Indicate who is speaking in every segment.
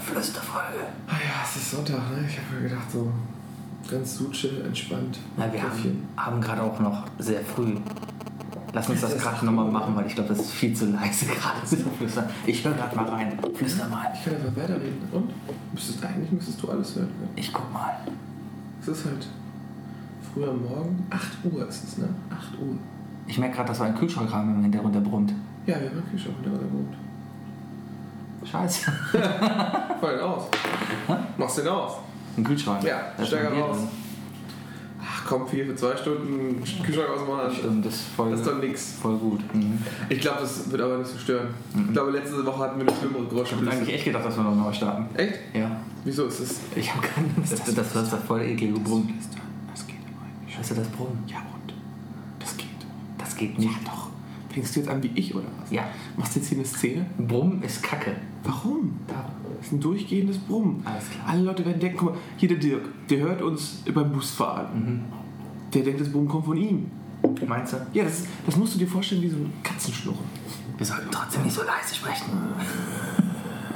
Speaker 1: Flüsterfolge.
Speaker 2: Ah ja, es ist Sonntag, ne? Ich habe mir gedacht, so ganz so chill, entspannt.
Speaker 1: Na, wir haben,
Speaker 2: Käffchen.
Speaker 1: haben gerade auch noch sehr früh. Lass uns das
Speaker 2: Das ist
Speaker 1: gerade
Speaker 2: cool.
Speaker 1: nochmal machen, weil ich glaube, das ist viel zu leise gerade zu flüstern. Ich höre gerade mal rein. Flüster mal.
Speaker 2: Ich kann einfach weiterreden. Und? Müsstest, eigentlich müsstest du alles hören. Ne?
Speaker 1: Ich guck mal.
Speaker 2: Es ist halt früh am Morgen. 8 Uhr ist es, ne? 8 Uhr.
Speaker 1: Ich merke gerade, dass so ein Kühlschrankrahmen im Hintergrund der brummt.
Speaker 2: Ja, wir haben wirklich schon wieder gewohnt.
Speaker 1: Scheiße.
Speaker 2: Fall den aus. Machst den aus.
Speaker 1: Ein Kühlschrank.
Speaker 2: Ja,
Speaker 1: Da ist
Speaker 2: stärker
Speaker 1: ein Bier
Speaker 2: raus.
Speaker 1: drin.
Speaker 2: Ach komm, vier für zwei Stunden Kühlschrank ausmachen.
Speaker 1: Stimmt, das ist voll,
Speaker 2: Das ist doch nix.
Speaker 1: voll gut. Mhm.
Speaker 2: Ich glaube, das wird aber nicht so stören. Ich glaube, letzte Woche hatten wir eine schlimmere
Speaker 1: Ich habe eigentlich
Speaker 2: Geräuschkulisse.
Speaker 1: echt gedacht, dass wir noch neu starten.
Speaker 2: Echt?
Speaker 1: Ja.
Speaker 2: Wieso ist es?
Speaker 1: Ich habe keine Angst. Das, das, das war voll eklig gebrummt.
Speaker 3: Das geht aber eigentlich.
Speaker 1: Hörst du das Brummen?
Speaker 3: Ja und? Das geht.
Speaker 1: Das geht nicht.
Speaker 3: Ja doch. Fängst du jetzt an wie ich oder was?
Speaker 1: Ja.
Speaker 3: Machst du jetzt hier eine Szene?
Speaker 1: Brummen ist Kacke.
Speaker 3: Warum?
Speaker 1: Da.
Speaker 3: Das ist ein durchgehendes Brummen.
Speaker 1: Alles klar.
Speaker 3: Alle Leute werden denken, guck mal, hier der Dirk, der hört uns beim Busfahren.
Speaker 2: Mhm.
Speaker 3: Der denkt, das Brummen kommt von ihm.
Speaker 1: Meinst du?
Speaker 3: Ja, das, das musst du dir vorstellen wie so ein Katzenschnurren.
Speaker 1: Wir sollten trotzdem nicht so leise sprechen.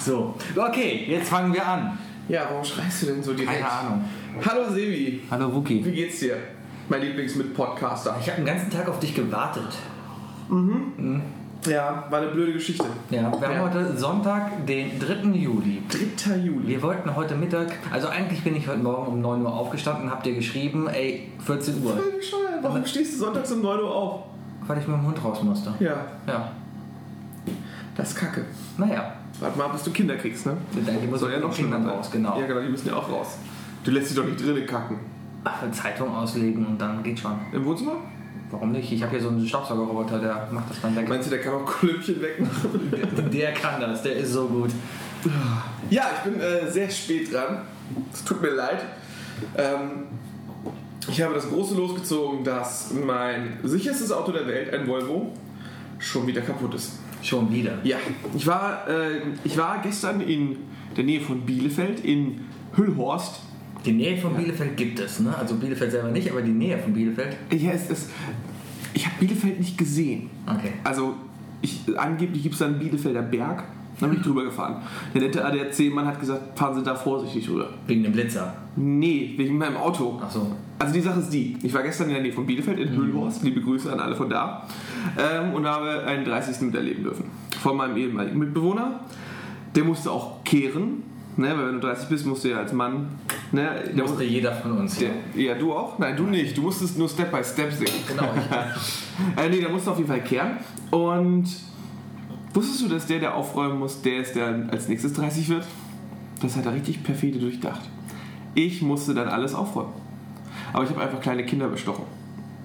Speaker 1: So. Okay, jetzt fangen wir an.
Speaker 2: Ja, warum schreist du denn so direkt?
Speaker 1: Keine Ahnung.
Speaker 2: Hallo Sebi,
Speaker 1: Hallo
Speaker 2: wie
Speaker 1: Wookie.
Speaker 2: geht's dir? Mein Lieblingsmitpodcaster.
Speaker 1: Ich habe den ganzen Tag auf dich gewartet.
Speaker 2: Ja, war eine blöde Geschichte.
Speaker 1: Ja, wir haben
Speaker 2: Ja.
Speaker 1: heute Sonntag, den 3. Juli.
Speaker 2: 3. Juli.
Speaker 1: Wir wollten heute Mittag, also eigentlich bin ich heute Morgen um 9 Uhr aufgestanden, habt ihr geschrieben, ey, 14 Uhr,
Speaker 2: Voll bescheuert. Warum stehst du sonntags um 9 Uhr auf?
Speaker 1: weil ich mit dem Hund raus musste.
Speaker 2: Ja,
Speaker 1: Ja,
Speaker 2: das ist kacke.
Speaker 1: naja,
Speaker 3: Warte mal, bis du Kinder kriegst, ne?
Speaker 1: die muss
Speaker 2: Soll ja
Speaker 1: mit
Speaker 2: noch
Speaker 1: den Kindern
Speaker 2: schlimmer sein.
Speaker 1: raus, genau.
Speaker 2: Ja, genau, die müssen ja auch raus. Du lässt dich doch nicht drinnen kacken.
Speaker 1: Ach, eine Zeitung auslegen und dann geht schon.
Speaker 2: Im Wohnzimmer?
Speaker 1: Warum nicht? Ich habe hier so einen Staubsaugerroboter, der macht das dann weg.
Speaker 2: Meinst du, der kann auch Klümpchen wegmachen?
Speaker 1: Der kann das, der ist so gut.
Speaker 2: Ja, ich bin äh, sehr spät dran. Es tut mir leid. Ähm, ich habe das große losgezogen, dass mein sicherstes Auto der Welt, ein Volvo, schon wieder kaputt ist.
Speaker 1: Schon wieder.
Speaker 3: Ja.
Speaker 2: Ich war, äh, ich war gestern in der Nähe von Bielefeld in Hüllhorst.
Speaker 1: Die Nähe von Bielefeld gibt es, ne? Also Bielefeld selber nicht, aber die Nähe von Bielefeld.
Speaker 3: Ja, es ist. Ich habe Bielefeld nicht gesehen.
Speaker 1: Okay.
Speaker 3: Also, ich, angeblich gibt es da einen Bielefelder Berg. Da bin ich drüber gefahren. Der nette ADAC-Mann hat gesagt, fahren Sie da vorsichtig drüber.
Speaker 1: Wegen dem Blitzer.
Speaker 3: Nee, wegen meinem Auto.
Speaker 1: Ach so.
Speaker 3: Also die Sache ist die, ich war gestern in der Nähe von Bielefeld in Hüllhorst, liebe Grüße an alle von da, ähm, und habe einen 30. miterleben dürfen von meinem ehemaligen Mitbewohner. Der musste auch kehren, ne, weil wenn du 30 bist, musst du ja als Mann, ne, der
Speaker 1: Musste
Speaker 3: musste,
Speaker 1: jeder von uns.
Speaker 3: der,
Speaker 1: hier.
Speaker 3: ja du auch? Nein, du nicht, du musstest nur Step by Step singen.
Speaker 1: Genau. Ich,
Speaker 3: Äh, nee, der musste auf jeden Fall kehren und wusstest du, dass der, der aufräumen muss, der ist, der als nächstes 30 wird? Das hat er richtig perfide durchdacht. Ich musste dann alles aufräumen. Aber ich habe einfach kleine Kinder bestochen.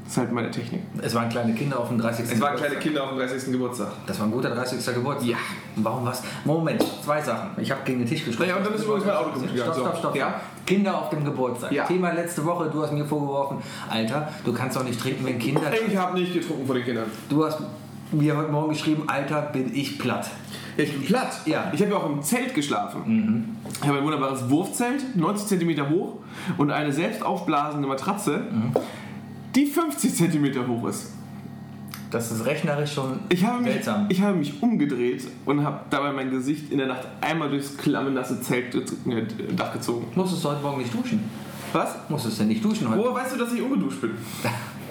Speaker 3: Das ist halt meine Technik.
Speaker 1: es waren kleine Kinder auf dem 30.
Speaker 2: Es waren
Speaker 1: Geburtstag.
Speaker 2: kleine Kinder auf dem 30. Geburtstag.
Speaker 1: Das war ein guter 30. Geburtstag. Ja. Warum was? Moment, zwei Sachen. Ich habe gegen den Tisch gespielt.
Speaker 2: Naja, und dann ist übrigens mein Auto kaputt gegangen.
Speaker 1: Stopp,
Speaker 2: So.
Speaker 1: stopp, stopp.
Speaker 2: Ja.
Speaker 1: Kinder auf dem Geburtstag.
Speaker 2: Ja.
Speaker 1: Thema letzte Woche, du hast mir vorgeworfen, Alter, du kannst doch nicht trinken, wenn Kinder.
Speaker 2: Ich habe nicht getrunken von den Kindern.
Speaker 1: Du hast mir heute Morgen geschrieben, Alter, bin ich platt.
Speaker 2: Ja, ich bin platt.
Speaker 1: Ja.
Speaker 3: Ich habe ja auch im Zelt geschlafen.
Speaker 2: Mhm.
Speaker 3: Ich habe ein wunderbares Wurfzelt, 90 cm hoch und eine selbst aufblasende Matratze,
Speaker 2: Mhm.
Speaker 3: die 50 cm hoch ist.
Speaker 1: Das ist rechnerisch schon
Speaker 3: Ich habe, mich,
Speaker 1: seltsam.
Speaker 3: ich habe mich umgedreht und habe dabei mein Gesicht in der Nacht einmal durchs klamme nasse Zelt gez- äh, Dach gezogen.
Speaker 1: Musstest du heute Morgen nicht duschen?
Speaker 3: Was?
Speaker 1: Musstest du nicht duschen heute?
Speaker 2: Woher weißt du, dass ich umgeduscht bin?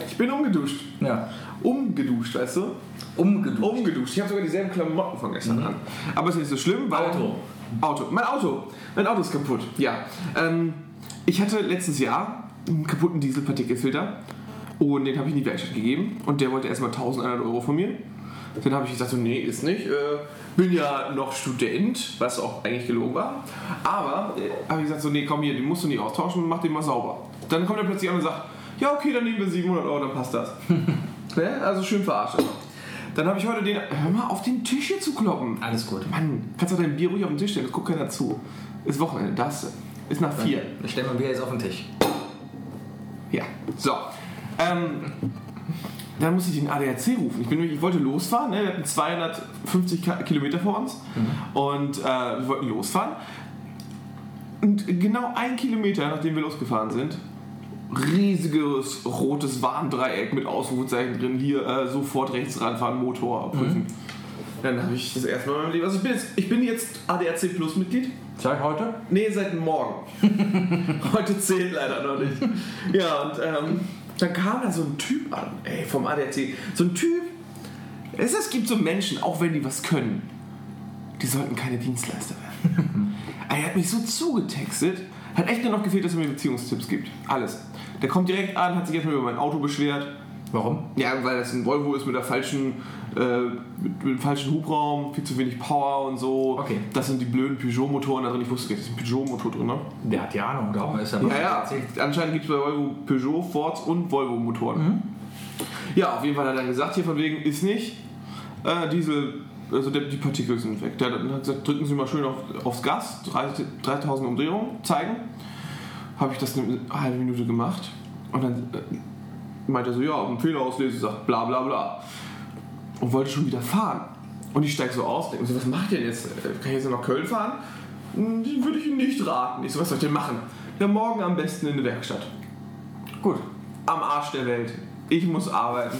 Speaker 2: Ich bin umgeduscht.
Speaker 1: Ja.
Speaker 2: Umgeduscht, weißt du?
Speaker 1: Umgeduscht.
Speaker 2: Umgeduscht. Ich habe sogar dieselben Klamotten von gestern an. Aber ist nicht so schlimm, weil.
Speaker 1: Mhm. Auto.
Speaker 3: Auto. Mein Auto. Mein Auto ist kaputt. Ja. Ähm, ich hatte letztes Jahr einen kaputten Dieselpartikelfilter und den habe ich in die Werkstatt gegeben und der wollte erstmal 1100 Euro von mir. Dann habe ich gesagt, so, nee, ist nicht. Äh, bin ja noch Student, was auch eigentlich gelogen war. Aber äh, habe ich gesagt, so, nee, komm hier, den musst du nicht austauschen, mach den mal sauber. Dann kommt er plötzlich an und sagt, ja, okay, dann nehmen wir 700 Euro, dann passt das. ne? Also schön verarscht. Dann habe ich heute den. Hör mal auf, den Tisch hier zu kloppen.
Speaker 1: Alles gut.
Speaker 3: Mann, kannst du dein Bier ruhig auf den Tisch stellen, das guckt keiner zu. Ist Wochenende, darfst du. Ist nach vier.
Speaker 1: Ich stelle mein Bier jetzt auf den Tisch.
Speaker 3: Ja, so. Ähm, dann musste ich den ADAC rufen. Ich, bin, nämlich- ich wollte losfahren, ne? wir hatten 250 Ki- Kilometer vor uns und äh, wir wollten losfahren. Und genau ein Kilometer, nachdem wir losgefahren sind, riesiges rotes Warndreieck mit Ausrufezeichen drin, hier äh, sofort rechts ranfahren, Motor prüfen.
Speaker 2: Dann habe ich das erste Mal in meinem Leben. Also ich bin jetzt, ich bin jetzt ADAC Plus Mitglied.
Speaker 1: Seit heute?
Speaker 2: Nee, seit morgen. Heute zählt leider noch nicht. Ja, und ähm, dann kam da so ein Typ an, ey, vom ADAC. So ein Typ.
Speaker 3: Es, es gibt so Menschen, auch wenn die was können, die sollten keine Dienstleister werden. er hat mich so zugetextet, hat echt nur noch gefehlt, dass er mir Beziehungstipps gibt. Alles. Der kommt direkt an, hat sich erstmal über mein Auto beschwert.
Speaker 1: Warum?
Speaker 3: Ja, weil das ein Volvo ist mit der falschen, äh, mit, mit dem falschen Hubraum, viel zu wenig Power und so.
Speaker 1: Okay.
Speaker 3: Das sind die blöden Peugeot-Motoren da drin. Ich wusste gar nicht, dass ein Peugeot-Motor drin ne?
Speaker 1: Der hat ja Ahnung, darum ist er
Speaker 3: Ja, ja. Anscheinend gibt es bei Volvo Peugeot, Fords und Volvo-Motoren. Ja, auf jeden Fall hat er dann gesagt, hier von wegen ist nicht. Äh, Diesel, also der, die Partikel sind weg. Der hat dann gesagt, drücken Sie mal schön auf, aufs Gas, 30 3000 Umdrehungen, zeigen. Habe ich das eine halbe Minute gemacht. Und dann äh, meinte er so, ja, ein Fehler auslesen, sagt bla bla bla. Und wollte schon wieder fahren. Und ich steige so aus, denke so, was macht ihr denn jetzt? Äh, Kann ich jetzt noch nach Köln fahren? Hm, die Würde ich Ihnen nicht raten. Ich so, was soll ich denn machen? Ja, morgen am besten in eine Werkstatt
Speaker 1: Gut.
Speaker 3: am Arsch der Welt. Ich muss arbeiten.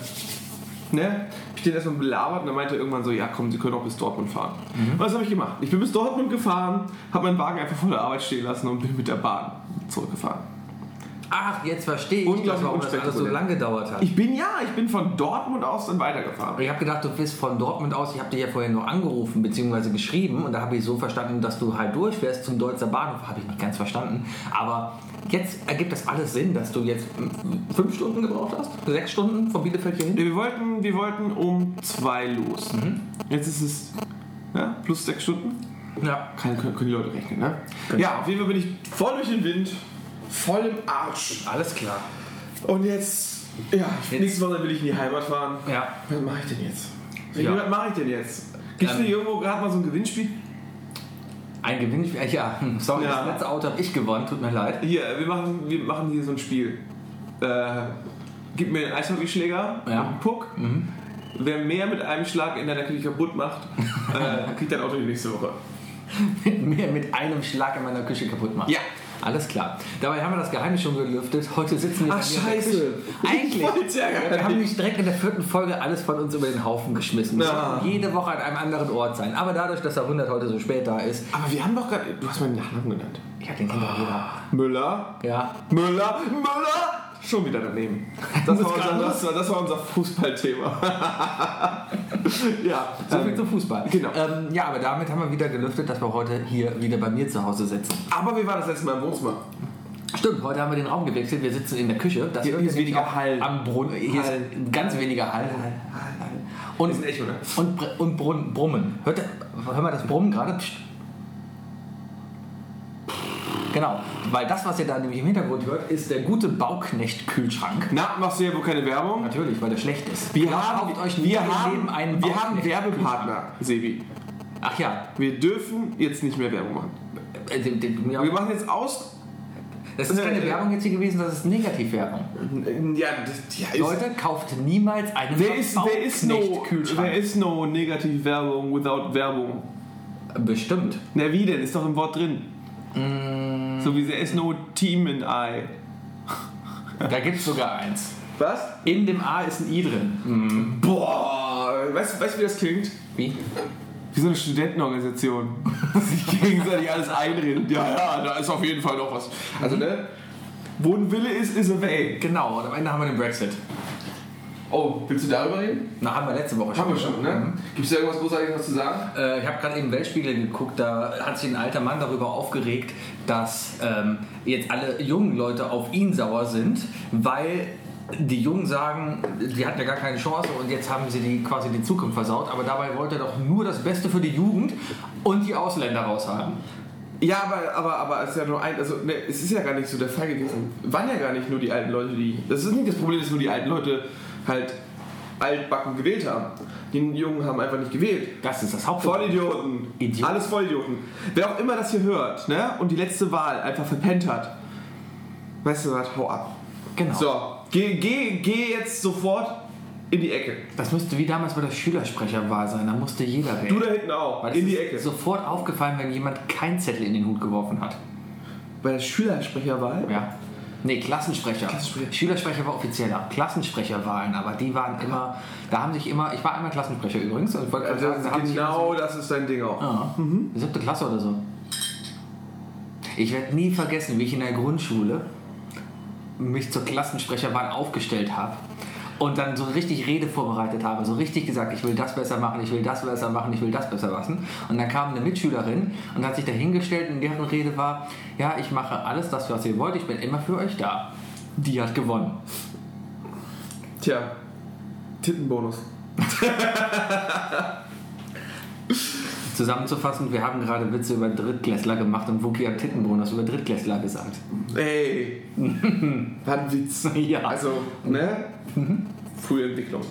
Speaker 3: Ne? Ich den erstmal belabert und dann meinte er irgendwann so, ja komm, Sie können auch bis Dortmund fahren. Und das habe ich gemacht. Ich bin bis Dortmund gefahren, habe meinen Wagen einfach vor der Arbeit stehen lassen und bin mit der Bahn zurückgefahren.
Speaker 1: Ach, jetzt verstehe ich,
Speaker 3: Unglaublich
Speaker 1: das, warum das alles so
Speaker 3: unspektakulär.
Speaker 1: lang gedauert hat.
Speaker 3: Ich bin ja, ich bin von Dortmund aus dann weitergefahren.
Speaker 1: Ich habe gedacht, du bist von Dortmund aus. Ich habe dich ja vorher nur angerufen bzw. geschrieben und da habe ich so verstanden, dass du halt durchfährst zum Deutzer Bahnhof. Habe ich nicht ganz verstanden. Aber jetzt ergibt das alles Sinn, dass du jetzt mm, fünf Stunden gebraucht hast? Sechs Stunden von Bielefeld hier hin?
Speaker 3: Wir wollten, wir wollten um zwei los.
Speaker 1: Mhm.
Speaker 3: Jetzt ist es ja, plus sechs Stunden.
Speaker 1: Ja.
Speaker 3: Kann, können, können die Leute rechnen, ne? Ja, auf jeden Fall bin ich voll durch den Wind, voll im Arsch.
Speaker 1: Alles klar.
Speaker 2: Und jetzt, ja,
Speaker 1: Jetzt-
Speaker 2: nächstes Mal will ich in die Heimat fahren.
Speaker 1: Ja.
Speaker 2: Was mache ich denn jetzt?
Speaker 1: Ja.
Speaker 2: Was mache ich denn jetzt? Gibt es
Speaker 1: Ähm.
Speaker 2: denn irgendwo gerade mal so ein Gewinnspiel?
Speaker 1: Ein Gewinnspiel. äh, Ja, hm, sorry,
Speaker 3: Ja.
Speaker 1: das letzte Auto habe ich gewonnen. Tut mir leid.
Speaker 3: Hier, äh, wir machen, wir machen hier so ein Spiel. Äh, gib mir einen Eishockeyschläger,
Speaker 1: Ja.
Speaker 3: einen Puck.
Speaker 1: Mhm.
Speaker 3: Wer mehr mit einem Schlag in deiner Küche kaputt macht, äh, kriegt dein Auto die nächste Woche.
Speaker 1: Mit mir mit einem Schlag in meiner Küche kaputt machen.
Speaker 3: Ja.
Speaker 1: Alles klar. Dabei haben wir das Geheimnis schon gelüftet. Heute sitzen wir
Speaker 2: Ach,
Speaker 1: hier in der
Speaker 2: scheiße.
Speaker 1: Küche. Eigentlich.
Speaker 2: wollte ja gar
Speaker 1: Dann haben wir nämlich direkt in der vierten Folge alles von uns über den Haufen geschmissen. Wir
Speaker 2: Ja.
Speaker 1: sollten jede Woche an einem anderen Ort sein. Aber dadurch, dass der 100 heute so spät da ist,
Speaker 3: Aber wir haben doch gerade. Du hast meinen Nachnamen genannt.
Speaker 1: ja, den kennt doch jeder.
Speaker 3: Ah. Müller,
Speaker 1: Ja.
Speaker 3: Müller, Müller! Schon wieder daneben. Das war unser, das war, das war unser Fußballthema. ja,
Speaker 1: So
Speaker 3: ähm,
Speaker 1: viel zum Fußball.
Speaker 3: genau.
Speaker 1: Ähm, ja, aber damit haben wir wieder gelüftet, dass wir heute hier wieder bei mir zu Hause sitzen.
Speaker 3: aber wir waren das letzte Mal im Wohnzimmer.
Speaker 1: Stimmt, heute haben wir den Raum gewechselt. Wir sitzen in der Küche. Das
Speaker 3: Hier
Speaker 1: hört
Speaker 3: ist
Speaker 1: ihr
Speaker 3: weniger
Speaker 1: auch
Speaker 3: Hall.
Speaker 1: Am Brunnen. Hier
Speaker 3: Hall.
Speaker 1: ist ganz weniger
Speaker 3: Wir
Speaker 1: Hall. Und,
Speaker 3: sind echt, ne? oder?
Speaker 1: und, Br- und Brun- Brummen. Hört, ihr- hört mal das Brummen gerade? Psst. Genau, weil das, was ihr da nämlich im Hintergrund hört, ist der gute Bauknecht-Kühlschrank.
Speaker 3: Na, machst du hier wohl keine Werbung?
Speaker 1: Natürlich, weil der schlecht ist.
Speaker 3: Wir
Speaker 1: Ihr
Speaker 3: haben,
Speaker 1: kauft euch nie
Speaker 3: wir
Speaker 1: im
Speaker 3: haben,
Speaker 1: Leben einen
Speaker 3: wir haben
Speaker 1: Bauknecht-
Speaker 3: Werbepartner, Sebi.
Speaker 1: Ach ja,
Speaker 3: Wir dürfen jetzt nicht mehr Werbung machen.
Speaker 1: äh, dem- dem- ja.
Speaker 3: Wir machen jetzt aus.
Speaker 1: das ist keine
Speaker 3: äh,
Speaker 1: Werbung jetzt hier gewesen, das ist Negativwerbung.
Speaker 3: Ja, das, ja, ist,
Speaker 1: Leute, kauft niemals einen
Speaker 3: there is, there is no,
Speaker 1: Bauknecht-Kühlschrank.
Speaker 3: there is no negative Werbung without Werbung.
Speaker 1: Bestimmt.
Speaker 3: Na wie denn? Ist doch im Wort drin.
Speaker 1: Mm,
Speaker 3: So wie there is no team in I.
Speaker 1: Da gibt es sogar eins.
Speaker 3: Was?
Speaker 1: In dem A ist ein I drin.
Speaker 3: Boah, weißt du, weißt, du, wie das klingt?
Speaker 1: Wie?
Speaker 3: Wie so eine Studentenorganisation. Sich gegenseitig alles einredet. Ja, ja, da ist auf jeden Fall noch was. Also, ne? Wo ein Wille ist, ist a way.
Speaker 1: Genau, und am Ende haben wir den Brexit.
Speaker 3: Oh, willst du darüber reden?
Speaker 1: Na, haben wir letzte Woche schon. Mhm.
Speaker 3: Haben wir schon, ne? Gibt es da irgendwas Großartiges noch zu sagen?
Speaker 1: Äh, ich habe gerade eben Weltspiegel geguckt, da hat sich ein alter Mann darüber aufgeregt, dass ähm, jetzt alle jungen Leute auf ihn sauer sind, weil die Jungen sagen, die hatten ja gar keine Chance und jetzt haben sie die quasi die Zukunft versaut, aber dabei wollte er doch nur das Beste für die Jugend und die Ausländer raushaben.
Speaker 3: Ja, aber, aber, aber es ist ja nur ein, also ne, es ist ja gar nicht so der Fall gewesen. Waren ja gar nicht nur die alten Leute, die. Das ist nicht das Problem, dass nur die alten Leute halt altbacken gewählt haben. Die Jungen haben einfach nicht gewählt.
Speaker 1: Das ist das Hauptproblem.
Speaker 3: Vollidioten.
Speaker 1: Idioten.
Speaker 3: Alles Vollidioten. Wer auch immer das hier hört, ne? Und die letzte Wahl einfach verpennt hat. Weißt du was, hau ab.
Speaker 1: Genau.
Speaker 3: So, geh, geh, geh jetzt sofort in die Ecke.
Speaker 1: Das müsste wie damals bei der Schülersprecherwahl sein, da musste jeder wählen.
Speaker 3: Du da hinten auch.
Speaker 1: Weil es
Speaker 3: In die
Speaker 1: ist
Speaker 3: Ecke.
Speaker 1: sofort aufgefallen, wenn jemand keinen Zettel in den Hut geworfen hat.
Speaker 3: Bei der Schülersprecherwahl?
Speaker 1: Ja. Nee, Klassensprecher.
Speaker 4: Klassensprecher.
Speaker 1: Schülersprecher war offizieller. Klassensprecherwahlen, aber die waren immer, da haben sich immer, ich war einmal Klassensprecher übrigens und ich wollte gerade
Speaker 3: Also
Speaker 1: sagen, da haben sich immer so-
Speaker 3: genau das ist dein Ding auch.
Speaker 1: Ja. Ah. Siebte Klasse oder so. Ich werde nie vergessen, wie ich in der Grundschule mich zur Klassensprecherwahl aufgestellt habe und dann so richtig Rede vorbereitet habe, so richtig gesagt, ich will das besser machen, ich will das besser machen, ich will das besser machen. Und dann kam eine Mitschülerin und hat sich dahingestellt und deren Rede war, ja, ich mache alles das, was ihr wollt, ich bin immer für euch da. Die hat gewonnen.
Speaker 3: Tja, Tittenbonus.
Speaker 1: Zusammenzufassen, wir haben gerade Witze über Drittklässler gemacht und Wookie hat Tittenbonus über Drittklässler gesagt.
Speaker 3: Ey, war ein Witz.
Speaker 1: ja.
Speaker 3: Also, ne? Frühe Entwicklung.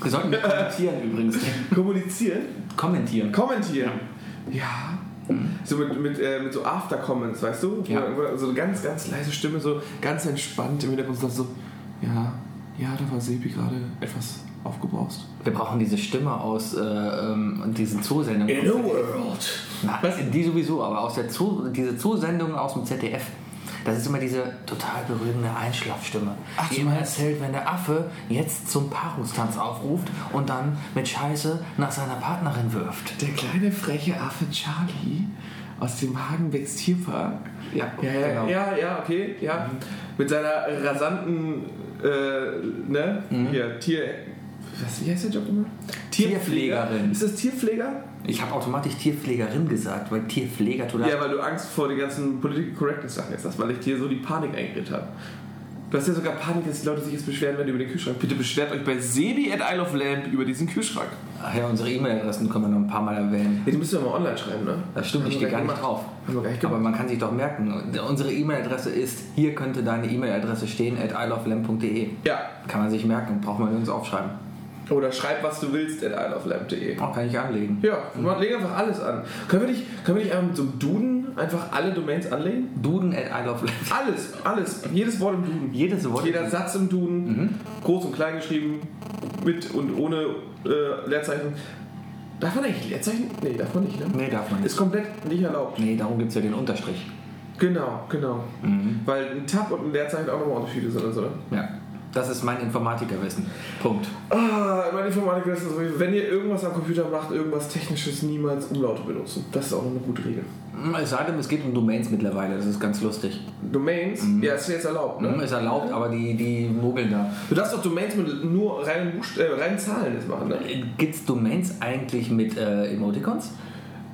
Speaker 1: Wir sollten mit kommentieren übrigens.
Speaker 3: Kommunizieren,
Speaker 1: Kommentieren.
Speaker 3: kommentieren. Ja. So mit, mit, äh, mit so After-Comments, weißt du?
Speaker 1: Ja.
Speaker 3: Wo- wo- So eine ganz, ganz leise Stimme, so ganz entspannt im Hintergrund, sagt so, ja, ja, da war Sebi gerade etwas aufgebraust.
Speaker 1: Wir brauchen diese Stimme aus äh, ähm, diesen Zoosendungen.
Speaker 3: world.
Speaker 1: Na, Die sowieso, aber aus der Zoo, diese Zoosendungen aus dem ZDF. Das ist immer diese total berühmte Einschlafstimme.
Speaker 3: Ach,
Speaker 1: die
Speaker 3: du
Speaker 1: immer
Speaker 3: meinst-
Speaker 1: erzählt, wenn der Affe jetzt zum Paarungstanz aufruft und dann mit Scheiße nach seiner Partnerin wirft.
Speaker 3: Der kleine freche Affe Charlie aus dem Hagenbecks Tierpark.
Speaker 1: Ja,
Speaker 3: Ja, ja,
Speaker 1: genau.
Speaker 3: ja, ja, okay, ja. Mit seiner rasanten, äh, ne, hier, Tier. Was, wie heißt der Job immer?
Speaker 1: Tierpflegerin.
Speaker 3: Ist das Tierpfleger?
Speaker 1: Ich habe automatisch Tierpflegerin gesagt, weil Tierpfleger total.
Speaker 3: Ja, weil du Angst vor den ganzen Political Correctness Sachen jetzt hast, weil ich dir so die Panik eingeredet habe. Du hast ja sogar Panik, dass die Leute sich jetzt beschweren werden über den Kühlschrank. Bitte beschwert euch bei Sebi at Isle of Lamp über diesen Kühlschrank.
Speaker 1: Ach ja, unsere E-Mail-Adressen können wir noch ein paar Mal erwähnen.
Speaker 3: Ja, die müssen wir mal online schreiben, ne?
Speaker 1: Das stimmt, ich
Speaker 3: Haben
Speaker 1: stehe
Speaker 3: wir
Speaker 1: gar
Speaker 3: gleich
Speaker 1: nicht
Speaker 3: gemacht.
Speaker 1: drauf.
Speaker 3: Haben wir gleich
Speaker 1: Aber
Speaker 3: gemacht.
Speaker 1: man kann sich doch merken, unsere E-Mail-Adresse ist, hier könnte deine E-Mail-Adresse stehen, at isleoflamp.de.
Speaker 3: Ja,
Speaker 1: Kann man sich merken, braucht man nirgends aufschreiben.
Speaker 3: Oder schreib, was du willst, at isleoflamp.de.
Speaker 1: Auch kann ich anlegen.
Speaker 3: Ja, man leg einfach alles an. Können wir nicht, können wir nicht einfach mit so einem Duden einfach alle Domains anlegen?
Speaker 1: Duden at isleoflamp.
Speaker 3: Alles, alles. Jedes Wort im Duden.
Speaker 1: Jedes Wort.
Speaker 3: Jeder Satz im Duden. Groß und klein geschrieben. Mit und ohne äh, Leerzeichen. Darf man eigentlich Leerzeichen? Nee, darf man nicht, ne?
Speaker 1: Nee, darf man nicht.
Speaker 3: Ist komplett nicht erlaubt.
Speaker 1: Nee, darum gibt es ja den Unterstrich.
Speaker 3: Genau, genau. Weil ein Tab und ein Leerzeichen auch nochmal Unterschiede sind und so, ne?
Speaker 1: Ja. Das ist mein Informatikerwissen. Punkt.
Speaker 3: Ah, meine Informatik ist das, wenn ihr irgendwas am Computer macht, irgendwas Technisches, niemals Umlaute benutzen. Das ist auch eine gute Regel.
Speaker 1: Hm, Es sei denn, es geht um Domains mittlerweile, das ist ganz lustig.
Speaker 3: Domains, ja, ist jetzt erlaubt, ne?
Speaker 1: Hm, Ist erlaubt, aber die, die mogeln da.
Speaker 3: Du darfst doch Domains mit nur reinen, Buchst äh, reinen Zahlen jetzt machen, ne?
Speaker 1: Gibt es Domains eigentlich mit äh, Emoticons?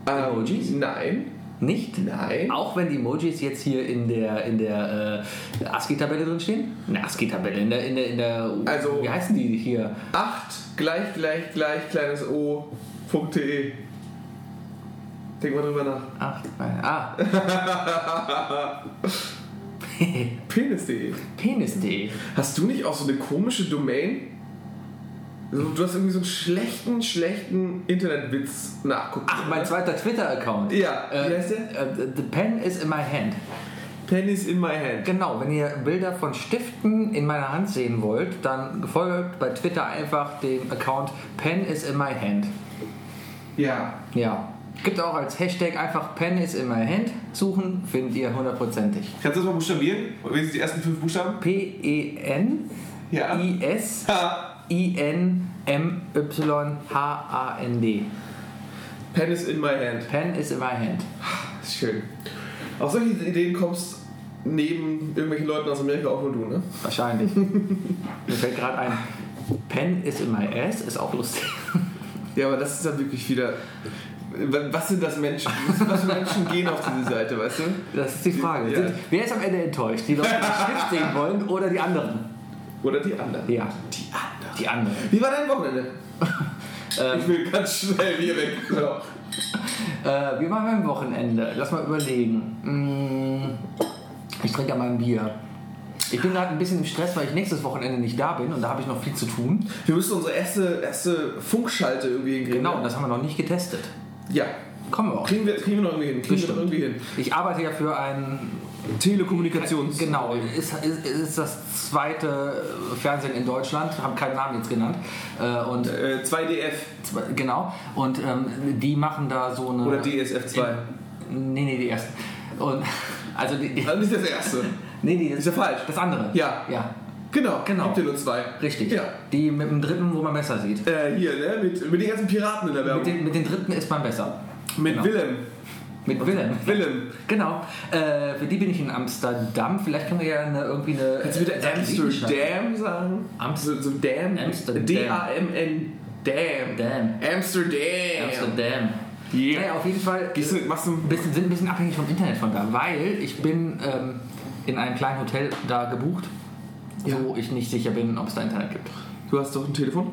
Speaker 1: Emojis?
Speaker 3: Ähm, nein,
Speaker 1: Nicht?
Speaker 3: nein.
Speaker 1: Auch wenn die Emojis jetzt hier in der, in der äh, ASCII-Tabelle drin stehen? Eine ASCII-Tabelle, in der, in der, in der.
Speaker 3: Also-
Speaker 1: Wie heißen die hier?
Speaker 3: 8 gleich gleich gleich kleines o.de. E. Denk mal drüber nach.
Speaker 1: Acht. nein, Ah.
Speaker 3: Penis.de.
Speaker 1: Penis.de.
Speaker 3: E. Hast du nicht auch so eine komische Domain? So, Du hast irgendwie so einen schlechten, schlechten Internetwitz nachguckt.
Speaker 1: Ach, mein zweiter Twitter-Account.
Speaker 3: Ja,
Speaker 1: Äh,
Speaker 3: wie heißt der?
Speaker 1: Äh, the pen is in my hand.
Speaker 3: Pen is in my hand.
Speaker 1: Genau, wenn ihr Bilder von Stiften in meiner Hand sehen wollt, dann folgt bei Twitter einfach dem Account Pen is in my hand.
Speaker 3: Ja.
Speaker 1: Ja. Gibt auch als Hashtag einfach Pen is in my hand suchen, findet ihr hundertprozentig.
Speaker 4: Kannst du das mal buchstabieren? Wenigstens die ersten fünf Buchstaben? Ja.
Speaker 1: P-E-N-I-S-I-N-M-Y-H-A-N-D.
Speaker 4: Ha.
Speaker 3: Pen is in my hand.
Speaker 1: Pen is in my hand.
Speaker 3: Das ist schön. Auf solche Ideen kommst neben irgendwelchen Leuten aus Amerika auch nur du, ne?
Speaker 1: Wahrscheinlich. Mir fällt gerade ein, Pen is in my ass, ist auch lustig.
Speaker 3: Ja, aber das ist dann wirklich wieder. Was sind das Menschen? Was für Menschen gehen auf diese Seite, weißt du?
Speaker 1: Das ist die Frage.
Speaker 3: Ja.
Speaker 1: Sind, wer ist am Ende enttäuscht? Die Leute, die das Schiff sehen wollen oder die anderen?
Speaker 3: Oder die anderen.
Speaker 1: Ja. Die anderen. Die anderen.
Speaker 3: Wie war dein Wochenende?
Speaker 1: Ähm.
Speaker 3: ich will ganz schnell hier weg. Genau.
Speaker 1: Äh, wir machen ein Wochenende. Lass mal überlegen. Mm, Ich trinke ja mal ein Bier. Ich bin gerade ein bisschen im Stress, weil ich nächstes Wochenende nicht da bin und da habe ich noch viel zu tun.
Speaker 3: Wir müssen unsere erste, erste Funkschalte irgendwie hinkriegen.
Speaker 1: Genau, und
Speaker 3: ne?
Speaker 1: das haben wir noch nicht getestet.
Speaker 3: Ja.
Speaker 1: Kommen wir auch.
Speaker 3: Kriegen wir, kriegen wir noch irgendwie hin. Kriegen wir noch
Speaker 1: Bestimmt.
Speaker 3: irgendwie hin.
Speaker 1: Ich arbeite ja für einen.
Speaker 4: Telekommunikations.
Speaker 1: Genau, ist, ist, ist das zweite Fernsehen in Deutschland, haben keinen Namen jetzt genannt. Äh, Und
Speaker 3: Äh, 2DF
Speaker 1: Zwei- Genau. Und
Speaker 3: Ah.
Speaker 1: ähm, die machen da so eine.
Speaker 3: oder DSF2.
Speaker 1: Nee, nee, die ersten. Und Also, die, die,
Speaker 2: Also nicht das erste.
Speaker 1: nee, nee, das
Speaker 2: Ist ja falsch.
Speaker 1: Das andere.
Speaker 2: Ja.
Speaker 1: Ja,
Speaker 2: Genau.
Speaker 1: Genau.
Speaker 2: Gibt dir nur zwei.
Speaker 1: richtig.
Speaker 2: Ja.
Speaker 1: Die mit dem dritten, wo man besser sieht.
Speaker 2: Äh, hier, ne? Mit, mit den ganzen Piraten in der
Speaker 1: Mit
Speaker 2: Werbung.
Speaker 1: den, mit den dritten ist man besser.
Speaker 2: Mit
Speaker 1: genau.
Speaker 2: Willem.
Speaker 1: Mit Willem.
Speaker 2: Willem.
Speaker 1: Genau. Äh, für die bin ich in Amsterdam. Vielleicht können wir ja eine, irgendwie eine.
Speaker 2: Äh, Kannst du bitte
Speaker 1: Satellitenstadt-
Speaker 2: Amsterdam sagen?
Speaker 1: Amst-
Speaker 2: So, so Dam.
Speaker 1: Amsterdam.
Speaker 2: D-A-M-N. Dam.
Speaker 1: Damn.
Speaker 2: Amsterdam.
Speaker 1: Amsterdam.
Speaker 2: Yeah.
Speaker 1: Naja, auf jeden Fall.
Speaker 2: Gehst du, machst du
Speaker 1: ein bisschen, sind ein bisschen abhängig vom Internet von da, weil ich bin ähm, in einem kleinen Hotel da gebucht, wo ich nicht sicher bin, ob es da Internet gibt.
Speaker 3: Du hast doch ein Telefon.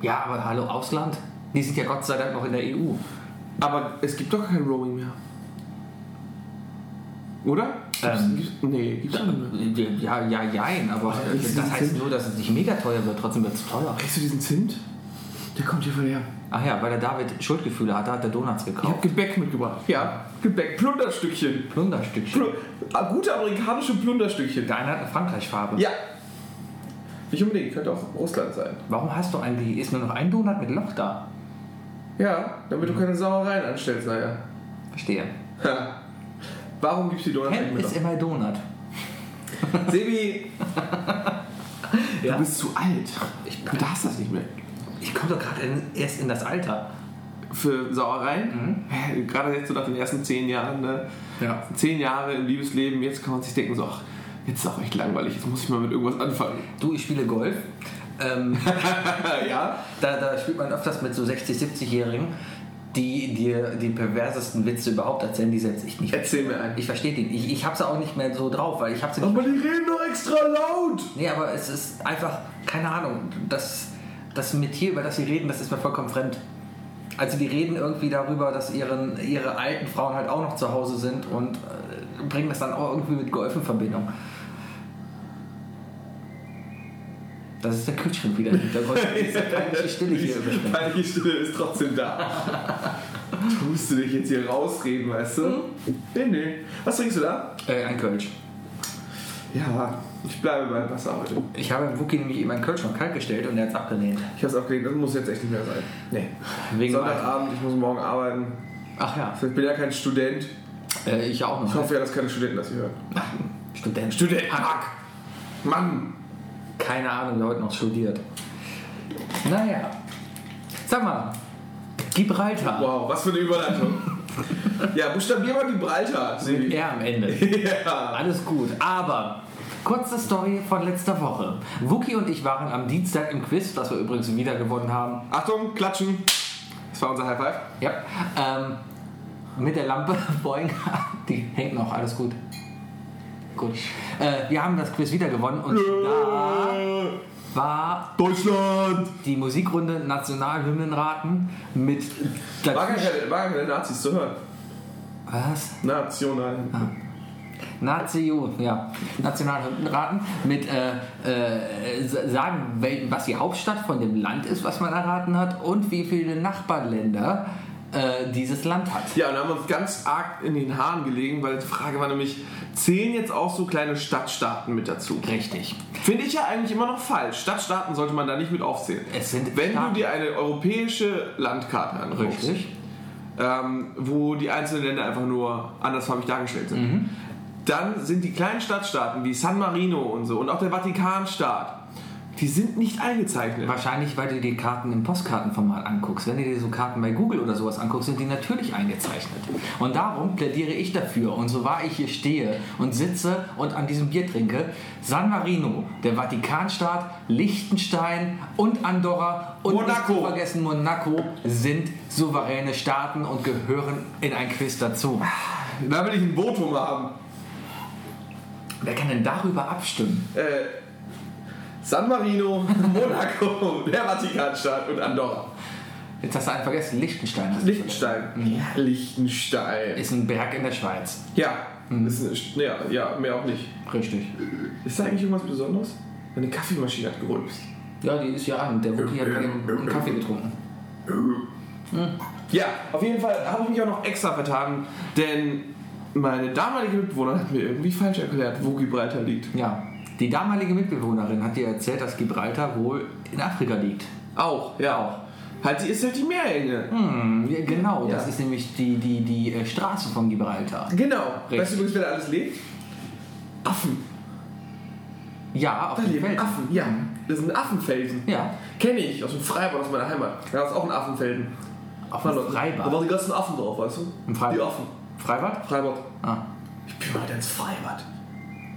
Speaker 1: Ja, aber hallo Ausland, die sind ja Gott sei Dank noch in der E EU.
Speaker 3: Aber es gibt doch kein Roaming mehr. Oder?
Speaker 1: Ähm,
Speaker 3: Gibt's- Nee, gibt's doch nicht mehr.
Speaker 1: Ja, ja, jein, aber
Speaker 3: ist
Speaker 1: das
Speaker 3: das
Speaker 1: heißt nur, dass es nicht mega teuer wird, trotzdem wird es teuer.
Speaker 3: Kennst du diesen Zimt? Der kommt hier von her.
Speaker 1: Ach ja, weil der David Schuldgefühle hatte, hat er Donuts
Speaker 3: Ich hab
Speaker 1: gekauft.
Speaker 3: Gebäck mitgebracht.
Speaker 2: Ja, Gebäck, Plunderstückchen.
Speaker 1: Plunderstückchen.
Speaker 2: Plu ah, gute amerikanische Plunderstückchen.
Speaker 1: Der eine hat eine Frankreich-Farbe.
Speaker 2: Ja. Nicht unbedingt, könnte auch Russland sein.
Speaker 1: Warum hast du eigentlich, ist nur noch ein Donut mit Loch da?
Speaker 2: Ja, damit du keine Sauereien anstellst, naja.
Speaker 1: Verstehe.
Speaker 2: Ha. Warum gibt's die Donuts
Speaker 1: Ham
Speaker 2: eigentlich
Speaker 1: ist
Speaker 2: mit?
Speaker 1: immer Donut.
Speaker 2: auf? Sebi,
Speaker 1: Ja.
Speaker 3: Du bist zu alt. du darfst das nicht mehr.
Speaker 1: Ich komme doch gerade in- erst in das Alter.
Speaker 3: Für
Speaker 2: Mhm.
Speaker 3: Sauereien? Gerade jetzt so nach den ersten zehn Jahren, ne?
Speaker 1: Ja.
Speaker 3: Zehn Jahre im Liebesleben, jetzt kann man sich denken, so, ach, jetzt ist auch echt langweilig, jetzt muss ich mal mit irgendwas anfangen.
Speaker 1: Du, ich spiele Golf. Ähm,
Speaker 3: ja?
Speaker 1: da, da spielt man öfters mit so 60, 70-Jährigen, die dir die perversesten Witze überhaupt erzählen, die selbst ich nicht.
Speaker 2: erzähl mir einen.
Speaker 1: Ich verstehe den. Ich, ich habe sie auch nicht mehr so drauf, weil ich habe sie nicht.
Speaker 2: Aber die reden doch extra laut.
Speaker 1: Nee, aber es ist einfach, keine Ahnung, das, das Metier, über das sie reden, das ist mir vollkommen fremd. Also die reden irgendwie darüber, dass ihren, ihre alten Frauen halt auch noch zu Hause sind und äh, bringen das dann auch irgendwie mit Golf in Verbindung. Das ist der Kühlschrank wieder im Hintergrund. Diese peinliche Stille hier.
Speaker 2: Die peinliche Stille ist trotzdem da. Tust du dich jetzt hier rausreden, weißt du? Nee, nee. Was trinkst du da?
Speaker 1: Äh, ein Kölsch.
Speaker 2: Ja, ich bleibe beim Wasser heute.
Speaker 1: Ich habe im Wookie nämlich eben einen Kölsch noch kalt gestellt und er hat es abgelehnt.
Speaker 2: Ich hab's abgelehnt, das muss jetzt echt nicht mehr sein. Nee.
Speaker 1: Wegen
Speaker 2: Sonntagabend, ich muss morgen arbeiten.
Speaker 1: Ach ja,
Speaker 2: Ich bin ja kein Student.
Speaker 1: äh, ich ja auch
Speaker 2: Ich
Speaker 1: noch.
Speaker 2: hoffe ja, dass keine Studenten das hier hören.
Speaker 1: Student.
Speaker 2: Student!
Speaker 1: Hack.
Speaker 2: Mann!
Speaker 1: Keine Ahnung, wer heute noch studiert. Naja. Sag mal, Gibraltar.
Speaker 2: Wow, was für eine Überleitung. ja, buchstabier mal Gibraltar, Sebi.
Speaker 1: Ja, am Ende.
Speaker 2: Ja.
Speaker 1: Alles gut. Aber kurze Story von letzter Woche. Wookie und ich waren am Dienstag im Quiz, das wir übrigens wieder gewonnen haben.
Speaker 3: Achtung, klatschen. Das war unser High Five.
Speaker 1: Ja. Ähm, mit der Lampe vorhin. Die hängt noch. Alles gut. Gut. Äh, wir haben das Quiz wieder gewonnen und da war
Speaker 3: Deutschland!
Speaker 1: die Musikrunde Nationalhymnen raten mit.
Speaker 2: War gar,
Speaker 3: halt-
Speaker 2: keine, war gar keine Nazis zu hören.
Speaker 1: Was?
Speaker 2: National.
Speaker 1: Ah. Nazio, ja, Nationalraten mit äh, äh, sa- sagen, wel- was die Hauptstadt von dem Land ist, was man erraten hat und wie viele Nachbarländer äh, dieses Land hat.
Speaker 3: Ja, und da haben wir uns ganz arg in den Haaren gelegen, weil die Frage war nämlich, zählen jetzt auch so kleine Stadtstaaten mit dazu?
Speaker 1: Richtig.
Speaker 3: Finde ich ja eigentlich immer noch falsch. Stadtstaaten sollte man da nicht mit aufzählen.
Speaker 1: Es sind
Speaker 3: Wenn
Speaker 1: Staaten.
Speaker 3: du dir eine europäische Landkarte anguckst,
Speaker 1: Richtig.
Speaker 3: ähm, wo die einzelnen Länder einfach nur andersfarbig dargestellt sind,
Speaker 1: Mhm.
Speaker 3: dann sind die kleinen Stadtstaaten wie San Marino und so und auch der Vatikanstaat, die sind nicht eingezeichnet.
Speaker 1: Wahrscheinlich, weil du dir Karten im Postkartenformat anguckst. Wenn du dir so Karten bei Google oder sowas anguckst, sind die natürlich eingezeichnet. Und darum plädiere ich dafür. Und so wahr ich hier stehe und sitze und an diesem Bier trinke, San Marino, der Vatikanstaat, Liechtenstein und Andorra und
Speaker 3: Monaco.
Speaker 1: nicht zu vergessen Monaco sind souveräne Staaten und gehören in ein Quiz dazu.
Speaker 2: Da will ich ein Votum haben.
Speaker 1: Wer kann denn darüber abstimmen?
Speaker 2: Äh, San Marino, Monaco, der Vatikanstaat und Andorra.
Speaker 1: Jetzt hast du einen vergessen, Liechtenstein.
Speaker 2: Liechtenstein. Ja, Liechtenstein.
Speaker 1: Ist ein Berg in der Schweiz.
Speaker 2: Ja, ist eine, Sch- ja, ja, mehr auch nicht.
Speaker 1: Richtig.
Speaker 2: Ist da eigentlich irgendwas Besonderes? Meine Kaffeemaschine hat gerülpst.
Speaker 1: Ja, die ist ja an. Der Wookie hat einen Kaffee getrunken.
Speaker 3: Ja, auf jeden Fall habe ich mich auch noch extra vertan, denn meine damalige Mitbewohnerin hat mir irgendwie falsch erklärt, wo Gibraltar liegt.
Speaker 1: Ja, die damalige Mitbewohnerin hat dir erzählt, dass Gibraltar wohl in Afrika liegt.
Speaker 3: Auch, ja auch. Halt, die ist halt die Meerenge.
Speaker 1: Hm, ja, genau, das
Speaker 3: Ja.
Speaker 1: ist nämlich die, die, die äh, Straße von Gibraltar.
Speaker 3: Genau.
Speaker 1: Richtig.
Speaker 3: Weißt du übrigens, wer da alles lebt? Affen.
Speaker 1: Ja, auf
Speaker 3: Da
Speaker 1: dem
Speaker 3: leben
Speaker 1: Feld.
Speaker 3: Affen, ja. Das sind Affenfelsen.
Speaker 1: Ja,
Speaker 3: Kenne ich aus dem Freiburg, aus meiner Heimat. Da ist auch ein Affenfelsen.
Speaker 1: auf dem
Speaker 3: Da
Speaker 1: Freibad.
Speaker 3: waren die ganzen Affen drauf, weißt du?
Speaker 1: Im Freibad?
Speaker 3: Die Affen.
Speaker 1: Freibad?
Speaker 3: Freibad.
Speaker 1: Ah,
Speaker 3: Ich bin mal wieder ins Freibad.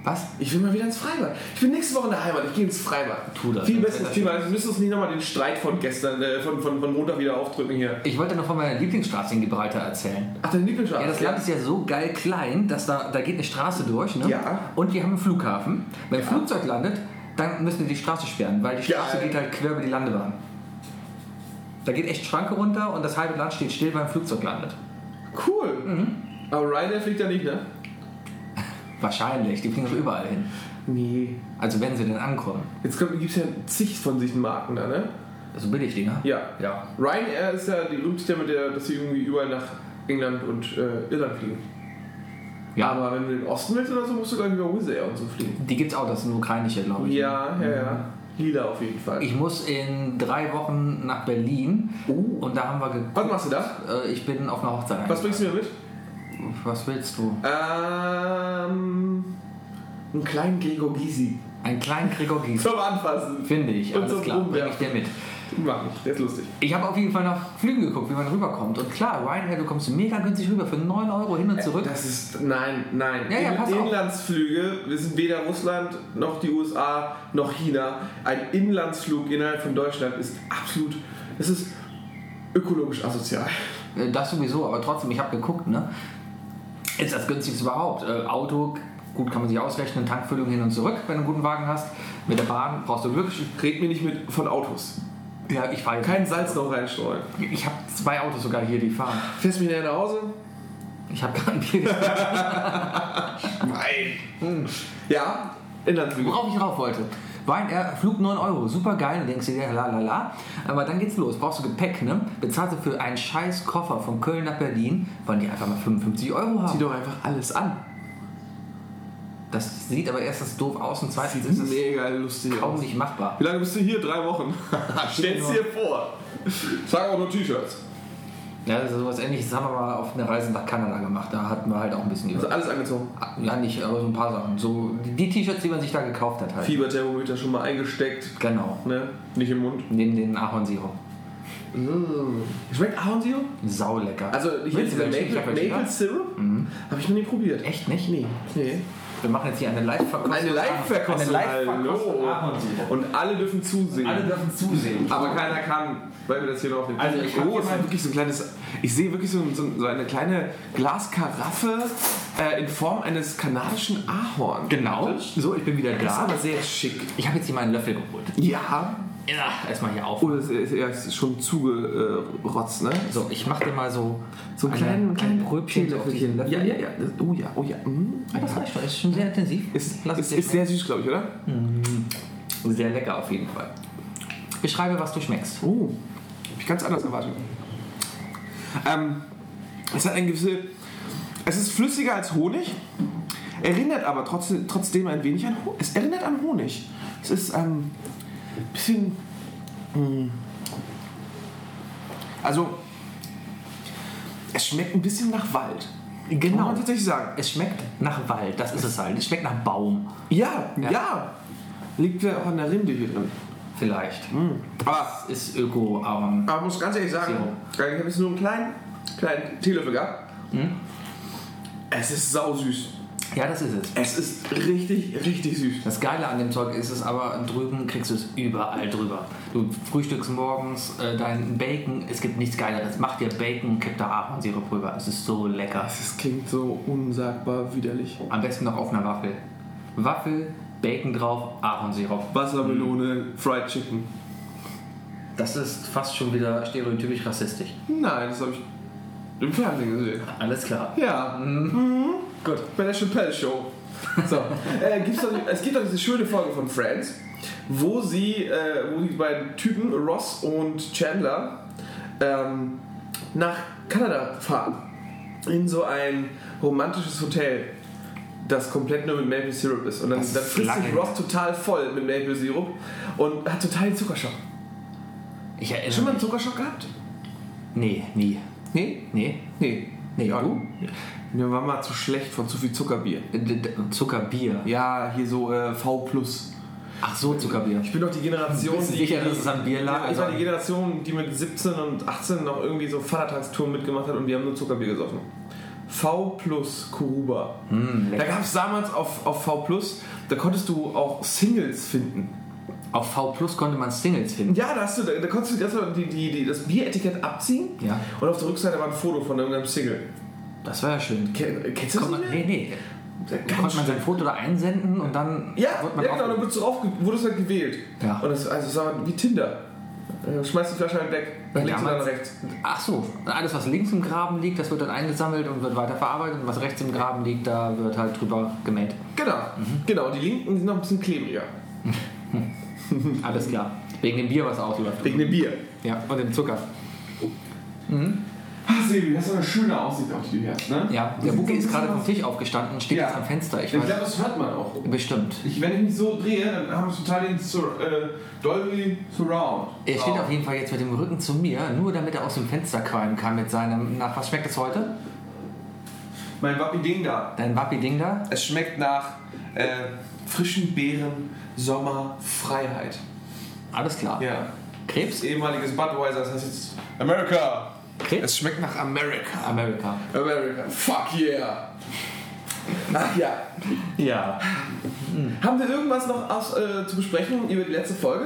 Speaker 1: was?
Speaker 3: Ich will mal wieder ins Freibad. Ich bin nächste Woche in der Heimat. Ich gehe ins Freibad.
Speaker 1: Tu das.
Speaker 3: Viel besseres Thema. Wir müssen uns nicht nochmal den Streit von gestern, äh, von, von, von Montag wieder aufdrücken hier.
Speaker 1: Ich wollte noch von meiner Lieblingsstraße in Gibraltar erzählen.
Speaker 3: Ach, deine Lieblingsstraße.
Speaker 1: Ja, das Land ist ja so geil klein, dass da, da geht eine Straße durch, ne?
Speaker 3: Ja.
Speaker 1: Und wir haben einen Flughafen. Wenn ein Flugzeug landet, dann müssen wir die Straße sperren, weil die Straße
Speaker 3: Geil.
Speaker 1: geht halt quer über die Landebahn. Da geht echt Schranke runter und das halbe Land steht still, weil ein Flugzeug landet.
Speaker 3: Cool.
Speaker 1: Mhm.
Speaker 3: Aber Ryanair fliegt ja nicht, ne?
Speaker 1: Wahrscheinlich, die fliegen doch überall hin.
Speaker 3: Nee.
Speaker 1: Also wenn sie denn ankommen.
Speaker 3: Jetzt gibt es ja zig von diesen Marken da, ne?
Speaker 1: So billig die, ne?
Speaker 3: Ja.
Speaker 1: Ja.
Speaker 3: Ryanair ist ja die berühmte damit, der, dass sie irgendwie überall nach England und äh, Irland fliegen.
Speaker 1: Ja, aber
Speaker 3: Aber wenn du in den Osten willst oder so, musst du gleich über Wizz Air und so fliegen.
Speaker 1: die gibt's auch, das sind ukrainische, glaube ich.
Speaker 3: Ja, ja, ja. Lila auf jeden Fall.
Speaker 1: Ich muss in drei Wochen nach Berlin
Speaker 3: Oh.
Speaker 1: und da haben wir ge
Speaker 3: Was machst du da?
Speaker 1: äh, ich bin auf einer Hochzeit.
Speaker 3: Was bringst du mir mit?
Speaker 1: Was willst du?
Speaker 3: Ähm, einen kleinen Gregor Gysi.
Speaker 1: Einen kleinen Gregor Gysi.
Speaker 3: Zum Anfassen.
Speaker 1: Finde ich,
Speaker 3: Und
Speaker 1: alles
Speaker 3: so
Speaker 1: klar, bring ich
Speaker 3: rumwerfen.
Speaker 1: dir mit.
Speaker 3: Mach ich, der ist lustig.
Speaker 1: Ich habe auf jeden Fall nach Flügen geguckt, wie man rüberkommt. Und klar, Ryanair, du kommst mega günstig rüber für 9 Euro hin und zurück.
Speaker 3: Das ist, nein, nein.
Speaker 1: Ja, ja, pass auf.
Speaker 3: Inlandsflüge, wir sind weder Russland, noch die USA, noch China. Ein Inlandsflug innerhalb von Deutschland ist absolut, es ist ökologisch asozial.
Speaker 1: Äh, Das sowieso, aber trotzdem, ich habe geguckt, ne? Ist das günstigste überhaupt? Äh, Auto, gut, kann man sich ausrechnen, Tankfüllung hin und zurück, wenn du einen guten Wagen hast. Mit der Bahn brauchst du Glück.
Speaker 3: Red mir nicht mit von Autos.
Speaker 1: Ja, ich fahre
Speaker 3: Kein Salz noch reinstreuen.
Speaker 1: Ich habe zwei Autos sogar hier, die fahren.
Speaker 3: Fährst du mich nachher nach Hause?
Speaker 1: Ich habe gar nicht.
Speaker 3: Nein. Hm. Ja, Inlandsflüge.
Speaker 1: Worauf ich rauf wollte. Ryanair, Flug 9 Euro, super geil, denkst du dir, la la la. Aber dann geht's los, brauchst du Gepäck, ne? Bezahlst du für einen scheiß Koffer von Köln nach Berlin, wollen die einfach mal 55 Euro
Speaker 3: Zieh
Speaker 1: haben.
Speaker 3: doch einfach alles an.
Speaker 1: Das sieht aber erstens doof aus und zweitens ist es
Speaker 3: mega lustig
Speaker 1: kaum nicht machbar.
Speaker 3: Wie lange bist du hier? Drei Wochen. Stell's dir vor. Genau. Sag auch nur T-Shirts.
Speaker 1: Ja, also sowas ähnliches haben wir mal auf einer Reise nach Kanada gemacht, da hatten wir halt auch ein bisschen
Speaker 3: Also
Speaker 1: über.
Speaker 3: alles angezogen.
Speaker 1: Ja, nicht, aber so ein paar Sachen. So die- die T-Shirts, die man sich da gekauft hat halt.
Speaker 3: Fieberthermometer schon mal eingesteckt.
Speaker 1: Genau.
Speaker 3: Ne? Nicht im Mund.
Speaker 1: Neben den Ahornsirup.
Speaker 3: Schmeckt Ahornsirup?
Speaker 1: Saulecker.
Speaker 3: Also hier ist
Speaker 1: Willst du
Speaker 3: der
Speaker 1: welche? Ich
Speaker 3: Maple,
Speaker 1: hab welche
Speaker 3: Maple
Speaker 1: da.
Speaker 3: Syrup. Habe ich noch nie probiert.
Speaker 1: Echt nicht?
Speaker 3: Nee. nee.
Speaker 1: Wir machen jetzt hier eine Live-Verkostung.
Speaker 3: Eine Live-Verkostung.
Speaker 1: Eine Live-Verkostung. Ahornsirup.
Speaker 3: Und alle dürfen zusehen.
Speaker 1: Alle dürfen zusehen.
Speaker 3: aber keiner kann, weil wir das hier noch auf dem
Speaker 1: Also ich hab
Speaker 3: Oh,
Speaker 1: hier
Speaker 3: es ist
Speaker 1: mal-
Speaker 3: wirklich so ein kleines. Ich sehe wirklich so, so, so eine kleine Glaskaraffe äh, in Form eines kanadischen Ahorns.
Speaker 1: Genau. So, ich bin wieder
Speaker 3: Das ist
Speaker 1: da.
Speaker 3: aber sehr schick.
Speaker 1: Ich habe jetzt hier meinen Löffel geholt.
Speaker 3: Ja.
Speaker 1: Ja, erstmal hier auf.
Speaker 3: Oh, das ist, er ist schon zugerotzt, ne?
Speaker 1: So, ich mache dir mal so,
Speaker 3: So einen kleinen, kleinen
Speaker 1: Brötchen auf diesen Löffel. Ah,
Speaker 3: Ja, ja, ja. Das- Oh ja, oh ja. Mhm.
Speaker 1: Das reicht schon. Ist schon sehr intensiv.
Speaker 3: Ist,
Speaker 1: Lass es
Speaker 3: ist,
Speaker 1: dir
Speaker 3: ist
Speaker 1: schmecken.
Speaker 3: sehr süß, glaube ich, oder?
Speaker 1: sehr lecker auf jeden Fall. Beschreibe, was du schmeckst.
Speaker 3: Oh, hab ich ganz anders erwartet. Ähm, es hat ein gewisse. Es ist flüssiger als Honig, erinnert aber trotzdem, trotzdem ein wenig an Honig. Es erinnert an Honig. Es ist ein ähm, bisschen. mm, also, es schmeckt ein bisschen nach Wald. Kann
Speaker 1: Genau.
Speaker 3: man tatsächlich sagen.
Speaker 1: Es schmeckt nach Wald, das ist es halt. Es schmeckt nach Baum,
Speaker 3: Ja,
Speaker 1: Ja.
Speaker 3: ja. Liegt ja auch an der Rinde hier drin.
Speaker 1: vielleicht.
Speaker 3: Aber,
Speaker 1: Das ist öko, aber
Speaker 3: aber muss ganz ehrlich sagen, ich habe jetzt nur einen kleinen, kleinen Teelöffel gehabt. Es ist sausüß.
Speaker 1: ja, das ist es.
Speaker 3: Es ist richtig, richtig süß.
Speaker 1: Das Geile an dem Zeug ist es aber, drüben kriegst du es überall drüber. Du frühstückst morgens äh, dein Bacon, es gibt nichts Geileres. Mach dir Bacon und kipp da Ahornsirup rüber. Es ist so lecker.
Speaker 3: Das klingt so unsagbar widerlich.
Speaker 1: Am besten noch auf einer Waffel. Waffel, Bacon drauf, Ahornsirup.
Speaker 3: Wassermelone, Fried Chicken.
Speaker 1: Das ist fast schon wieder stereotypisch rassistisch.
Speaker 3: Nein, das habe ich im Fernsehen gesehen.
Speaker 1: Alles klar.
Speaker 3: Ja, mhm.
Speaker 1: Gut.
Speaker 3: bei der Chappelle Show. So, äh, gibt's doch, es gibt doch diese schöne Folge von Friends, wo sie, äh, wo die beiden Typen, Ross und Chandler, ähm, nach Kanada fahren. In so ein romantisches Hotel, das komplett nur mit Maple Syrup ist. Und dann,
Speaker 1: Das
Speaker 3: dann frisst
Speaker 1: Flaggen.
Speaker 3: sich Ross total voll mit Maple Syrup und hat total den Zuckerschock.
Speaker 1: Ich erinnere
Speaker 3: Schon mal einen
Speaker 1: mich.
Speaker 3: Zuckerschock gehabt?
Speaker 1: Nee, nie.
Speaker 3: Nee?
Speaker 1: Nee?
Speaker 3: Nee.
Speaker 1: Nee,
Speaker 3: Ja,
Speaker 1: du?
Speaker 3: Mir war mal zu schlecht von zu viel Zuckerbier.
Speaker 1: D- d- Zuckerbier.
Speaker 3: Ja, hier so äh, V+.
Speaker 1: Ach so, Zuckerbier.
Speaker 2: Ich bin doch die Generation,
Speaker 1: Bist du
Speaker 2: die-
Speaker 1: sicher, dass es am Bier lag? Also-
Speaker 2: Ja, ich war die Generation, die mit 17 und 18 noch irgendwie so Vatertagstouren mitgemacht hat und die haben nur Zuckerbier gesoffen. V plus Kuruba.
Speaker 1: Hm,
Speaker 2: Da
Speaker 1: lecker.
Speaker 2: gab es damals auf, auf V plus, da konntest du auch Singles finden.
Speaker 1: Auf V Plus konnte man Singles finden.
Speaker 2: Ja, da, hast du, da, da konntest du erstmal die, die, die, das Bieretikett abziehen
Speaker 1: Ja.
Speaker 2: und auf der Rückseite war ein Foto von irgendeinem Single.
Speaker 1: Das war ja schön.
Speaker 2: Ken, kennst du das?
Speaker 1: Konnte man,
Speaker 2: nicht
Speaker 1: nee, nee.
Speaker 2: mehr?
Speaker 1: Da
Speaker 2: Ganz
Speaker 1: konnte man
Speaker 2: schlimm.
Speaker 1: sein Foto da einsenden und dann
Speaker 2: Ja,
Speaker 1: wurde man
Speaker 2: ja genau,
Speaker 1: drauf-
Speaker 2: dann wurdest du drauf, wurdest halt gewählt.
Speaker 1: Ja.
Speaker 2: Und das, also, das war wie Tinder. Äh, Schmeißt die Flasche halt weg, nach links und dann
Speaker 1: damals-
Speaker 2: rechts.
Speaker 1: Ach so, alles was links im Graben liegt, das wird dann eingesammelt und wird weiter verarbeitet und was rechts im Graben liegt, da wird halt drüber gemäht.
Speaker 2: Genau,
Speaker 1: Mhm.
Speaker 2: genau. Die Linken sind noch ein bisschen klebriger.
Speaker 1: Alles klar. Wegen dem Bier, was ausläuft.
Speaker 2: Wegen dem Bier.
Speaker 1: Ja, und dem Zucker.
Speaker 3: Ach, Sebi, das ist eine schöne Aussicht, auf die du hast, ne?
Speaker 1: Ja, der Buki ist gerade vom Tisch aufgestanden und steht
Speaker 3: Ja.
Speaker 1: jetzt am Fenster. Ich
Speaker 3: Ich glaube,
Speaker 1: weiß,
Speaker 3: das hört man auch.
Speaker 1: bestimmt.
Speaker 3: Ich, wenn ich mich so drehe, dann haben wir total den Sur äh, Dolby Surround.
Speaker 1: Er steht
Speaker 3: Oh.
Speaker 1: auf jeden Fall jetzt mit dem Rücken zu mir, nur damit er aus dem Fenster qualmen kann mit seinem. Nach was schmeckt es heute?
Speaker 3: Mein Wappi Ding da.
Speaker 1: Dein Wappi-Ding da?
Speaker 3: Es schmeckt nach äh, frischen Beeren, Sommer, Freiheit.
Speaker 1: Alles klar.
Speaker 3: Ja.
Speaker 1: Krebs?
Speaker 3: Das ehemaliges Budweiser, das heißt jetzt America.
Speaker 1: Krebs?
Speaker 3: Es schmeckt nach America.
Speaker 1: Amerika.
Speaker 2: America.
Speaker 3: Fuck yeah.
Speaker 2: Ach ja.
Speaker 1: Ja.
Speaker 2: Haben wir irgendwas noch aus, äh, zu besprechen über die letzte Folge?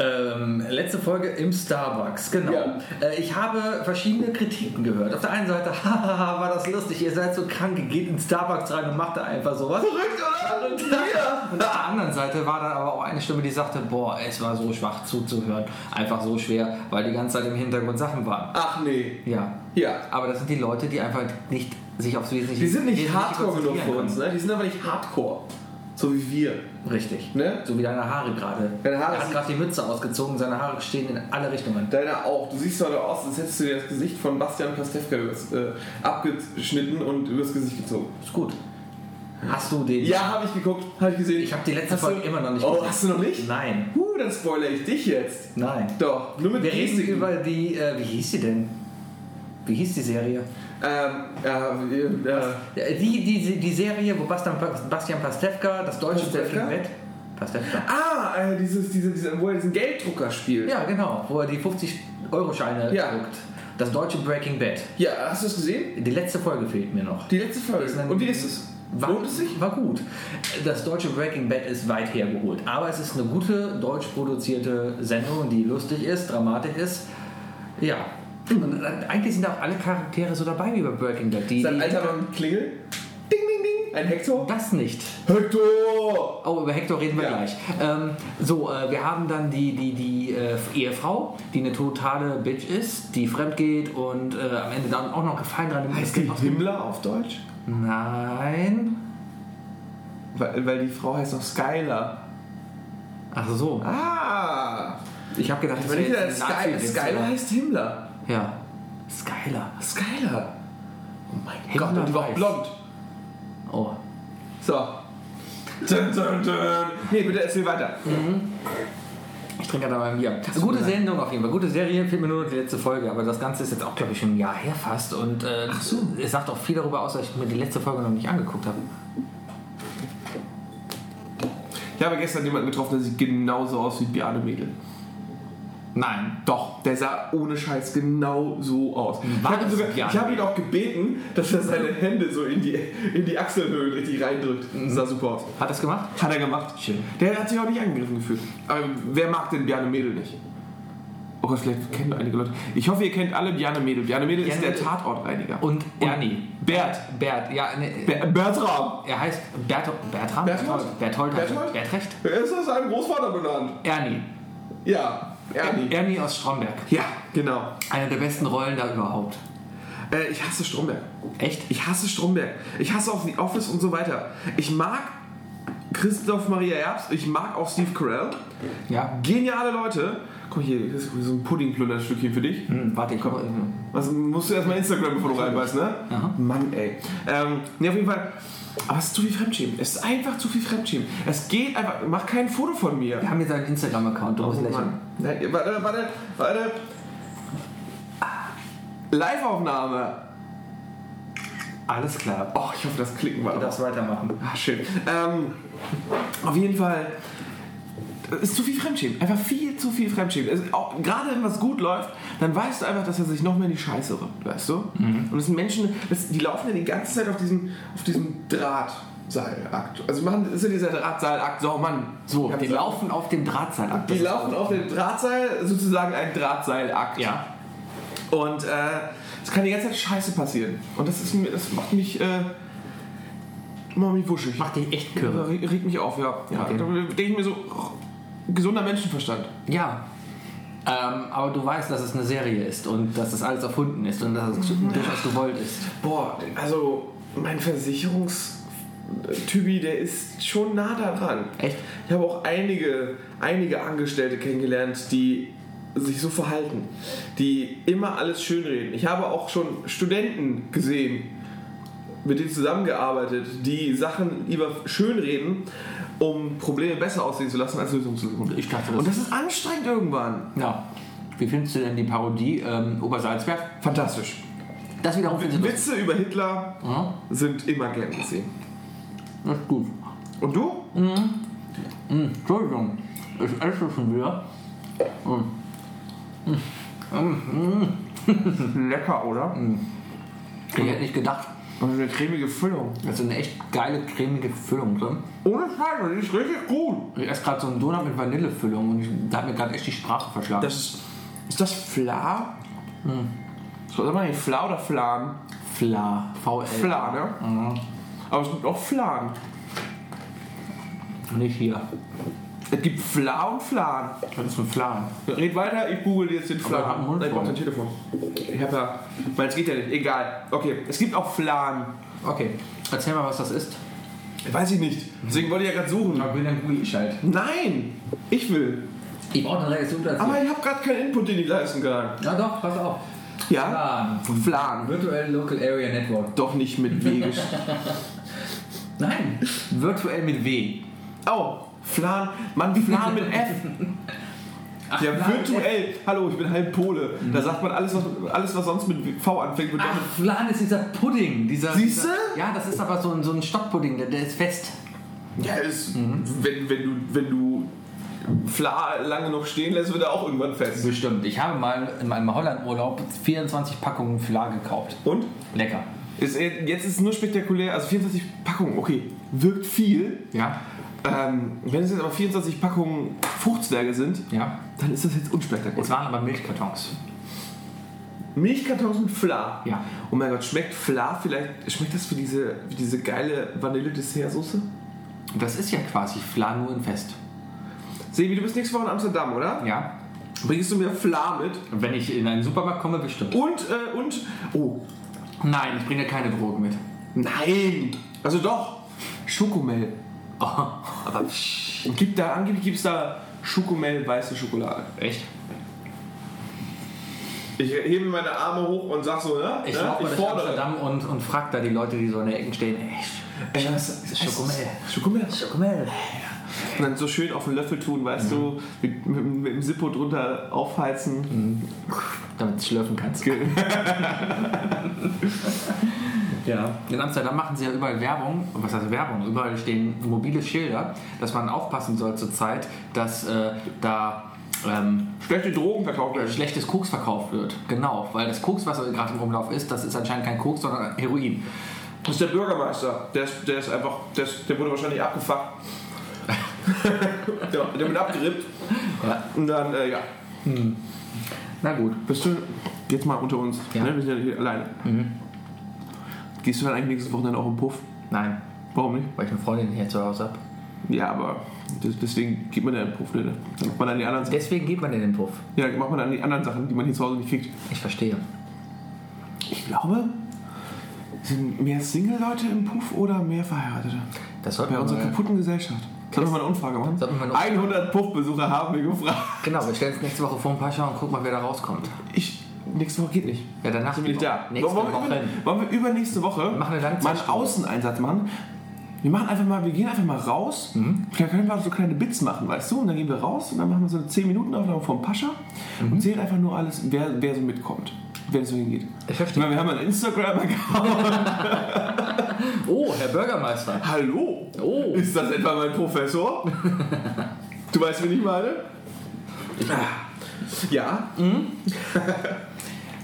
Speaker 1: Ähm, letzte Folge im Starbucks, genau.
Speaker 2: Ja.
Speaker 1: Äh, ich habe verschiedene Kritiken gehört. Auf der einen Seite, hahaha, war das lustig, ihr seid so krank, ihr geht in Starbucks rein und macht da einfach sowas.
Speaker 2: Verrückt, oder?
Speaker 1: Und auf der anderen Seite war dann aber auch eine Stimme, die sagte, boah, es war so schwach zuzuhören, einfach so schwer, weil die ganze Zeit im Hintergrund Sachen waren.
Speaker 2: Ach nee.
Speaker 1: Ja,
Speaker 2: Ja.
Speaker 1: aber das sind die Leute, die einfach nicht sich aufs Wesentliche
Speaker 2: Die sind nicht
Speaker 1: Wesentliche
Speaker 2: hardcore genug für
Speaker 1: konzentrieren
Speaker 2: uns, ne? Die sind aber nicht hardcore. So wie wir.
Speaker 1: können. Richtig.
Speaker 2: Ne?
Speaker 1: So wie deine Haare gerade.
Speaker 2: Deine Haare
Speaker 1: er hat
Speaker 2: sind-
Speaker 1: gerade die Mütze ausgezogen, seine Haare stehen in alle Richtungen.
Speaker 2: Deiner auch. Du siehst heute aus, als hättest du dir das Gesicht von Bastian Pastewka übers, äh, abgeschnitten und übers Gesicht gezogen.
Speaker 1: Ist gut. Hast du den?
Speaker 2: Ja, habe ich geguckt, habe ich gesehen.
Speaker 1: Ich habe die letzte
Speaker 2: Hast du-
Speaker 1: Folge immer noch nicht
Speaker 2: Oh,
Speaker 1: gesehen.
Speaker 2: hast du noch nicht?
Speaker 1: Nein.
Speaker 2: Huh, dann spoilere ich dich jetzt.
Speaker 1: Nein.
Speaker 2: Doch, nur mit
Speaker 1: Wir reden
Speaker 2: Gestiken.
Speaker 1: über die, äh, wie hieß sie denn? Wie hieß die Serie?
Speaker 2: Ähm, äh, äh,
Speaker 1: Äh, Die, die, die Serie, wo Bastian, Bastian Pastewka das deutsche
Speaker 2: Pastewka?
Speaker 1: Delfin wett. Pastewka.
Speaker 2: ah, äh, dieses, diese, diese, wo er diesen Gelddrucker spielt.
Speaker 1: Ja, genau, wo er die 50-Euro-Scheine
Speaker 2: Ja.
Speaker 1: druckt. Das deutsche Breaking Bad.
Speaker 2: Ja, hast du es gesehen?
Speaker 1: Die letzte Folge fehlt mir noch.
Speaker 2: Die letzte Folge.
Speaker 1: Ist dann-
Speaker 2: Und wie ist es?
Speaker 1: War,
Speaker 2: Lohnt es sich?
Speaker 1: war gut. Das deutsche Breaking Bad ist weit hergeholt. Aber es ist eine gute deutsch produzierte Sendung, die lustig ist, dramatisch ist. Ja. Und äh, eigentlich sind auch alle Charaktere so dabei wie bei Breaking Bad. Die,
Speaker 2: Sein
Speaker 1: die
Speaker 2: alter Mann Klingel. Ding, ding, ding. Ein Hector.
Speaker 1: das nicht.
Speaker 2: Hector!
Speaker 1: Oh, über Hector reden wir
Speaker 2: Ja.
Speaker 1: gleich. Ähm, so, äh, wir haben dann die, die, die äh, Ehefrau, die eine totale Bitch ist, die fremd geht und äh, am Ende dann auch noch gefallen dran.
Speaker 3: Heißt die Himmler auf Deutsch?
Speaker 1: Nein.
Speaker 3: Weil, weil die Frau heißt auch Skyler.
Speaker 1: Ach so.
Speaker 2: Ah!
Speaker 1: Ich habe gedacht, das
Speaker 2: Wenn ich
Speaker 1: wäre
Speaker 2: wieder
Speaker 1: jetzt ein
Speaker 2: Sky,
Speaker 1: Nazi-Witz,
Speaker 2: Skyler
Speaker 1: aber-
Speaker 2: heißt Himmler.
Speaker 1: Ja. Skyler.
Speaker 2: Skyler. Oh mein
Speaker 1: Himmler
Speaker 2: Gott, und die war auch
Speaker 1: weiß.
Speaker 2: blond.
Speaker 1: Oh.
Speaker 2: So. Dun, dun, dun. Nee, bitte erzähl weiter.
Speaker 1: Ich trinke gerade mal ein Bier. Gute Sendung auf jeden Fall. Gute Serie. Fehlt mir nur noch die letzte Folge. Aber das Ganze ist jetzt auch, glaube ich, schon ein Jahr her fast. Und äh, es sagt auch viel darüber aus, dass ich mir die letzte Folge noch nicht angeguckt habe.
Speaker 3: Ich habe gestern jemanden getroffen, der sieht genauso aus wie Bjarne Mädel.
Speaker 1: Nein.
Speaker 3: Doch, der sah ohne Scheiß genau so aus. Ich
Speaker 1: War
Speaker 3: habe ihn,
Speaker 1: das
Speaker 3: sogar,
Speaker 1: Bjarne?
Speaker 3: ich habe ihn auch gebeten, dass er seine Hände so in die, in die Achselhöhlen richtig reindrückt. Das sah super aus.
Speaker 1: Hat das gemacht?
Speaker 3: Hat er gemacht.
Speaker 1: Schön.
Speaker 3: Der hat sich auch nicht angegriffen gefühlt. Aber wer mag denn Bjarne Mädel nicht? Oh Gott, vielleicht kennen einige Leute. Ich hoffe, ihr kennt alle Bjarne Mädel. Bjarne Mädel ist
Speaker 1: Bjarne
Speaker 3: der
Speaker 1: Mädel.
Speaker 3: Tatortreiniger.
Speaker 1: Und Ernie.
Speaker 3: Bert.
Speaker 1: Bert. Ja, ne,
Speaker 3: Ber Bertram.
Speaker 1: Er heißt Bert Bertram? Berthold?
Speaker 2: Berthold? Berthold?
Speaker 1: Berthold? Bertrecht?
Speaker 2: Wer ist das seinem Großvater benannt?
Speaker 1: Ernie.
Speaker 2: Ja, Ernie.
Speaker 1: Ernie aus Stromberg.
Speaker 3: Ja, genau.
Speaker 1: Eine der besten Rollen da überhaupt.
Speaker 3: Äh, ich hasse Stromberg.
Speaker 1: Echt?
Speaker 3: Ich hasse Stromberg. Ich hasse auch The Office und so weiter. Ich mag Christoph Maria Erbs. Ich mag auch Steve Carell.
Speaker 1: Ja.
Speaker 3: Geniale Leute. Guck mal hier, das ist so ein Puddingplunderstückchen für dich.
Speaker 1: Hm, warte, ich komme.
Speaker 3: Was musst du erstmal Instagram, bevor du reinbeißt, ne?
Speaker 1: Aha.
Speaker 3: Mann, ey. Ähm, ne, auf jeden Fall. Aber es ist zu viel Fremdschämen. Es ist einfach zu viel Fremdschämen. Es geht einfach. Mach kein Foto von mir.
Speaker 1: Wir haben jetzt einen Instagram-Account, du musst
Speaker 3: Oh,
Speaker 1: lächeln.
Speaker 3: Mann. Nein, warte, warte, warte. Live-Aufnahme.
Speaker 1: Alles klar.
Speaker 3: Oh, ich hoffe, das klicken war.
Speaker 1: Du darfst weitermachen.
Speaker 3: Ah, schön. Ähm, auf jeden Fall es ist zu viel Fremdschämen. Einfach viel zu viel Fremdschämen. Also auch, gerade wenn was gut läuft, dann weißt du einfach, dass er sich noch mehr in die Scheiße rückt, weißt du?
Speaker 1: Mhm.
Speaker 3: Und es sind Menschen, das, die laufen ja die ganze Zeit auf diesem, auf diesem Drahtseilakt. Also machen, das ist ja dieser Drahtseilakt, so oh Mann.
Speaker 1: So,
Speaker 3: Ich hab
Speaker 1: die
Speaker 3: das-
Speaker 1: laufen auf dem Drahtseil ab.
Speaker 3: Die laufen auf dem Drahtseil, sozusagen ein Drahtseilakt.
Speaker 1: Ja.
Speaker 3: Und äh, es kann die ganze Zeit Scheiße passieren. Und das, ist, mir- das macht mich, äh, macht mich wuschig.
Speaker 1: Macht dich echt
Speaker 3: Ja,
Speaker 1: kirre.
Speaker 3: regt mich auf, ja. ja
Speaker 1: Okay.
Speaker 3: Da denke ich mir so, oh, gesunder Menschenverstand.
Speaker 1: Ja. Ähm, aber du weißt, dass es eine Serie ist und dass das alles erfunden ist und dass es durchaus gewollt ist.
Speaker 3: Boah, also mein Versicherungstypi, der ist schon nah daran.
Speaker 1: Echt?
Speaker 3: Ich habe auch einige, einige Angestellte kennengelernt, die sich so verhalten, die immer alles schönreden. Ich habe auch schon Studenten gesehen, mit denen zusammengearbeitet, die Sachen lieber schönreden, um Probleme besser aussehen zu lassen, als Lösungen zu suchen.
Speaker 1: Ich dachte, das-
Speaker 3: Und das ist anstrengend irgendwann.
Speaker 1: Ja. Wie findest du denn die Parodie ähm, Obersalzberg?
Speaker 3: Fantastisch.
Speaker 1: Das wiederum findest du lustig.
Speaker 3: Witze über Hitler
Speaker 1: Ja,
Speaker 3: sind immer gern gesehen.
Speaker 1: das ist gut.
Speaker 3: Und du?
Speaker 1: Hm, Entschuldigung, ich esse schon wieder.
Speaker 3: Lecker, oder?
Speaker 1: Ich hätte nicht gedacht,
Speaker 3: Und eine cremige Füllung.
Speaker 1: das ist eine echt geile cremige Füllung drin.
Speaker 3: Ohne Scheiße, die ist richtig gut.
Speaker 1: Ich esse gerade so einen Donut mit Vanillefüllung und ich, da hat mir gerade echt die Sprache verschlagen.
Speaker 3: Das ist. Ist das Fla? Hm. So, sag mal nicht Fla oder Flan?
Speaker 1: Fla, Mhm. VL.
Speaker 3: Fla, ne? Aber es gibt auch Flan.
Speaker 1: Nicht hier.
Speaker 3: Es gibt Fla und Flan.
Speaker 1: Das ist ein Fla.
Speaker 3: Red weiter, ich google jetzt den
Speaker 1: ich hab einen
Speaker 3: Flan.
Speaker 1: Mund
Speaker 3: Nein, ich brauch
Speaker 1: voll.
Speaker 3: dein Telefon. Ich hab ja. Meins geht ja nicht, egal. Okay, es gibt auch Flan.
Speaker 1: Okay, erzähl mal, was das ist.
Speaker 3: Weiß ich nicht. Deswegen wollte ich ja gerade suchen.
Speaker 1: bin dann google ich halt.
Speaker 3: Nein! Ich will.
Speaker 1: Ich brauche eine Reaktion dazu.
Speaker 3: Aber ich habe gerade keinen Input, den ich leisten kann.
Speaker 1: Na doch, pass auf.
Speaker 3: Ja?
Speaker 1: Flan.
Speaker 3: Flan.
Speaker 1: Virtual Local Area Network.
Speaker 3: Doch nicht mit W. gesch-
Speaker 1: Nein, virtuell mit W.
Speaker 3: Oh, Flan. Mann, Flan mit F.
Speaker 1: Ach,
Speaker 3: Ja,
Speaker 1: Flan mit F.
Speaker 3: virtuell. Hallo, ich bin halb Pole. Da sagt man, alles was, alles, was sonst mit V anfängt, wird doch
Speaker 1: Ach, Flan ist dieser Pudding. Dieser,
Speaker 3: Siehste?
Speaker 1: dieser- Ja, das ist aber so ein, so ein Stockpudding, der, der ist fest.
Speaker 3: mit... Ja, ist, wenn, wenn du... Wenn du Fla lange noch stehen lässt, wird er auch irgendwann fest.
Speaker 1: Bestimmt. Ich habe mal in meinem Holland-Urlaub 24 Packungen Fla gekauft.
Speaker 3: Und?
Speaker 1: Lecker.
Speaker 3: Ist, er- jetzt ist es nur spektakulär. Also 24 Packungen, okay. Wirkt viel.
Speaker 1: Ja?
Speaker 3: Ähm, wenn es jetzt aber 24 Packungen Fruchtzwerge sind,
Speaker 1: Ja.
Speaker 3: dann ist das jetzt unspektakulär.
Speaker 1: Es waren aber Milchkartons.
Speaker 3: Milchkartons mit Fla.
Speaker 1: Ja.
Speaker 3: Oh mein Gott, schmeckt Fla vielleicht, schmeckt das wie diese, wie diese geile Vanille-Dessert-Soße?
Speaker 1: Und das ist ja quasi Fla nur in Fest.
Speaker 3: Sebi, du bist nächste Woche in Amsterdam, oder?
Speaker 1: Ja?
Speaker 3: Bringst du mir Fla mit?
Speaker 1: Und wenn ich in einen Supermarkt komme, bestimmt.
Speaker 3: Und, äh, und, oh,
Speaker 1: Nein, ich bringe keine Drogen mit.
Speaker 3: nein, also doch, Schokomel.
Speaker 1: Oh,
Speaker 3: Aber und gibt da, angeblich gibt es da Schokomel, weiße Schokolade.
Speaker 1: echt?
Speaker 3: Ich hebe meine Arme hoch und sag so, ne?
Speaker 1: Ich
Speaker 3: ne?
Speaker 1: laufe mal durch Amsterdam und, und frag da die Leute, die so in der Ecke stehen. Ey,
Speaker 3: Ey, was-
Speaker 1: Schokomel.
Speaker 3: Schokomel.
Speaker 1: Schokomel.
Speaker 3: Und dann so schön auf den Löffel tun,
Speaker 1: Mhm.
Speaker 3: weißt du, mit, mit, mit dem Sippo drunter aufheizen.
Speaker 1: Mhm. Damit du schlürfen kannst.
Speaker 3: Ja.
Speaker 1: In Amsterdam machen sie ja überall Werbung. Und Was heißt Werbung? Überall stehen mobile Schilder, dass man aufpassen soll zur Zeit, dass äh, da ähm,
Speaker 3: Schlechte Drogen verkauft werden.
Speaker 1: schlechtes Koks verkauft wird. Genau, weil das Koks, was gerade im Umlauf ist, das ist anscheinend kein Koks, sondern Heroin.
Speaker 3: Das ist der Bürgermeister. Der ist, der ist einfach, der, ist, der wurde wahrscheinlich abgefuckt. der, der wird abgerippt.
Speaker 1: Ja.
Speaker 3: Und dann, äh, ja.
Speaker 1: Na gut.
Speaker 3: Bist du jetzt mal unter uns?
Speaker 1: Ja. Mhm.
Speaker 3: Ne? Wir sind ja hier alleine. Gehst du dann eigentlich nächstes Wochenende auch im Puff?
Speaker 1: Nein,
Speaker 3: Warum nicht?
Speaker 1: weil ich eine Freundin hier zu Hause habe.
Speaker 3: Ja, aber des- deswegen geht man ja in den Puff, ne? Dann macht man dann die anderen Sachen.
Speaker 1: Deswegen geht man in den Puff.
Speaker 3: Ja, dann macht man dann die anderen Sachen, die man hier zu Hause nicht kriegt.
Speaker 1: Ich verstehe.
Speaker 3: Ich glaube,
Speaker 5: Sind mehr Single-Leute im Puff oder mehr Verheiratete?
Speaker 1: Das sollten
Speaker 5: Bei
Speaker 1: wir
Speaker 5: unserer
Speaker 1: mal-
Speaker 5: kaputten Gesellschaft. Sollen wir mal eine Umfrage machen?
Speaker 1: Sollten wir mal eine Umfrage-
Speaker 5: 100 Puff-Besucher haben wir gefragt.
Speaker 1: Genau, wir stellen es nächste Woche vor ein Pascha und gucken mal, wer da rauskommt.
Speaker 5: Ich, nächste Woche geht nicht.
Speaker 1: Ja, danach
Speaker 5: Bin ich da.
Speaker 1: Nächste
Speaker 5: wollen, wir
Speaker 1: Woche.
Speaker 5: Über, wollen wir übernächste Woche
Speaker 1: Machen eine
Speaker 5: mal
Speaker 1: Langzeitstunde.
Speaker 5: einen Außeneinsatz machen? Wir machen einfach mal, wir gehen einfach mal raus.
Speaker 1: Mhm.
Speaker 5: Vielleicht können wir auch so kleine Bits machen, weißt du? Und dann gehen wir raus und dann machen wir so eine 10 Minuten Aufnahme vom Pascha
Speaker 1: Mhm.
Speaker 5: und sehen einfach nur alles, wer, wer so mitkommt. Wer so hingeht.
Speaker 1: Ich
Speaker 5: Ich
Speaker 1: verstehe.
Speaker 5: meine, wir haben einen Instagram-Account.
Speaker 1: Oh, Herr Bürgermeister.
Speaker 5: Hallo?
Speaker 1: Oh.
Speaker 5: Ist das etwa mein Professor? du weißt, wen ich meine?
Speaker 3: Ja,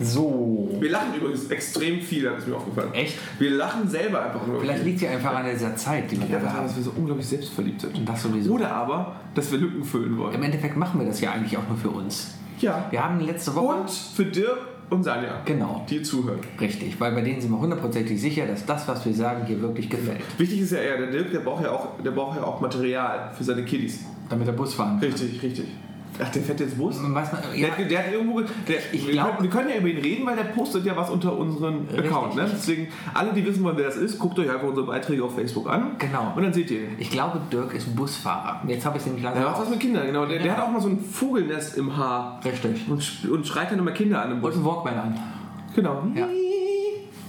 Speaker 1: So.
Speaker 3: wir lachen übrigens extrem viel, das ist mir aufgefallen.
Speaker 1: Echt?
Speaker 3: Wir lachen selber einfach nur.
Speaker 1: Vielleicht liegt sie einfach an dieser Zeit, die wir
Speaker 5: Ja,
Speaker 1: gerade haben.
Speaker 5: dass wir so unglaublich selbstverliebt sind.
Speaker 1: Und das sowieso.
Speaker 5: Oder aber, dass wir Lücken füllen wollen.
Speaker 1: Im Endeffekt machen wir das ja eigentlich auch nur für uns.
Speaker 3: Ja.
Speaker 1: Wir haben letzte Woche.
Speaker 3: Und für Dirk und Sanja,
Speaker 1: Genau.
Speaker 3: die zuhören.
Speaker 1: Richtig, weil bei denen sind wir hundertprozentig sicher, dass das, was wir sagen, hier wirklich gefällt.
Speaker 3: Wichtig ist ja eher, der Dirk, der braucht ja auch, der braucht ja auch Material für seine Kiddies.
Speaker 1: Damit der Bus fahren. kann.
Speaker 3: Richtig, richtig. Ach, der fährt jetzt Bus?
Speaker 1: Man weiß man,
Speaker 3: Der,
Speaker 1: ja,
Speaker 3: hat, der hat irgendwo. ge- Der,
Speaker 1: Ich
Speaker 3: wir,
Speaker 1: glaub-
Speaker 3: können, wir können ja über ihn reden, weil der postet ja was unter unseren
Speaker 1: Richtig.
Speaker 3: Account. Ne? Deswegen, alle, die wissen wollen, wer das ist, guckt euch einfach unsere Beiträge auf Facebook an.
Speaker 1: Genau.
Speaker 3: Und dann seht ihr ihn.
Speaker 1: ich glaube, Dirk ist Busfahrer. Jetzt habe ich es nämlich
Speaker 3: Er
Speaker 1: langsam.
Speaker 3: macht was mit Kindern, genau. Der, der hat auch mal so ein Vogelnest im Haar
Speaker 1: Richtig.
Speaker 3: und, sch- und schreit dann immer Kinder an im
Speaker 1: Und
Speaker 3: Bus.
Speaker 1: einen Walkman an.
Speaker 3: Genau.
Speaker 1: Ja.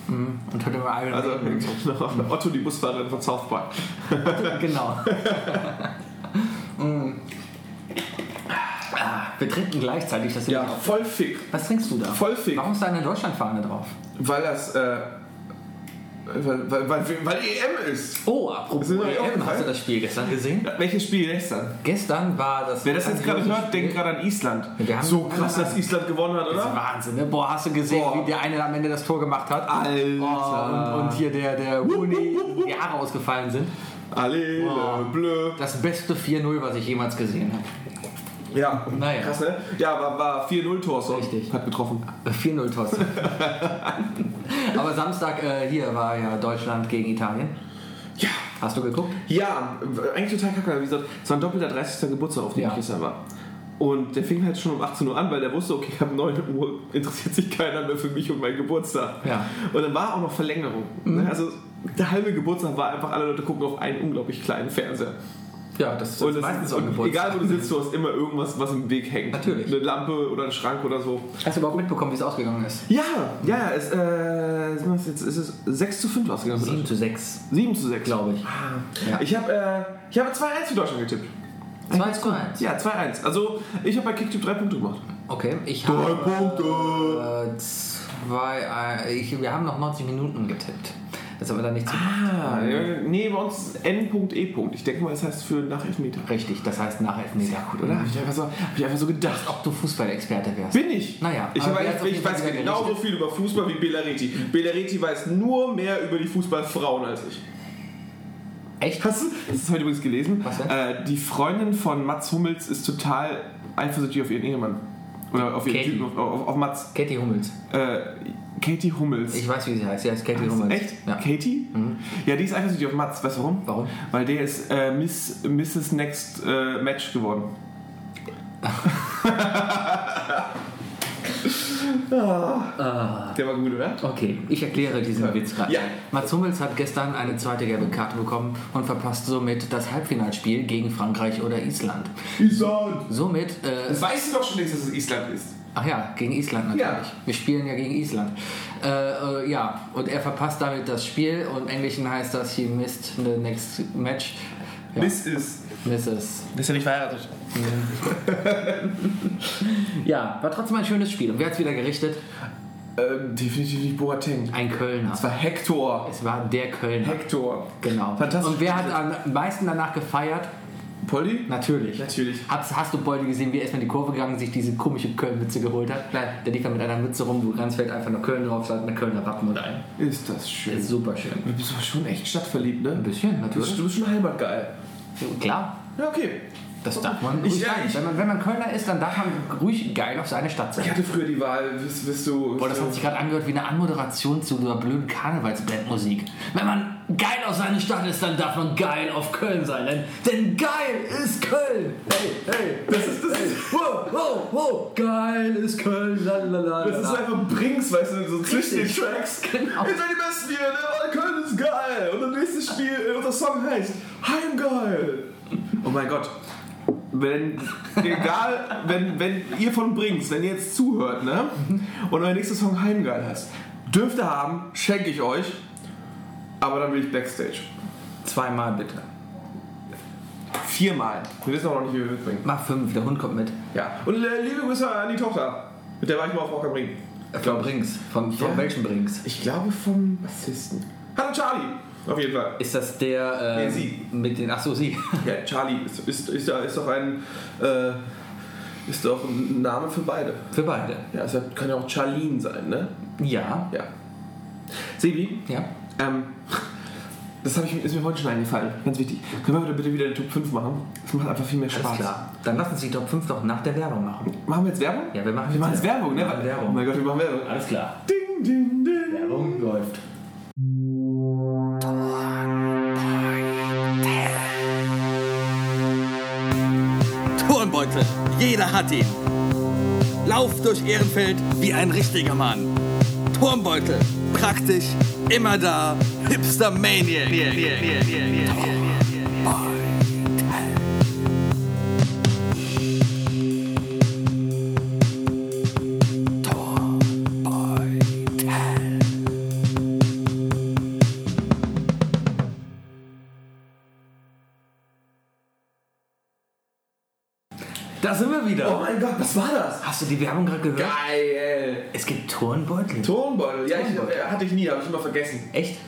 Speaker 1: Mhm. Und hört immer Iron
Speaker 3: Also,
Speaker 1: Maiden und so.
Speaker 3: genau. Otto, die Busfahrerin von South Park.
Speaker 1: Genau. Mm. Ah, Wir trinken gleichzeitig das
Speaker 3: Ja,
Speaker 1: Ding auf.
Speaker 3: voll fick.
Speaker 1: Was trinkst du da?
Speaker 3: Voll fick.
Speaker 1: Warum ist da eine Deutschlandfahne drauf?
Speaker 3: Weil das, äh, weil, weil, weil, weil EM ist.
Speaker 1: Oh,
Speaker 3: Ist
Speaker 1: apropos
Speaker 3: dir noch nicht
Speaker 1: EM, hast
Speaker 3: aufgefallen?
Speaker 1: du das Spiel gestern gesehen?
Speaker 3: Welches Spiel gestern?
Speaker 1: Gestern war das.
Speaker 3: Wer das jetzt gerade hört,
Speaker 1: Also, Spiel-
Speaker 3: denkt gerade an Island.
Speaker 1: Wir haben-
Speaker 3: So krass, dass Island gewonnen hat,
Speaker 1: Das ist
Speaker 3: oder?
Speaker 1: Wahnsinn, ne? Boah, hast du gesehen,
Speaker 3: Boah.
Speaker 1: wie der eine am Ende das Tor gemacht hat?
Speaker 3: Alter.
Speaker 1: Oh, und, und hier der, der Rooney, die Haare ausgefallen sind.
Speaker 3: Alle
Speaker 1: Wow.
Speaker 3: bleu.
Speaker 1: Das beste 4-0, was ich jemals gesehen habe.
Speaker 3: Ja,
Speaker 1: Naja.
Speaker 3: krass, ne? Ja, war, war 4-0 Tor, so.
Speaker 1: Richtig.
Speaker 3: Hat getroffen.
Speaker 1: 4-0 Toss. Aber Samstag äh, hier war ja Deutschland gegen Italien.
Speaker 3: Ja.
Speaker 1: Hast du geguckt?
Speaker 3: Ja, eigentlich total kacke. Wie gesagt, es war ein doppelter 30. Geburtstag, auf dem
Speaker 1: Ja.
Speaker 3: ich gestern war. Und der fing halt schon um 18 Uhr an, weil der wusste, okay, ab 9 Uhr interessiert sich keiner mehr für mich und meinen Geburtstag.
Speaker 1: Ja.
Speaker 3: Und dann war auch noch Verlängerung. ne? Also der halbe Geburtstag war einfach, alle Leute gucken auf einen unglaublich kleinen Fernseher.
Speaker 1: Ja, das ist
Speaker 3: Und, das
Speaker 1: meistens
Speaker 3: ist,
Speaker 1: auch
Speaker 3: und
Speaker 1: Geburtstag.
Speaker 3: egal wo du sitzt, du hast immer irgendwas, was im Weg hängt.
Speaker 1: Natürlich.
Speaker 3: Eine Lampe oder ein Schrank oder so.
Speaker 1: Hast du überhaupt mitbekommen, wie es ausgegangen ist?
Speaker 3: Ja, ja, ja, es, äh, sind das jetzt ist es 6 zu 5 ausgegangen.
Speaker 1: 7 zu 6,
Speaker 3: 7 zu 6.
Speaker 1: glaube ich. Ja.
Speaker 3: Ich habe äh, ich habe 2-1 für Deutschland getippt.
Speaker 1: 2 zu 1.
Speaker 3: Ja, 2-1. Also, ich habe bei Kicktipp 3 Punkte gemacht.
Speaker 1: Okay, ich
Speaker 3: Drei
Speaker 1: habe...
Speaker 3: Punkte!
Speaker 1: Äh, zwei, äh, ich, wir haben noch 90 Minuten getippt. Das haben wir dann nicht zu.
Speaker 3: Ah, ja, nee, bei uns ist N.E. Punkt. Ich denke mal, das heißt für nach Elfmeter.
Speaker 1: Richtig, das heißt nach Elfmeter. Gut,
Speaker 3: Oder?
Speaker 1: oder?
Speaker 3: Habe ich, einfach so, hab ich einfach so gedacht.
Speaker 1: Ob du Fußballexperte wärst.
Speaker 3: Bin ich?
Speaker 1: Naja,
Speaker 3: Ich,
Speaker 1: aber
Speaker 3: weiß-
Speaker 1: wer hat's auf
Speaker 3: ich
Speaker 1: jeden
Speaker 3: weiß genau,
Speaker 1: Fall
Speaker 3: genauso viel über Fußball wie Bellariti. Bellariti weiß nur mehr über die Fußballfrauen als ich.
Speaker 1: Echt?
Speaker 3: Hast du das ist heute übrigens gelesen?
Speaker 1: Was denn?
Speaker 3: äh, die Freundin von Mats Hummels ist total eifersüchtig auf ihren Ehemann. Oder auf ihren
Speaker 1: Katie.
Speaker 3: Typen, auf, auf, auf Mats.
Speaker 1: Katie Hummels.
Speaker 3: Äh, Katie Hummels.
Speaker 1: Ich weiß, wie sie heißt. Sie heißt Katie
Speaker 3: Was,
Speaker 1: Hummels.
Speaker 3: Echt?
Speaker 1: Ja.
Speaker 3: Katie? Ja, die ist eifersüchtig auf Mats. Weißt du warum?
Speaker 1: Warum?
Speaker 3: Weil der ist äh, Miss, Mrs. Next äh, Match geworden. ah. Der war gut, oder?
Speaker 1: Okay, ich erkläre diesen Witz gerade.
Speaker 3: Ja.
Speaker 1: Mats Hummels hat gestern eine zweite gelbe Karte bekommen und verpasst somit das Halbfinalspiel gegen Frankreich oder Island.
Speaker 3: Island!
Speaker 1: Somit, äh,
Speaker 3: Das weißt du doch schon längst, dass es Island ist.
Speaker 1: ach ja, gegen Island natürlich.
Speaker 3: Ja.
Speaker 1: Wir spielen ja gegen Island. Äh, äh, ja, und er verpasst damit das Spiel und im Englischen heißt das, he missed the next match. Ja,
Speaker 3: Miss ist.
Speaker 1: misses.
Speaker 3: Bist du nicht verheiratet?
Speaker 1: Ja, war trotzdem ein schönes Spiel. Und wer hat es wieder gerichtet?
Speaker 3: Ähm, definitiv nicht Boateng.
Speaker 1: Ein Kölner.
Speaker 3: Das war Hector.
Speaker 1: Es war der Kölner.
Speaker 3: Hector.
Speaker 1: Genau.
Speaker 3: Fantastisch.
Speaker 1: Und wer hat am meisten danach gefeiert?
Speaker 3: Polly?
Speaker 1: Natürlich.
Speaker 3: Natürlich.
Speaker 1: Hast, hast du Beute gesehen, wie er erstmal in die Kurve gegangen sich diese komische Köln-Mütze geholt hat?
Speaker 3: Nein.
Speaker 1: Der lief dann mit einer Mütze rum, wo ganz fällt einfach nur Köln drauf, stand eine Kölner Wappen und ein.
Speaker 3: Ist das schön.
Speaker 1: Ist super schön.
Speaker 3: Du bist aber schon echt stadtverliebt, ne?
Speaker 1: Ein bisschen,
Speaker 3: Du bist,
Speaker 1: natürlich.
Speaker 3: du bist schon heimatgeil.
Speaker 1: Klar,
Speaker 3: Ja, okay.
Speaker 1: das darf man
Speaker 3: Ich-
Speaker 1: ruhig
Speaker 3: ja,
Speaker 1: sein.
Speaker 3: ich-
Speaker 1: Wenn man, wenn man Kölner ist, dann darf man ruhig geil auf seine Stadt
Speaker 3: Ich
Speaker 1: sein.
Speaker 3: hatte früher die Wahl, bist, bist du.
Speaker 1: Boah, das hat sich gerade angehört wie eine Anmoderation zu einer blöden Karnevalsbandmusik. Wenn man
Speaker 6: geil auf seine Stadt ist, dann darf man geil auf Köln sein. Denn, denn geil ist Köln. Hey, hey, das ist das. Wow, wow, wow. Geil ist Köln. La, la, la,
Speaker 3: Das
Speaker 6: la,
Speaker 3: ist
Speaker 6: la.
Speaker 3: einfach Brings, weißt du, so zwischen den
Speaker 6: Richtig.
Speaker 3: Tracks.
Speaker 6: Genau.
Speaker 3: Wir sind die Besten hier, ne? Weil Köln ist geil. Und das nächste Spiel, äh, unser Song heißt Heimgeil.
Speaker 7: Oh mein Gott. Wenn, egal, wenn, wenn ihr von Brings, wenn ihr jetzt zuhört, ne? Und euer nächster Song Heimgeil heißt, dürft ihr haben, schenke ich euch. Aber dann will ich Backstage.
Speaker 1: Zweimal bitte.
Speaker 7: Viermal.
Speaker 3: Wir wissen auch noch nicht, wie wir mitbringen.
Speaker 1: Mach fünf, der Hund kommt mit.
Speaker 3: Ja. Und äh, liebe Grüße an die Tochter. Mit der war ich mal auf Rocker Bring.
Speaker 1: Äh, Frau Brings. Von, von
Speaker 3: Ja.
Speaker 1: welchem Brings?
Speaker 3: Ich glaube vom Bassisten. Hallo Charlie. Auf jeden Fall.
Speaker 1: Ist das der ähm,
Speaker 3: Nee, sie.
Speaker 1: mit den. Achso, sie.
Speaker 3: Ja, Charlie ist, ist, ist, ja- ist doch ein. Äh, ist doch ein Name für beide.
Speaker 1: Für beide.
Speaker 3: Ja, es kann ja auch Charlene sein, ne?
Speaker 1: Ja.
Speaker 3: Ja. Sebi,
Speaker 1: Ja.
Speaker 7: Ähm, das hab ich, ist mir heute schon eingefallen. Ganz wichtig. Können wir heute bitte wieder den Top 5 machen? Das macht einfach viel mehr
Speaker 1: Alles
Speaker 7: Spaß.
Speaker 1: klar. Dann lassen Sie die Top 5 doch nach der Werbung machen.
Speaker 7: Machen wir jetzt Werbung?
Speaker 1: Ja, wir machen
Speaker 7: Wir machen jetzt Werbung, ne?
Speaker 1: Wir machen
Speaker 7: Oh
Speaker 1: Werbung.
Speaker 7: mein Gott, wir machen Werbung.
Speaker 6: Alles klar.
Speaker 7: Ding, ding, ding.
Speaker 6: Werbung läuft.
Speaker 8: Turnbeutel. Jeder hat ihn. Lauf durch Ehrenfeld wie ein richtiger Mann. Turmbeutel. Praktisch, immer da. Hipster Maniac.
Speaker 1: Da sind wir wieder.
Speaker 3: Oh mein Gott, was war das?
Speaker 1: Hast du die Werbung gerade gehört?
Speaker 3: Geil!
Speaker 1: Es gibt Turnbeutel.
Speaker 3: Tonbeutel, ja, ich,
Speaker 1: Tonbeutel.
Speaker 3: äh, hatte ich nie, habe ich immer vergessen.
Speaker 1: Echt?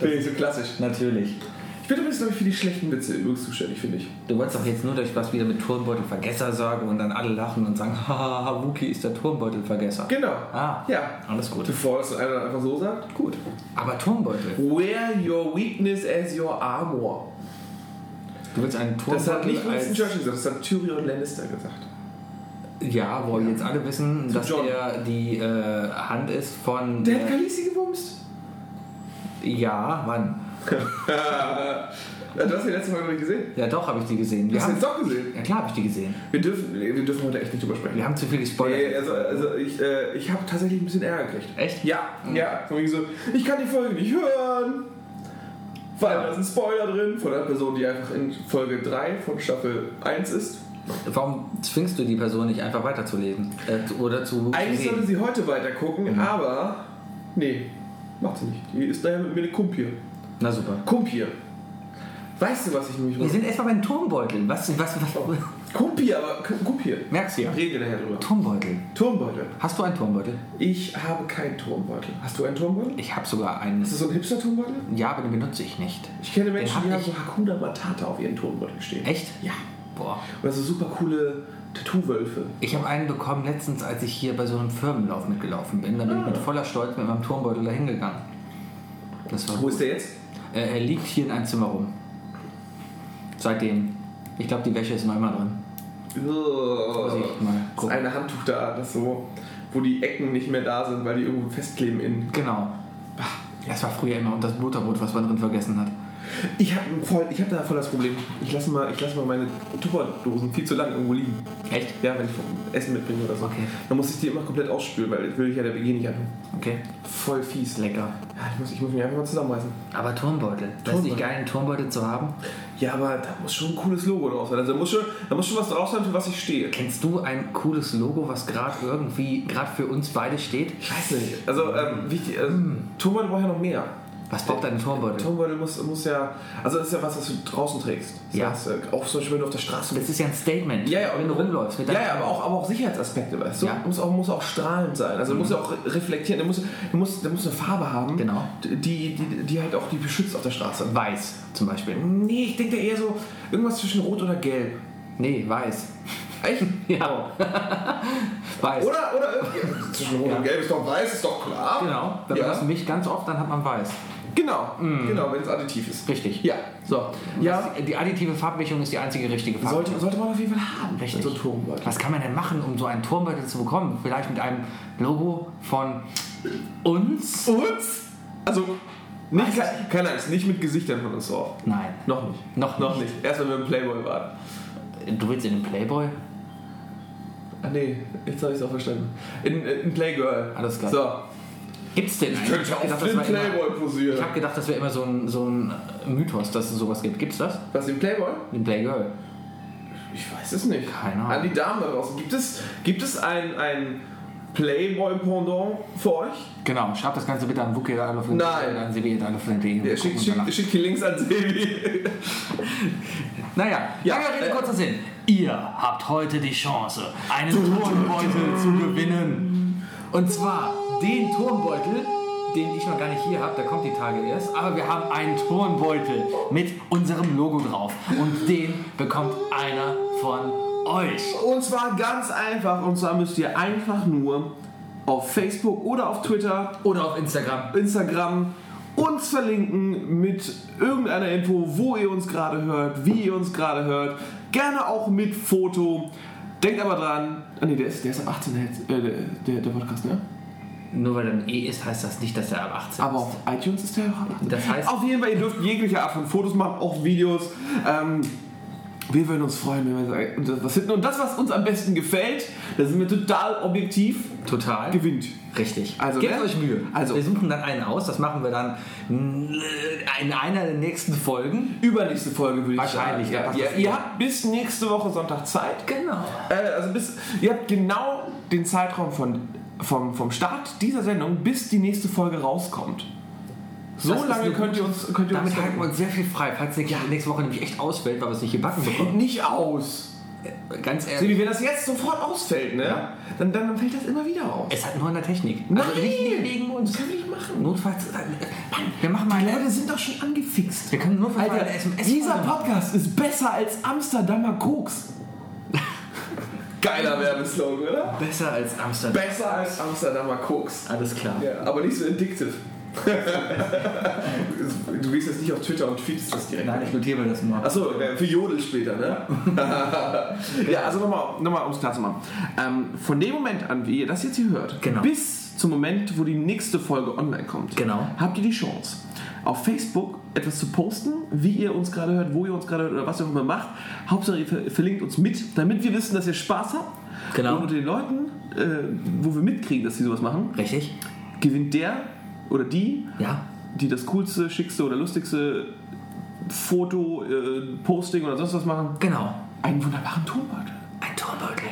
Speaker 3: Bin ich so klassisch.
Speaker 1: Natürlich.
Speaker 3: Ah. Ich bin übrigens, glaube ich, für die schlechten Witze übrigens zuständig, finde ich.
Speaker 1: Du wolltest doch jetzt nur durch was wieder mit Turnbeutelvergesser sagen und dann alle lachen und sagen, haha, Wookie ist der Turnbeutelvergesser.
Speaker 3: Genau.
Speaker 1: Ah.
Speaker 3: Ja.
Speaker 1: Alles gut.
Speaker 3: Bevor das einer einfach so sagt, gut.
Speaker 1: Aber Turnbeutel.
Speaker 3: Wear your weakness as your armor.
Speaker 1: Du willst einen
Speaker 3: Das hat
Speaker 1: Turnbeutel
Speaker 3: nicht Winston
Speaker 1: als...
Speaker 3: Churchill gesagt, das hat Tyrion Lannister gesagt.
Speaker 1: Ja, wo jetzt alle wissen, dass
Speaker 3: John.
Speaker 1: er die äh, Hand ist von...
Speaker 3: Der hat
Speaker 1: Äh,
Speaker 3: Khaleesi gewumst.
Speaker 1: ja, wann?
Speaker 3: Ja, Du hast die letzte Folge noch nicht gesehen.
Speaker 1: Ja doch, habe ich die gesehen.
Speaker 3: Du
Speaker 1: Wir
Speaker 3: hast
Speaker 1: haben,
Speaker 3: jetzt doch gesehen.
Speaker 1: ja klar habe ich die gesehen.
Speaker 3: Wir dürfen, wir dürfen heute echt nicht drüber sprechen.
Speaker 1: Wir haben zu viel gespoilert.
Speaker 3: Nee, also, also ich, äh, ich habe tatsächlich ein bisschen Ärger gekriegt.
Speaker 1: Echt?
Speaker 3: Ja, Hm. ja. Von wegen so, ich kann die Folge nicht hören. Vor allem, da ist ein Spoiler drin von einer Person, die einfach in Folge 3 von Staffel 1 ist.
Speaker 1: Warum zwingst du die Person nicht einfach weiterzulesen? Äh, zu- oder zu
Speaker 3: Eigentlich sollte
Speaker 1: reden?
Speaker 3: sie heute weitergucken, aber. Nee, macht sie nicht. Die ist daher mit mir eine Kumpir.
Speaker 1: Na super.
Speaker 3: Kumpir. Weißt du, was ich nämlich
Speaker 1: Wir
Speaker 3: mache?
Speaker 1: sind erstmal bei den Turmbeuteln. Was, was, was?
Speaker 3: Kumpir, aber K- Kumpir.
Speaker 1: Merkst du ja.
Speaker 3: Mhm. Reden wir nachher drüber.
Speaker 1: Turmbeutel.
Speaker 3: Turmbeutel.
Speaker 1: Hast du einen Turmbeutel?
Speaker 3: Ich habe keinen Turmbeutel. Hast du einen Turmbeutel?
Speaker 1: Ich habe sogar einen.
Speaker 3: Ist das so ein Hipster-Turmbeutel?
Speaker 1: Ja, aber den benutze ich nicht.
Speaker 3: Ich kenne Menschen,
Speaker 1: hab
Speaker 3: die haben
Speaker 1: ich-
Speaker 3: so Hakuna Matata auf ihren Tonbeutel stehen.
Speaker 1: Echt?
Speaker 3: Ja.
Speaker 1: Boah.
Speaker 3: Oder so super coole Tattoo-Wölfe.
Speaker 1: Ich habe einen bekommen letztens, als ich hier bei so einem Firmenlauf mitgelaufen bin. Da bin
Speaker 3: Ah.
Speaker 1: ich mit voller Stolz mit meinem Turmbeutel dahin gegangen. Das war
Speaker 3: Wo ist der jetzt?
Speaker 1: Äh, er liegt hier in einem Zimmer rum. Seitdem. Ich glaube, die Wäsche ist noch immer drin. Muss
Speaker 3: Ugh.
Speaker 1: ich mal
Speaker 3: Das
Speaker 1: gucken.
Speaker 3: eine Handtuch da, das so, wo die Ecken nicht mehr da sind, weil die irgendwo festkleben innen.
Speaker 1: Genau. Ah, Das war früher immer und das Butterbrot, was man drin vergessen hat.
Speaker 3: Ich habe voll, ich hab da voll das Problem. Ich lasse mal, ich lass mal meine Tupperdosen viel zu lang irgendwo liegen.
Speaker 1: Echt?
Speaker 3: Ja, wenn ich vom Essen mitbringe oder so.
Speaker 1: Okay.
Speaker 3: Dann muss ich die immer komplett ausspülen, weil das will ich ja der WG nicht an.
Speaker 1: Okay.
Speaker 3: Voll fies.
Speaker 1: Lecker.
Speaker 3: Ja, ich, muss, ich muss mich einfach mal zusammenreißen.
Speaker 1: Aber Turmbeutel. Turmbeutel. Ist
Speaker 3: Turmbeutel.
Speaker 1: nicht geil, einen Turmbeutel zu haben?
Speaker 3: Ja, aber da muss schon ein cooles Logo drauf sein. Also da muss schon, da muss schon was drauf sein, für was ich stehe.
Speaker 1: Kennst du ein cooles Logo, was gerade irgendwie, gerade für uns beide steht?
Speaker 3: Ich weiß nicht. Also, ähm, wichtig, also, Turmbeutel braucht ja noch mehr.
Speaker 1: Was braucht ein Turmbeutel?
Speaker 3: Turmbeutel muss, muss ja, also das ist ja was, was du draußen trägst. Das
Speaker 1: Ja.
Speaker 3: heißt, äh, auch zum Beispiel, wenn du auf der Straße
Speaker 1: Das ist ja ein Statement,
Speaker 3: Ja, ja,
Speaker 1: wenn du
Speaker 3: und-
Speaker 1: rumläufst. Mit
Speaker 3: Ja,
Speaker 1: deinem-
Speaker 3: ja, aber auch, aber auch Sicherheitsaspekte, weißt du?
Speaker 1: Ja. Mhm.
Speaker 3: Muss, auch, muss auch strahlend sein. Also muss ja auch reflektieren. Der muss, der, muss, der muss eine Farbe haben,
Speaker 1: Genau.
Speaker 3: die, die, die halt auch die beschützt auf der Straße.
Speaker 1: Weiß zum Beispiel.
Speaker 3: Nee, ich denke da eher so irgendwas zwischen Rot oder Gelb.
Speaker 1: Nee, weiß.
Speaker 3: Echt?
Speaker 1: Ja. weiß.
Speaker 3: Oder, oder irgendwie- zwischen Rot und Gelb ist doch weiß, ist doch klar.
Speaker 1: Genau. Wenn
Speaker 3: Ja.
Speaker 1: man das mischt ganz oft, dann hat man weiß.
Speaker 3: Genau, genau, wenn es additiv ist.
Speaker 1: Richtig.
Speaker 3: Ja.
Speaker 1: Mhm. So.
Speaker 3: Ja.
Speaker 1: Das, die additive Farbmischung ist die einzige richtige Farbe.
Speaker 3: Sollte, sollte man auf jeden Fall haben.
Speaker 1: Richtig.
Speaker 3: So ein Turmbeutel.
Speaker 1: Was kann man denn machen, um so einen Turmbeutel zu bekommen? Vielleicht mit einem Logo von uns?
Speaker 3: Uns? Also,
Speaker 9: Nicht, keine, keine Angst, nicht mit Gesichtern von uns drauf.
Speaker 1: Nein.
Speaker 9: Noch nicht.
Speaker 1: Noch
Speaker 9: Noch
Speaker 1: nicht.
Speaker 9: nicht. Erst wenn wir im Playboy waren.
Speaker 1: Du willst in den Playboy?
Speaker 9: Ah nee, jetzt habe ich es auch verstanden. In, äh, in Playgirl.
Speaker 1: Alles klar.
Speaker 9: So.
Speaker 1: Gibt's denn eigentlich?
Speaker 9: Könnte
Speaker 1: hab
Speaker 9: auch
Speaker 1: gedacht,
Speaker 9: den
Speaker 3: genau-
Speaker 1: das war immer,
Speaker 9: Playboy posieren.
Speaker 1: ich habe gedacht, das wäre immer so ein, so ein äh, Mythos, dass es sowas gibt. Gibt's das?
Speaker 9: Was, den Playboy?
Speaker 1: Den Playgirl?
Speaker 9: Ich weiß es nicht.
Speaker 1: Keine Ahnung.
Speaker 9: An die Damen da draußen. Gibt es, gibt es ein, ein Playboy-Pendant für euch?
Speaker 1: Genau, schreibt das Ganze bitte an Wookie auf den
Speaker 9: Nein.
Speaker 1: an Sebi an auf den Degen.
Speaker 9: Ja, schickt schick, schick die Links an Sebi.
Speaker 1: Naja,
Speaker 9: Ja,
Speaker 1: lange Rede,
Speaker 9: äh,
Speaker 1: kurzer Sinn. Ihr habt heute die Chance, einen Turnbeutel zu gewinnen. Und zwar den Turnbeutel, den ich noch gar nicht hier habe, der kommt die Tage erst. Aber wir haben einen Turnbeutel mit unserem Logo drauf. Und den bekommt einer von euch.
Speaker 3: Und zwar ganz einfach. Und zwar müsst ihr einfach nur auf Facebook oder auf Twitter,
Speaker 1: Oder auf Instagram.
Speaker 3: Instagram uns verlinken mit irgendeiner Info, wo ihr uns gerade hört, wie ihr uns gerade hört. Gerne auch mit Foto. Denkt aber dran. Ah nee, der ist, der ist ab 18 jetzt, äh, der, der, der Podcast, ne?
Speaker 1: Nur weil er ein E ist, heißt das nicht, dass er ab 18
Speaker 3: Aber
Speaker 1: ist.
Speaker 3: auf iTunes ist der auch ab 18.
Speaker 1: Das heißt-
Speaker 3: auf jeden Fall, ihr dürft jegliche Art von Fotos machen, auch Videos. Ähm, wir würden uns freuen, wenn wir uns was finden. Und das, was uns am besten gefällt, da sind wir total objektiv,
Speaker 1: Total.
Speaker 3: gewinnt.
Speaker 1: Richtig.
Speaker 3: Also,
Speaker 1: Gebt
Speaker 3: ne?
Speaker 1: euch Mühe.
Speaker 3: Also.
Speaker 1: wir suchen dann einen aus. Das machen wir dann in einer der nächsten Folgen.
Speaker 3: Übernächste Folge würde ich
Speaker 1: Wahrscheinlich, ja,
Speaker 3: sagen.
Speaker 1: passt
Speaker 3: Ja,
Speaker 1: das
Speaker 3: ihr, ihr habt bis nächste Woche Sonntag Zeit.
Speaker 1: Genau.
Speaker 3: Äh, also bis, ihr habt genau den Zeitraum von, vom, vom Start dieser Sendung, bis die nächste Folge rauskommt. So
Speaker 1: Das ist
Speaker 3: lange
Speaker 1: eine
Speaker 3: könnt ihr uns, könnt ihr uns
Speaker 1: Damit halten wir uns sehr viel frei, falls nächste, nächste Woche nämlich echt ausfällt, weil wir es nicht gebacken bekommen.
Speaker 3: nicht aus.
Speaker 1: Ganz ehrlich,
Speaker 3: Sebi, wenn das jetzt sofort ausfällt, ne?
Speaker 1: Ja.
Speaker 3: Dann, dann, dann fällt das immer wieder aus.
Speaker 1: es hat nur an der Technik.
Speaker 3: Nein!
Speaker 1: Also nicht nicht wegen uns.
Speaker 3: kann ich machen.
Speaker 1: Notfalls, äh, Mann, wir machen mal
Speaker 3: Die
Speaker 1: eine,
Speaker 3: Leute sind doch schon angefixt.
Speaker 1: wir können notfalls mal
Speaker 3: Alter,
Speaker 1: eine SMS
Speaker 3: dieser
Speaker 1: machen.
Speaker 3: Podcast ist besser als Amsterdamer Koks.
Speaker 9: Geiler Werbeslogan, oder?
Speaker 1: besser als Amsterdam.
Speaker 9: Besser als Amsterdamer Koks.
Speaker 1: Alles klar.
Speaker 9: Ja, aber nicht so addictive. du gehst jetzt nicht auf Twitter und tweetest das direkt.
Speaker 1: Nein, ich notiere mir das mal.
Speaker 9: Achso, für Jodel später, ne?
Speaker 3: Ja, also nochmal, nochmal um es klar zu machen. Ähm, von dem Moment an, wie ihr das jetzt hier hört,
Speaker 1: Genau.
Speaker 3: bis zum Moment, wo die nächste Folge online kommt,
Speaker 1: Genau.
Speaker 3: habt ihr die Chance, auf Facebook etwas zu posten, wie ihr uns gerade hört, wo ihr uns gerade hört oder was ihr auch immer macht. Hauptsache, ihr ver verlinkt uns mit, damit wir wissen, dass ihr Spaß habt.
Speaker 1: Genau.
Speaker 3: Und unter den Leuten, äh, wo wir mitkriegen, dass die sowas machen,
Speaker 1: Richtig?
Speaker 3: gewinnt der oder die
Speaker 1: Ja.
Speaker 3: die das coolste, schickste oder lustigste Foto, äh, Posting oder sonst was machen,
Speaker 1: Genau.
Speaker 3: einen wunderbaren Tonbeutel.
Speaker 1: Ein Turmbeutel.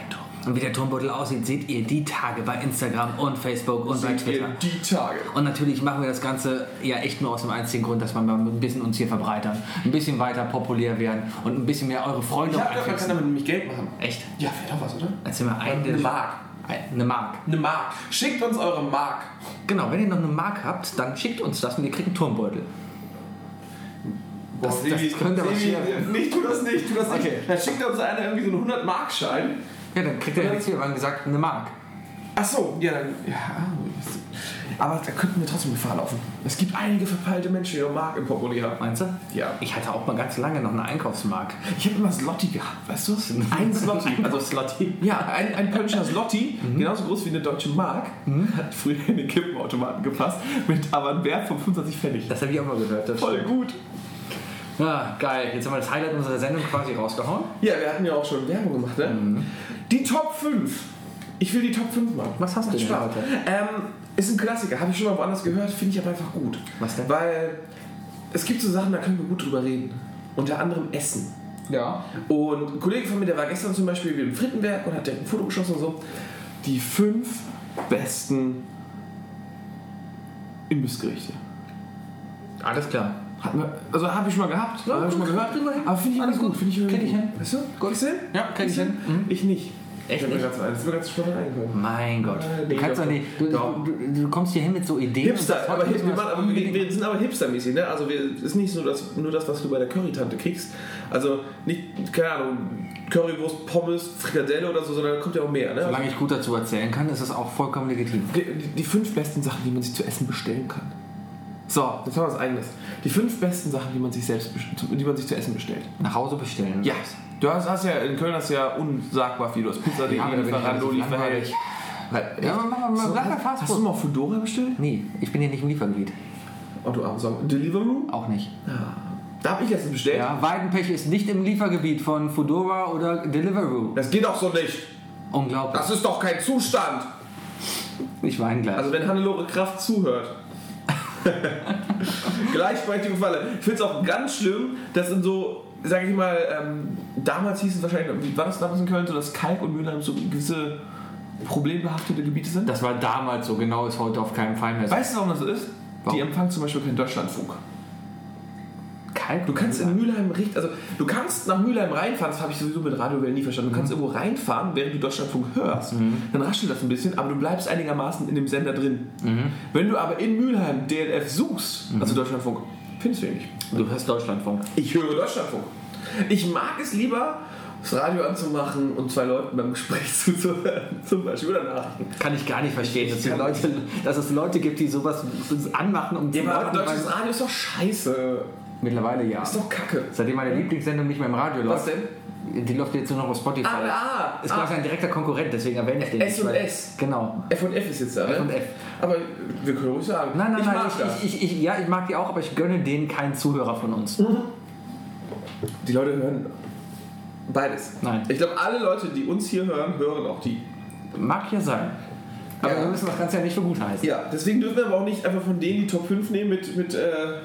Speaker 1: Und wie der Turmbeutel aussieht, seht ihr die Tage bei Instagram und Facebook und bei Twitter.
Speaker 9: Die Tage.
Speaker 1: Und natürlich machen wir das Ganze ja echt nur aus dem einzigen Grund, dass wir mal ein bisschen uns hier verbreitern, ein bisschen weiter populär werden und ein bisschen mehr eure Freunde
Speaker 3: Ich
Speaker 1: auch
Speaker 3: hab gehört, man kann
Speaker 1: einfängst.
Speaker 3: damit nämlich Geld machen.
Speaker 1: Echt?
Speaker 3: Ja, wäre doch was, oder?
Speaker 1: Erzähl mal einen, der.
Speaker 3: Eine Mark.
Speaker 1: Ein- Eine Mark.
Speaker 3: Eine Mark. Schickt uns eure Mark.
Speaker 1: Genau, wenn ihr noch eine Mark habt, dann schickt uns das und ihr kriegt einen Turmbeutel. Das, das könnte aber schwer werden.
Speaker 3: nicht, tu das nicht, tu das nicht. Dann schickt uns einer irgendwie so einen 100-Mark-Schein.
Speaker 1: Ja, dann kriegt ihr ja nichts hier, wir haben gesagt, eine Mark.
Speaker 3: Achso, ja, dann. Ja, ah, aber da könnten wir trotzdem Gefahr laufen.
Speaker 9: Es gibt einige verpeilte Menschen, die ihre Mark im Portemonnaie haben.
Speaker 1: Meinst du?
Speaker 9: Ja.
Speaker 1: Ich hatte auch mal ganz lange noch eine Einkaufsmark.
Speaker 3: Ich habe immer Slotti gehabt, weißt du?
Speaker 1: Ein
Speaker 3: Slotti, also
Speaker 1: Slotty.
Speaker 3: Ja, ein, ein polnischer Zloty,
Speaker 9: Mhm.
Speaker 3: genauso groß wie eine deutsche Mark, hat früher in den Kippenautomaten gepasst, mit aber einem Wert von 25 Pfennig.
Speaker 1: Das habe ich auch mal gehört. Das
Speaker 3: Voll gut.
Speaker 1: Ah, geil. Jetzt haben wir das Highlight unserer Sendung quasi rausgehauen.
Speaker 9: Ja, wir hatten ja auch schon Werbung gemacht, ne? Die Top 5. Ich will die Top 5 machen.
Speaker 1: Was hast du denn
Speaker 9: Spaß.
Speaker 1: heute?
Speaker 9: Ähm, ist ein Klassiker, habe ich schon mal woanders gehört, finde ich aber einfach gut.
Speaker 1: Was denn?
Speaker 9: Weil es gibt so Sachen, da können wir gut drüber reden. Unter anderem Essen.
Speaker 1: Ja.
Speaker 9: Und ein Kollege von mir, der war gestern zum Beispiel im Frittenwerk und hat direkt ein Foto geschossen und so.
Speaker 3: Die fünf besten Imbissgerichte.
Speaker 1: Alles klar.
Speaker 3: Hatten wir, also habe ich schon mal gehabt, habe ich schon mal gehört.
Speaker 1: kriegen wir hin.
Speaker 3: Aber finde ich
Speaker 1: Alles
Speaker 3: immer gut,
Speaker 1: gut,
Speaker 3: finde ich immer
Speaker 1: krieg ich
Speaker 3: gut.
Speaker 1: hin.
Speaker 3: Weißt du? Kriegst du hin?
Speaker 1: Ja, krieg
Speaker 3: Kriegst
Speaker 1: ich
Speaker 3: du
Speaker 1: hin.
Speaker 3: Ich nicht.
Speaker 1: Echt
Speaker 9: Ich mir
Speaker 1: nicht?
Speaker 9: grad so ein- Das ist mir ganz spontan eingefallen.
Speaker 1: Mein Gott.
Speaker 9: Äh, nee,
Speaker 1: Du kannst
Speaker 9: doch,
Speaker 1: doch nicht. Du,
Speaker 9: doch.
Speaker 1: du, du, du kommst hier hin mit so Ideen. und
Speaker 9: Hipster,
Speaker 1: sagst,
Speaker 9: aber,
Speaker 1: heute
Speaker 9: hip,
Speaker 1: müssen
Speaker 9: wir,
Speaker 1: das
Speaker 9: machen, aber wir,
Speaker 1: unbedingt-
Speaker 9: wir sind aber hipstermäßig, ne? Also wir ist nicht nur das, nur das, was du bei der Currytante kriegst. Also nicht, keine Ahnung, Currywurst, Pommes, Frikadelle oder so, sondern da kommt ja auch mehr, ne?
Speaker 1: Solange ich gut dazu erzählen kann, ist das auch vollkommen legitim.
Speaker 3: Die, die, die fünf besten Sachen, die man sich zu essen bestellen kann.
Speaker 9: So,
Speaker 3: Das haben wir was eigenes. Die fünf besten Sachen, die man sich selbst, best- die man sich zu essen bestellt.
Speaker 1: Nach Hause bestellen.
Speaker 3: Ja, du hast, hast ja in Köln hast ja unsagbar viel. Du hast Pizza,
Speaker 1: Ja, aber da bin ich
Speaker 3: Lieferando,
Speaker 1: relativ langweilig.
Speaker 3: Lieferheld.
Speaker 1: Ja, aber mach mal, mach mal
Speaker 3: Hast du
Speaker 1: Fastfood.
Speaker 3: mal Fedora bestellt? Oh,
Speaker 1: Nee, ich bin hier nicht im Liefergebiet.
Speaker 3: Otto Amazon. Deliveroo?
Speaker 1: Auch nicht.
Speaker 3: Da habe ich letztens bestellt.
Speaker 1: Ja, Weidenpech ist nicht im Liefergebiet von Foodora oder Deliveroo.
Speaker 3: Das geht doch so nicht.
Speaker 1: Unglaublich.
Speaker 3: Das ist doch kein Zustand.
Speaker 1: Ich war ein Glas.
Speaker 3: Also wenn Hannelore Kraft zuhört. Gleichberechtigung für alle. Ich finde es auch ganz schlimm, dass in so, sage ich mal, ähm, damals hieß es wahrscheinlich, wie war das damals in Köln, so dass Kalk und Mülheim so gewisse problembehaftete Gebiete sind?
Speaker 1: Das war damals so, genau ist heute auf keinen Fall mehr so.
Speaker 3: weißt du, warum das so ist? Die empfangen zum Beispiel keinen Deutschlandfunk.
Speaker 1: Kalk
Speaker 3: Du kannst in Mülheim richtig, also du kannst nach Mülheim reinfahren, das habe ich sowieso mit Radiowellen nie verstanden. Du kannst irgendwo reinfahren, während du Deutschlandfunk hörst. Dann raschelt das ein bisschen, aber du bleibst einigermaßen in dem Sender drin. Wenn du aber in Mülheim DLF suchst, also Deutschlandfunk, findest du ihn nicht.
Speaker 10: Du hörst Deutschlandfunk.
Speaker 3: Ich höre Deutschlandfunk. Ich mag es lieber, das Radio anzumachen und zwei Leuten beim Gespräch zuzuhören, zum Beispiel oder Nachrichten.
Speaker 10: Kann ich gar nicht verstehen, dass, die
Speaker 3: kann-
Speaker 10: Leute, dass es Leute gibt, die sowas anmachen, um
Speaker 3: Ja, aber
Speaker 10: Leuten
Speaker 3: deutsches Radio ist doch scheiße.
Speaker 1: Mittlerweile ja.
Speaker 3: Ist doch kacke.
Speaker 1: Seitdem meine Lieblingssendung nicht mehr im Radio
Speaker 3: Was
Speaker 1: läuft,
Speaker 3: denn?
Speaker 1: die läuft jetzt nur noch auf Spotify.
Speaker 3: Ah, ah,
Speaker 1: ist
Speaker 3: ah.
Speaker 1: quasi ein direkter Konkurrent, deswegen erwähne ich den
Speaker 3: S
Speaker 1: nicht, weil-
Speaker 3: und S.
Speaker 1: Genau.
Speaker 3: F und F ist jetzt da, ne?
Speaker 1: F und F.
Speaker 3: Aber wir können ruhig sagen,
Speaker 1: Nein, nein,
Speaker 3: ich
Speaker 1: nein.
Speaker 3: mag das.
Speaker 1: ich, ich, ich, ja, ich mag die auch, aber ich gönne denen keinen Zuhörer von uns.
Speaker 3: Hm. Die Leute hören beides.
Speaker 1: Nein.
Speaker 3: Ich glaube, alle Leute, die uns hier hören, hören auch die.
Speaker 1: Mag ja sein. Aber
Speaker 3: Ja.
Speaker 1: wir müssen das Ganze ja nicht für gut heißen.
Speaker 3: Ja, deswegen dürfen wir aber auch nicht einfach von denen die Top 5 nehmen mit, mit äh,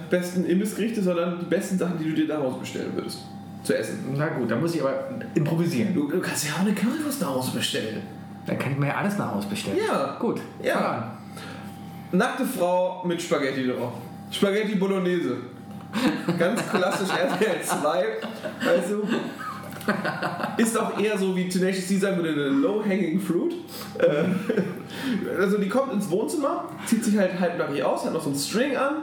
Speaker 3: besten Imbissgerichte, sondern die besten Sachen, die du dir nach Hause bestellen würdest. Zu essen.
Speaker 1: Na gut, dann muss ich aber improvisieren.
Speaker 3: Du, du kannst ja auch eine Currywurst nach Hause bestellen.
Speaker 1: Dann kann ich mir ja alles nach Hause bestellen.
Speaker 3: Ja.
Speaker 1: Gut.
Speaker 3: Ja.
Speaker 1: fang an.
Speaker 3: Nackte Frau mit Spaghetti drauf. Spaghetti Bolognese. Ganz klassisch RTL 2. Also ist auch eher so wie Tenacious D sagen würde, eine low-hanging fruit. Äh, Also die kommt ins Wohnzimmer, zieht sich halt halbnackig aus, hat noch so einen String an,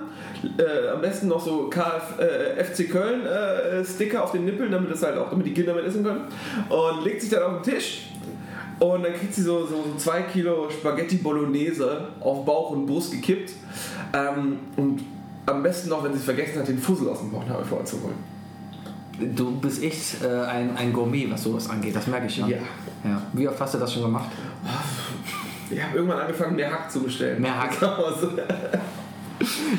Speaker 3: äh, am besten noch so Kf, äh, FC Köln äh, Sticker auf den Nippeln, damit das halt auch, damit die Kinder mit essen können. Und legt sich dann auf den Tisch und dann kriegt sie so, so so zwei Kilo Spaghetti Bolognese auf Bauch und Brust gekippt. Ähm, und am besten noch, wenn sie vergessen hat, den Fussel aus dem Bauchnabel vorzuholen.
Speaker 1: Du bist echt äh, ein, ein Gourmet, was sowas angeht. Das merke ich
Speaker 11: Ah.
Speaker 1: schon.
Speaker 3: Ja.
Speaker 1: ja. Wie oft hast du das schon gemacht?
Speaker 3: Ich habe irgendwann angefangen, mehr Hack zu bestellen.
Speaker 1: Mehr Hack.
Speaker 3: Sagen wir so.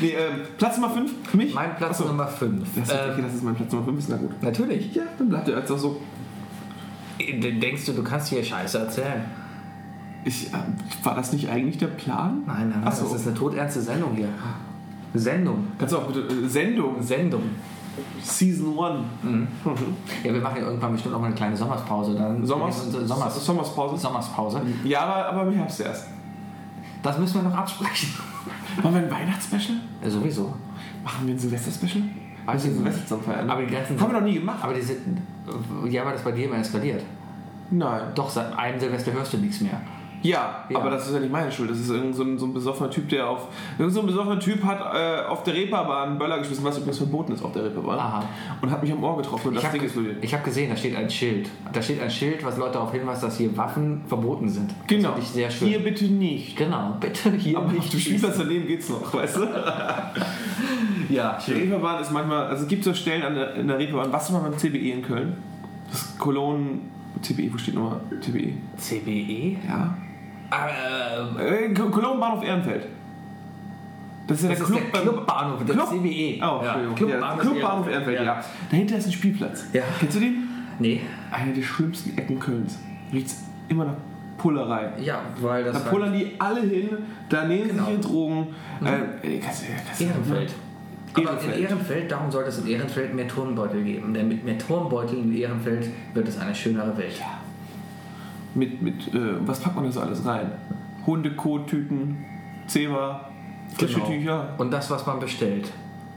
Speaker 11: Nee, ähm, Platz Nummer 5 für mich?
Speaker 1: Mein Platz
Speaker 11: Achso.
Speaker 1: Nummer 5.
Speaker 11: Das, ist- okay, das ist mein Platz Nummer 5, ist na gut.
Speaker 1: natürlich.
Speaker 11: Ja, dann bleibt der jetzt auch so.
Speaker 1: Denkst du, du kannst hier Scheiße erzählen?
Speaker 11: Ich, ähm, war das nicht eigentlich der Plan?
Speaker 1: Nein, nein, nein.
Speaker 11: Achso.
Speaker 1: Das ist eine todernste Sendung hier. Sendung.
Speaker 11: Kannst du auch bitte äh, Sendung,
Speaker 1: Sendung.
Speaker 11: Season 1.
Speaker 1: Ja, wir machen ja irgendwann bestimmt auch mal eine kleine Sommerspause. Dann
Speaker 11: Sommers,
Speaker 1: Sommers
Speaker 11: Sommerspause.
Speaker 1: Sommerspause.
Speaker 3: Mhm.
Speaker 11: Ja, aber, aber im Herbst erst.
Speaker 1: Das müssen wir noch absprechen.
Speaker 11: Machen wir ein Weihnachtsspecial?
Speaker 1: Ja, sowieso.
Speaker 11: Machen wir ein Silvester-Special?
Speaker 1: Weiß ich nicht.
Speaker 11: Silvester feiern.
Speaker 1: Aber die ganzen.
Speaker 11: Haben wir noch nie gemacht.
Speaker 1: Aber die sind. Ja, weil das bei dir immer eskaliert.
Speaker 11: Nein.
Speaker 1: Doch, seit einem Silvester hörst du nichts mehr.
Speaker 11: Ja,
Speaker 1: Ja.
Speaker 11: aber das ist ja nicht meine Schuld. Das ist irgend so ein, so ein besoffener Typ, der auf. Irgend so ein besoffener Typ hat äh, auf der Reeperbahn einen Böller geschmissen, was übrigens verboten ist auf der Reeperbahn.
Speaker 1: Aha.
Speaker 11: Und hat mich am Ohr getroffen und
Speaker 1: Ich
Speaker 11: das
Speaker 1: habe
Speaker 11: Ding explodiert.
Speaker 1: hab gesehen, da steht ein Schild. Da steht ein Schild, was Leute darauf hinweist, dass hier Waffen verboten sind.
Speaker 11: Genau.
Speaker 1: Das finde ich sehr schön.
Speaker 11: Hier bitte nicht.
Speaker 1: genau, bitte hier
Speaker 11: Aber auf
Speaker 1: nicht.
Speaker 11: dem Spielplatz daneben geht's noch, weißt du?
Speaker 1: Ja,
Speaker 11: Die
Speaker 1: schön.
Speaker 11: Reeperbahn ist manchmal, also es gibt so Stellen an der, in der Reeperbahn, was war beim CBE in Köln? Das Cologne, CBE, wo steht nochmal CBE?
Speaker 1: CBE?
Speaker 11: Ja.
Speaker 1: E? Äh,
Speaker 11: Äh, Co- Cologne Bahnhof Ehrenfeld. Das ist ja
Speaker 1: das
Speaker 11: der
Speaker 1: ist
Speaker 11: Club,
Speaker 1: der Clubbahnhof, der
Speaker 11: Club-
Speaker 1: CBE.
Speaker 11: Oh,
Speaker 1: ja.
Speaker 11: Entschuldigung.
Speaker 1: Club
Speaker 11: ja, Club Bahnhof Ehrenfeld, ja. Dahinter ist ein Spielplatz.
Speaker 10: Ja.
Speaker 11: Kennst du den?
Speaker 1: Nee.
Speaker 11: Eine der schlimmsten Ecken Kölns. Riecht immer nach Pullerei.
Speaker 10: Ja, weil
Speaker 11: Da
Speaker 10: das. halt-
Speaker 11: pullern die alle hin, da nehmen sie ihre Drogen. Äh, kannst, du- kannst, du-
Speaker 1: Genau. Mhm. Ehrenfeld.
Speaker 10: Aber in Ehrenfeld, darum sollte es in Ehrenfeld mehr Turnbeutel geben. Denn mit mehr Turnbeuteln in Ehrenfeld wird es eine schönere Welt.
Speaker 11: Mit, mit, äh, was packt man da so alles rein? Hundekot-Tüten, Zebra, frische Tücher.
Speaker 1: Und das, was man bestellt.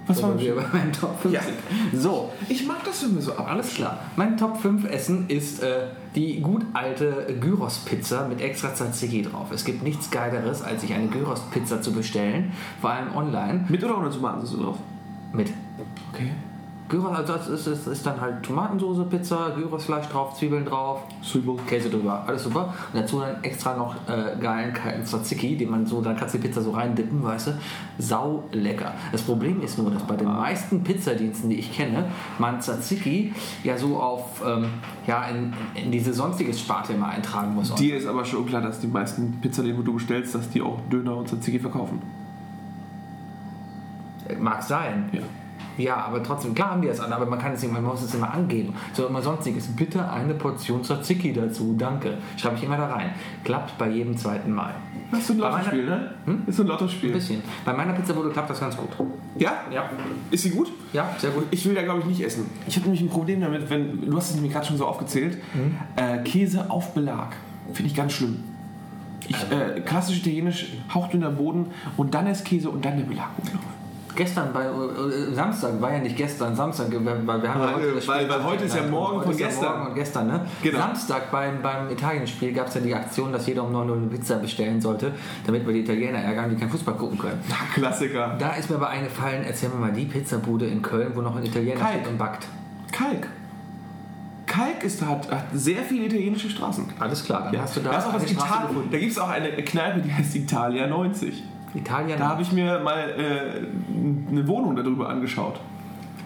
Speaker 11: Was war
Speaker 1: Wo Genau. wir bei meinem Top 5
Speaker 11: Ja.
Speaker 1: sind. So,
Speaker 11: Ich mag das, wenn wir so ab.
Speaker 1: alles klar. Mein Top 5 Essen ist äh, die gut alte Gyros-Pizza mit extra Tzatziki drauf. Es gibt nichts Geileres, als sich eine Gyros-Pizza zu bestellen, vor allem online.
Speaker 11: Mit oder ohne Tomatensauce drauf?
Speaker 1: Mit
Speaker 11: Okay.
Speaker 1: Gyros, also das ist, ist, ist dann halt Tomatensoße, Pizza, Gyrosfleisch drauf, Zwiebeln drauf,
Speaker 11: Super.
Speaker 1: Käse drüber, alles super. Und dazu dann extra noch äh, geilen kalten Tzatziki, den man so, dann kannst du die Pizza so reindippen, weißt du. Sau lecker. Das Problem ist nur, dass bei den meisten Pizzadiensten, die ich kenne, man Tzatziki ja so auf, ähm, ja, in, in diese sonstiges Sparte immer eintragen muss.
Speaker 11: Dir ist aber schon klar, dass die meisten Pizzaläden, wo du bestellst, dass die auch Döner und Tzatziki verkaufen.
Speaker 1: äh, Mag sein.
Speaker 3: Ja.
Speaker 1: Ja, aber trotzdem, klar haben die das an, aber man kann es nicht, man muss es immer angeben. So immer sonstiges. Bitte eine Portion Tzatziki dazu, danke. Schreibe ich immer da rein. Klappt bei jedem zweiten Mal.
Speaker 3: Das ist so ein
Speaker 1: meiner- Hm?
Speaker 3: Lottospiel, ne? Ist so ein
Speaker 1: Ein
Speaker 3: Lottospiel.
Speaker 1: bisschen. Bei meiner Pizzabude klappt das ganz gut.
Speaker 3: Ja?
Speaker 1: Ja,
Speaker 3: Ist sie gut?
Speaker 1: ja, sehr gut.
Speaker 3: Ich will da, glaube ich, nicht essen. Ich habe nämlich ein Problem damit, wenn, du hast es nämlich gerade schon so aufgezählt, äh, Käse auf Belag. Finde ich ganz schlimm. Ich, äh, klassisch italienisch, hauchdünner Boden und dann erst Käse und dann der Belag.
Speaker 1: Gestern bei äh, Samstag war ja nicht gestern, Samstag, weil wir haben ja
Speaker 3: Weil, äh,
Speaker 1: das Genau.
Speaker 3: weil- weil heute ist ja morgen
Speaker 1: Heute
Speaker 3: von
Speaker 1: ist ja
Speaker 3: gestern.
Speaker 1: Morgen und gestern, ne?
Speaker 3: Genau.
Speaker 1: Samstag beim, beim Italienspiel gab es ja die Aktion, dass jeder um 9 Uhr eine Pizza bestellen sollte, damit wir die Italiener ärgern, die keinen Fußball gucken können.
Speaker 3: Klassiker.
Speaker 1: Da ist mir aber eingefallen, erzähl mir mal die Pizzabude in Köln, wo noch ein Italiener
Speaker 3: Kalk.
Speaker 1: steht und backt.
Speaker 3: Kalk. Kalk ist, hat, hat sehr viele italienische Straßen.
Speaker 1: Alles klar, dann hast du da
Speaker 3: da ist auch
Speaker 1: eine
Speaker 3: was
Speaker 1: Straße
Speaker 3: Ital
Speaker 1: gefunden.
Speaker 3: da gibt es auch eine Kneipe, die heißt Italia 90.
Speaker 1: Italia
Speaker 3: Da habe ich mir mal äh, eine Wohnung darüber angeschaut.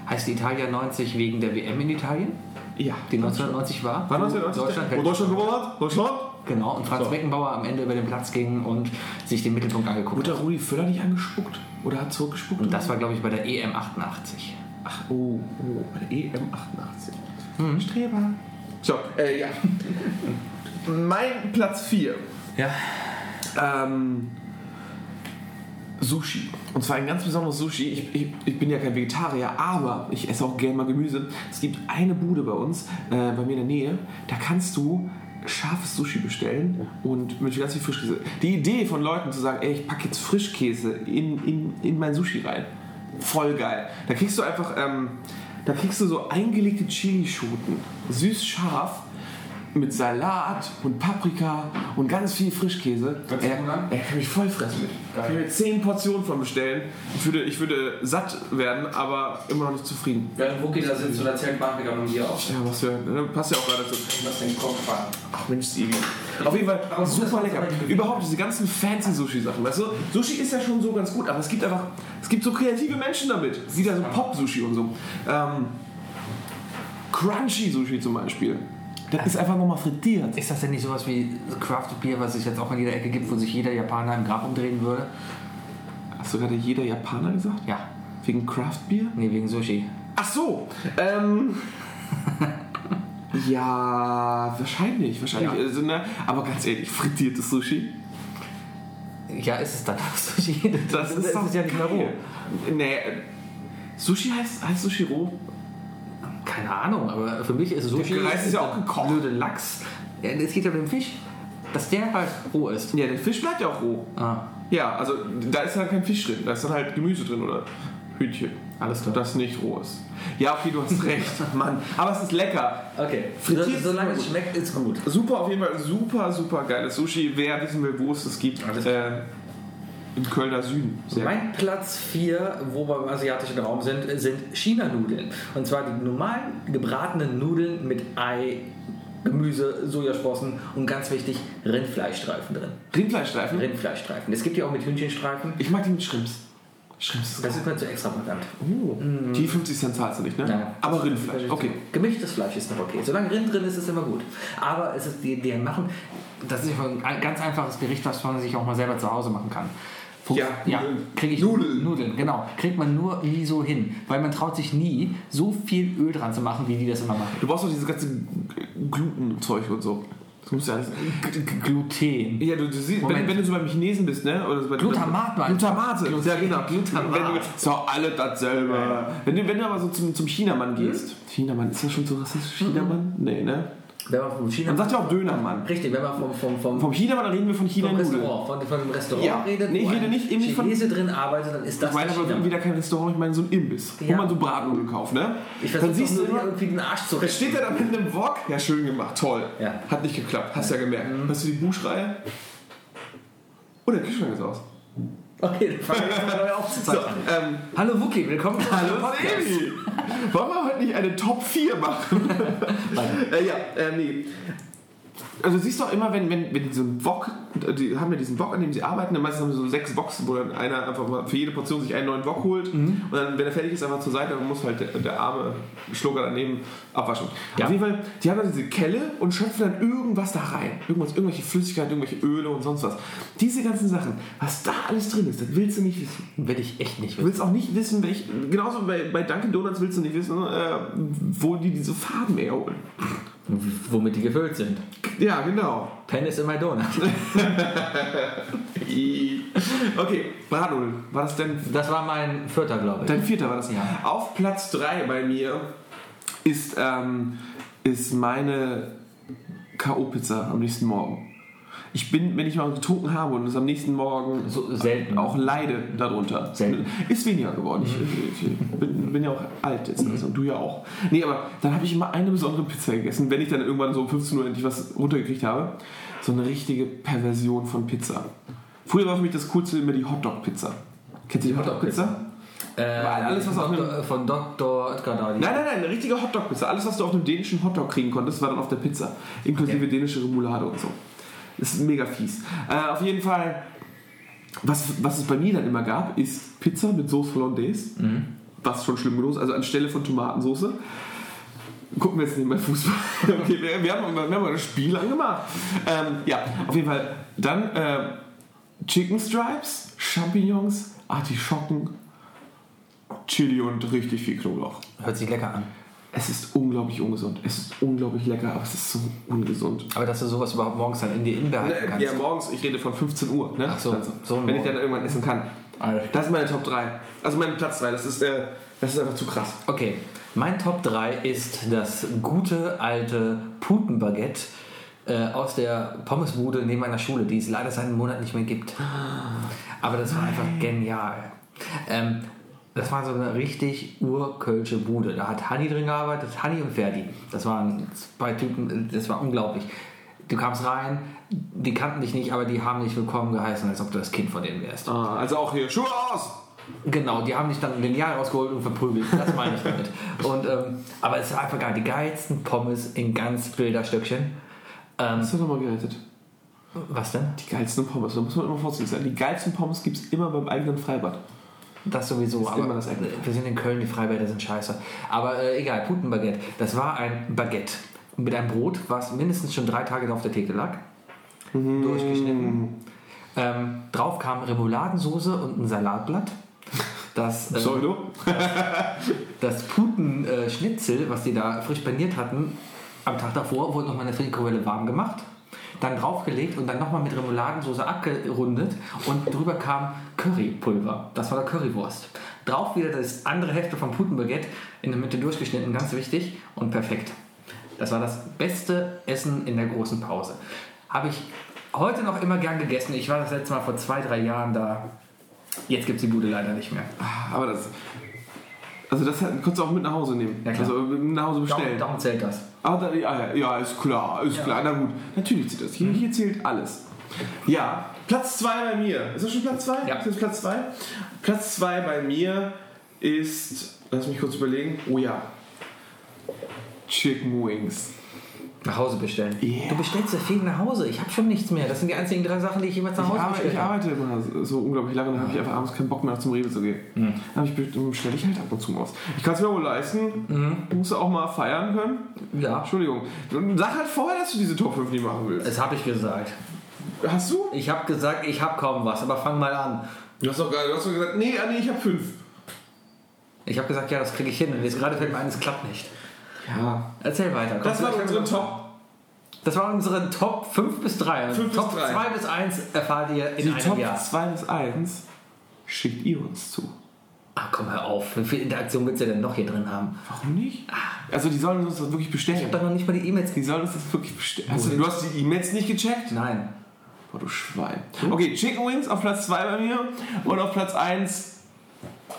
Speaker 1: heißt Italia 90 wegen der WM in Italien,
Speaker 3: Ja.
Speaker 1: die 1990 war.
Speaker 3: War
Speaker 1: wo
Speaker 3: 1990?
Speaker 1: Deutschland,
Speaker 3: Wo Deutschland gewonnen hat? Deutschland?
Speaker 1: Genau, und Franz Beckenbauer am Ende über den Platz ging und sich den Mittelpunkt angeguckt
Speaker 3: Wurde
Speaker 1: hat.
Speaker 3: der Rudi Völler nicht angespuckt? Oder hat zurückgespuckt?
Speaker 1: Und das war, glaube ich, bei der E EM 88.
Speaker 3: Ach, oh, oh, bei der EM 88. Streber.
Speaker 2: Mhm. So, äh, ja. mein Platz 4.
Speaker 1: Ja.
Speaker 3: Ähm, Sushi. Und zwar ein ganz besonderes Sushi. Ich, ich, ich bin ja kein Vegetarier, aber ich esse auch gerne mal Gemüse. Es gibt eine Bude bei uns, äh, bei mir in der Nähe, da kannst du scharfes Sushi bestellen und mit ganz viel Frischkäse. Die Idee von Leuten zu sagen, ey, ich packe jetzt Frischkäse in, in, in mein Sushi rein, voll geil. Da kriegst du einfach, ähm, da kriegst du so eingelegte Chilischoten, süß scharf mit Salat und Paprika und ganz viel Frischkäse.
Speaker 2: Hört sich gut an?
Speaker 3: er, er kann mich voll fressen mit. Ich würde 10 Portionen von bestellen. Ich würde, ich würde satt werden, aber immer noch nicht zufrieden.
Speaker 1: Während Wookie da sitzt und erzählt Paprika und hier auf.
Speaker 3: Ja, was für, ne, passt ja auch gerade dazu.
Speaker 1: Lass den Kopf fahren.
Speaker 3: Ach Mensch, ist ewig. Auf jeden Fall super lecker. Überhaupt diese ganzen fancy Sushi-Sachen. Weißt du, Sushi ist ja schon so ganz gut, aber es gibt einfach, es gibt so kreative Menschen damit. Sieht da so Pop-Sushi und so. Ähm, Crunchy-Sushi zum Beispiel. Das ist einfach nochmal frittiert.
Speaker 1: Ist das denn nicht sowas wie Crafted Beer, was es jetzt auch an jeder Ecke gibt, wo sich jeder Japaner im Grab umdrehen würde?
Speaker 3: Hast du gerade jeder Japaner gesagt?
Speaker 1: Ja.
Speaker 3: Wegen Craft Beer?
Speaker 1: Nee, wegen Sushi.
Speaker 3: Ach so. Ähm, ja, wahrscheinlich, wahrscheinlich.
Speaker 1: Ja.
Speaker 3: Also, ne, aber ganz ehrlich, frittiertes Sushi.
Speaker 1: Ja, ist es dann auch Sushi.
Speaker 3: Das ist, doch
Speaker 1: ja nicht mehr roh.
Speaker 3: geil. Nee, äh, Sushi heißt, heißt Sushi roh?
Speaker 1: Keine Ahnung, aber für mich ist Sushi...
Speaker 3: Der Reis ist ja auch gekocht.
Speaker 1: Blöde Lachs. Ja, es geht ja um den Fisch, dass der halt roh ist.
Speaker 3: Ja, der Fisch bleibt ja auch roh.
Speaker 1: Ah,
Speaker 3: Ja, also da ist dann kein Fisch drin, da ist dann halt Gemüse drin oder Hühnchen.
Speaker 1: alles klar.
Speaker 3: Das nicht roh ist. Ja, okay, du hast recht, Mann. Aber es ist lecker.
Speaker 1: Okay,
Speaker 3: Frittiert ist
Speaker 1: solange
Speaker 3: immer
Speaker 1: es
Speaker 3: gut.
Speaker 1: schmeckt, ist gut.
Speaker 3: Super, auf jeden Fall super, super geiles Sushi. Wer wissen will, wo es das gibt, äh, im Kölner Süden. Sehr
Speaker 1: Mein Platz 4, wo wir im asiatischen Raum sind, sind China-Nudeln. Und zwar die normalen gebratenen Nudeln mit Ei, Gemüse, Sojasprossen und ganz wichtig Rindfleischstreifen drin.
Speaker 3: Rindfleischstreifen?
Speaker 1: Rindfleischstreifen. Es gibt ja auch mit Hühnchenstreifen.
Speaker 3: Ich mag die mit Schrimps. Schrimps ist
Speaker 1: Das ist mir zu extravagant. Mhm.
Speaker 3: geil. Die 50 Cent zahlst du nicht, ne?
Speaker 1: Nein.
Speaker 3: Aber Rindfleisch, okay.
Speaker 1: Gemischtes Fleisch ist noch okay. Solange Rind drin ist, ist immer gut. Aber es ist, die, die machen, das ist einfach ein ganz einfaches Gericht, was man sich auch mal selber zu Hause machen kann. Fu-
Speaker 2: Ja,
Speaker 1: ja
Speaker 2: Nudeln.
Speaker 1: krieg ich
Speaker 2: Nudeln.
Speaker 1: Nudeln, genau. Kriegt man nur nie so hin, weil man traut sich nie, so viel Öl dran zu machen, wie die das immer machen.
Speaker 3: Du brauchst doch dieses ganze Glutenzeug und so. Das musst du alles.
Speaker 1: G- Gluten.
Speaker 3: Ja, du, du siehst, wenn,
Speaker 1: Moment.
Speaker 3: wenn du so beim Chinesen bist, ne? Oder so bei,
Speaker 1: Glutamat,
Speaker 3: bei,
Speaker 1: Mann.
Speaker 3: Glutamate.
Speaker 1: Glut-
Speaker 3: ja, genau.
Speaker 1: Glutamat.
Speaker 3: Wenn du, ist doch alle dasselbe. Wenn, du, wenn du aber so zum, zum Chinamann
Speaker 1: Hm?
Speaker 3: gehst. Chinamann, ist das schon so rassistisch? Chinamann? Nee, ne?
Speaker 1: Wenn man vom China.
Speaker 3: Man sagt ja auch Dönermann.
Speaker 1: richtig, wenn man vom, vom, vom,
Speaker 3: Vom Chinamann reden wir von
Speaker 1: vom
Speaker 3: China-Nudeln.
Speaker 1: Restaurant, von, von dem Restaurant
Speaker 3: Ja.
Speaker 1: redet,
Speaker 3: Nee, ich
Speaker 1: wo
Speaker 3: rede
Speaker 1: ein
Speaker 3: nicht irgendwie von-
Speaker 1: Chinese drin arbeitet, dann ist das
Speaker 3: Ich meine
Speaker 1: der
Speaker 3: aber
Speaker 1: China.
Speaker 3: wieder kein Restaurant, ich meine so ein Imbiss,
Speaker 1: Ja.
Speaker 3: wo man so Bratnudeln kauft, ne?
Speaker 1: Ich
Speaker 3: Dann siehst du
Speaker 1: versuche
Speaker 3: immer,
Speaker 1: nur irgendwie den Arsch zu
Speaker 3: Da steht er dann mit einem Wok. Ja, schön gemacht, toll.
Speaker 1: Ja.
Speaker 3: Hat nicht geklappt, hast ja gemerkt. Hörst du die Buchschreie? Oh, der Kühlschrank ist aus.
Speaker 1: Okay, dann fangen wir jetzt mal neu aufzuzeichnen.
Speaker 3: Ähm,
Speaker 1: Hallo Wookie, willkommen zu
Speaker 3: hallo
Speaker 1: unserem Podcast.
Speaker 3: Sebi. Wollen wir heute nicht eine Top 4 machen? äh, ja, äh, nee. Also siehst du auch immer, wenn, wenn, wenn die so einen Wok, die haben ja diesen Wok, an dem sie arbeiten, dann meistens haben sie so sechs Woks, wo dann einer einfach mal für jede Portion sich einen neuen Wok holt und dann, wenn er fertig ist, einfach zur Seite und muss halt der, der arme Schlucker daneben abwaschen. Auf jeden Fall, die haben dann diese Kelle und schöpfen dann irgendwas da rein. Irgendwas, irgendwelche Flüssigkeit, irgendwelche Öle und sonst was. Diese ganzen Sachen, was da alles drin ist, das willst du nicht wissen.
Speaker 1: Will ich echt nicht
Speaker 3: Du
Speaker 1: wissen.
Speaker 3: willst auch nicht wissen, welch, genauso bei, bei Dunkin' Donuts willst du nicht wissen, äh, wo die diese Farben herholen.
Speaker 1: Womit die gefüllt sind.
Speaker 3: Ja, genau.
Speaker 1: Pen is in my donut.
Speaker 3: Okay, Radul, war das denn
Speaker 1: Das war mein vierter, glaube ich.
Speaker 3: dein vierter? War das?
Speaker 1: Ja.
Speaker 3: Auf Platz 3 bei mir ist, ähm, ist meine K.O.-Pizza am nächsten Morgen. Ich bin, wenn ich mal getrunken habe und es am nächsten Morgen
Speaker 1: So selten.
Speaker 3: auch leide darunter.
Speaker 1: Selten.
Speaker 3: Ist weniger geworden. Ich, ich bin, bin ja auch alt jetzt. Also, du ja auch. Nee, aber dann habe ich immer eine besondere Pizza gegessen, wenn ich dann irgendwann so um 15 Uhr endlich was runtergekriegt habe. So eine richtige Perversion von Pizza. Früher war für mich das Coolste immer die Hotdog-Pizza. Kennst du die Hotdog-Pizza?
Speaker 1: äh,
Speaker 3: weil alles, was auf
Speaker 1: Doktor, von Dr. Oetker da.
Speaker 3: Nein,
Speaker 1: die-
Speaker 3: nein, nein, eine richtige Hotdog-Pizza. Alles, was du auf einem dänischen Hotdog kriegen konntest, war dann auf der Pizza. Inklusive dänische Remoulade und so. Ist mega fies. Äh, auf jeden Fall, was, was es bei mir dann immer gab, ist Pizza mit Sauce Hollandaise. Was schon schlimm genug ist. Also anstelle von Tomatensoße. Gucken wir jetzt nicht mehr Fußball. Okay, wir, wir, haben, wir haben ein Spiel angemacht. Ähm, ja, auf jeden Fall. Dann äh, Chicken Stripes, Champignons, Artischocken, Chili und richtig viel Knoblauch.
Speaker 1: Hört sich lecker an.
Speaker 3: Es ist unglaublich ungesund. Es ist unglaublich lecker, aber es ist so ungesund.
Speaker 1: Aber dass du sowas überhaupt morgens dann in dir inbehalten kannst.
Speaker 3: Äh, Ja, morgens, ich rede von 15 Uhr, ne?
Speaker 1: Ach so,
Speaker 3: also,
Speaker 1: so ein
Speaker 3: wenn ich
Speaker 1: Morgen.
Speaker 3: dann irgendwann essen kann.
Speaker 1: Alter.
Speaker 3: Das ist meine Top 3. Also mein Platz 3. Das ist, äh, das ist einfach zu krass.
Speaker 1: Okay, mein Top 3 ist das gute alte Putenbaguette äh, aus der Pommesbude neben meiner Schule, die es leider seit einem Monat nicht mehr gibt. Aber das war einfach genial. Ähm, das war so eine richtig urkölsche Bude. Da hat Hanni drin gearbeitet, Hanni und Ferdi. Das waren zwei Typen, das war unglaublich. Du kamst rein, die kannten dich nicht, aber die haben dich willkommen geheißen, als ob du das Kind von denen wärst.
Speaker 3: Ah, also auch hier, Schuhe aus!
Speaker 1: Genau, die haben dich dann genial rausgeholt und verprügelt. Das meine ich damit. Und, ähm, aber es war einfach geil. Die geilsten Pommes in ganz Bilderstöckchen. Ähm,
Speaker 3: Das hat nochmal gerettet.
Speaker 1: was denn?
Speaker 3: Die geilsten Pommes, da muss man immer vorsichtig sein. Die geilsten Pommes gibt es immer beim eigenen Freibad.
Speaker 1: Das sowieso. aber
Speaker 3: immer das Eck.
Speaker 1: wir sind in Köln, die Freibäder sind scheiße. Aber äh, egal, Putenbaguette. Das war ein Baguette. Mit einem Brot, was mindestens schon drei Tage auf der Theke lag.
Speaker 3: Mhm.
Speaker 1: Durchgeschnitten. Ähm, drauf kam Remouladensoße und ein Salatblatt. Das, äh,
Speaker 3: Pseudo?
Speaker 1: das Puten-Schnitzel, was die da frisch paniert hatten, am Tag davor, wurde nochmal in der Fritkowelle warm gemacht, dann draufgelegt und dann nochmal mit Remouladensoße abgerundet und drüber kam Currypulver. Das war der Currywurst. Drauf wieder das andere Hälfte vom Putenbaguette, in der Mitte durchgeschnitten, ganz wichtig und perfekt. Das war das beste Essen in der großen Pause. Habe ich heute noch immer gern gegessen. Ich war das letzte Mal vor zwei, drei Jahren da. Jetzt gibt es die Bude leider nicht mehr.
Speaker 3: Aber das. Also das hat- konntest du auch mit nach Hause nehmen.
Speaker 1: Ja, klar.
Speaker 3: also mit nach Hause
Speaker 1: Darum,
Speaker 3: bestellen.
Speaker 1: darum zählt das.
Speaker 3: Ah, da, ja, ja, ja, ist klar, ist klar, na gut. Natürlich zählt das. Hier, hier zählt alles. Ja,
Speaker 2: Platz 2 bei mir. Ist das schon Platz 2?
Speaker 1: Ja.
Speaker 2: Ist das Platz 2? Platz 2 bei mir ist. Lass mich kurz überlegen. Oh ja.
Speaker 3: Chicken Wings.
Speaker 1: Nach Hause bestellen.
Speaker 3: Ja.
Speaker 1: Du bestellst ja viel nach Hause. Ich habe schon nichts mehr. Das sind die einzigen drei Sachen, die ich jemals nach
Speaker 3: Ich
Speaker 1: Hause
Speaker 3: arbeite,
Speaker 1: bestellt
Speaker 3: ich
Speaker 1: habe.
Speaker 3: arbeite immer so unglaublich lange, dann habe ich einfach abends keinen Bock mehr zum Rewe zu gehen. Dann hab ich- dann bestelle ich halt ab und zu mal aus. Ich kann es mir wohl leisten, musst du auch mal feiern können.
Speaker 1: Ja,
Speaker 3: Entschuldigung, sag halt vorher, dass du diese Top 5 nie machen willst.
Speaker 1: das habe ich gesagt.
Speaker 3: Hast du?
Speaker 1: Ich habe gesagt, ich habe kaum was, aber fang mal an.
Speaker 2: Du hast doch gerade- du hast doch gesagt, nee, ah, nee, ich habe 5.
Speaker 1: Ich habe gesagt, ja, das kriege ich hin. Und jetzt gerade fällt mir ein, es klappt nicht.
Speaker 3: Ja.
Speaker 1: Erzähl weiter. Komm,
Speaker 2: Das war
Speaker 1: vielleicht-
Speaker 2: unsere Top.
Speaker 1: das waren unsere Top 5 bis 3.
Speaker 2: Fünf bis
Speaker 1: Top
Speaker 2: drei.
Speaker 1: 2 bis 1 erfahrt ihr in
Speaker 3: Die
Speaker 1: einem
Speaker 3: Top
Speaker 1: Jahr.
Speaker 3: 2 bis 1 schickt ihr uns zu.
Speaker 1: Ach Ah, komm, hör auf. Wie viel Interaktion willst du denn noch hier drin haben?
Speaker 3: Warum nicht? Also die sollen uns das wirklich
Speaker 1: Ich
Speaker 3: bestellen.
Speaker 1: habe doch noch nicht mal die E-Mails
Speaker 3: Die
Speaker 1: gesehen.
Speaker 3: sollen uns das wirklich bestellen. Also, du hast die E-Mails nicht gecheckt?
Speaker 1: Nein.
Speaker 3: Boah, du Schwein.
Speaker 1: Hm?
Speaker 3: Okay, Chicken Wings auf Platz 2 bei mir und auf Platz 1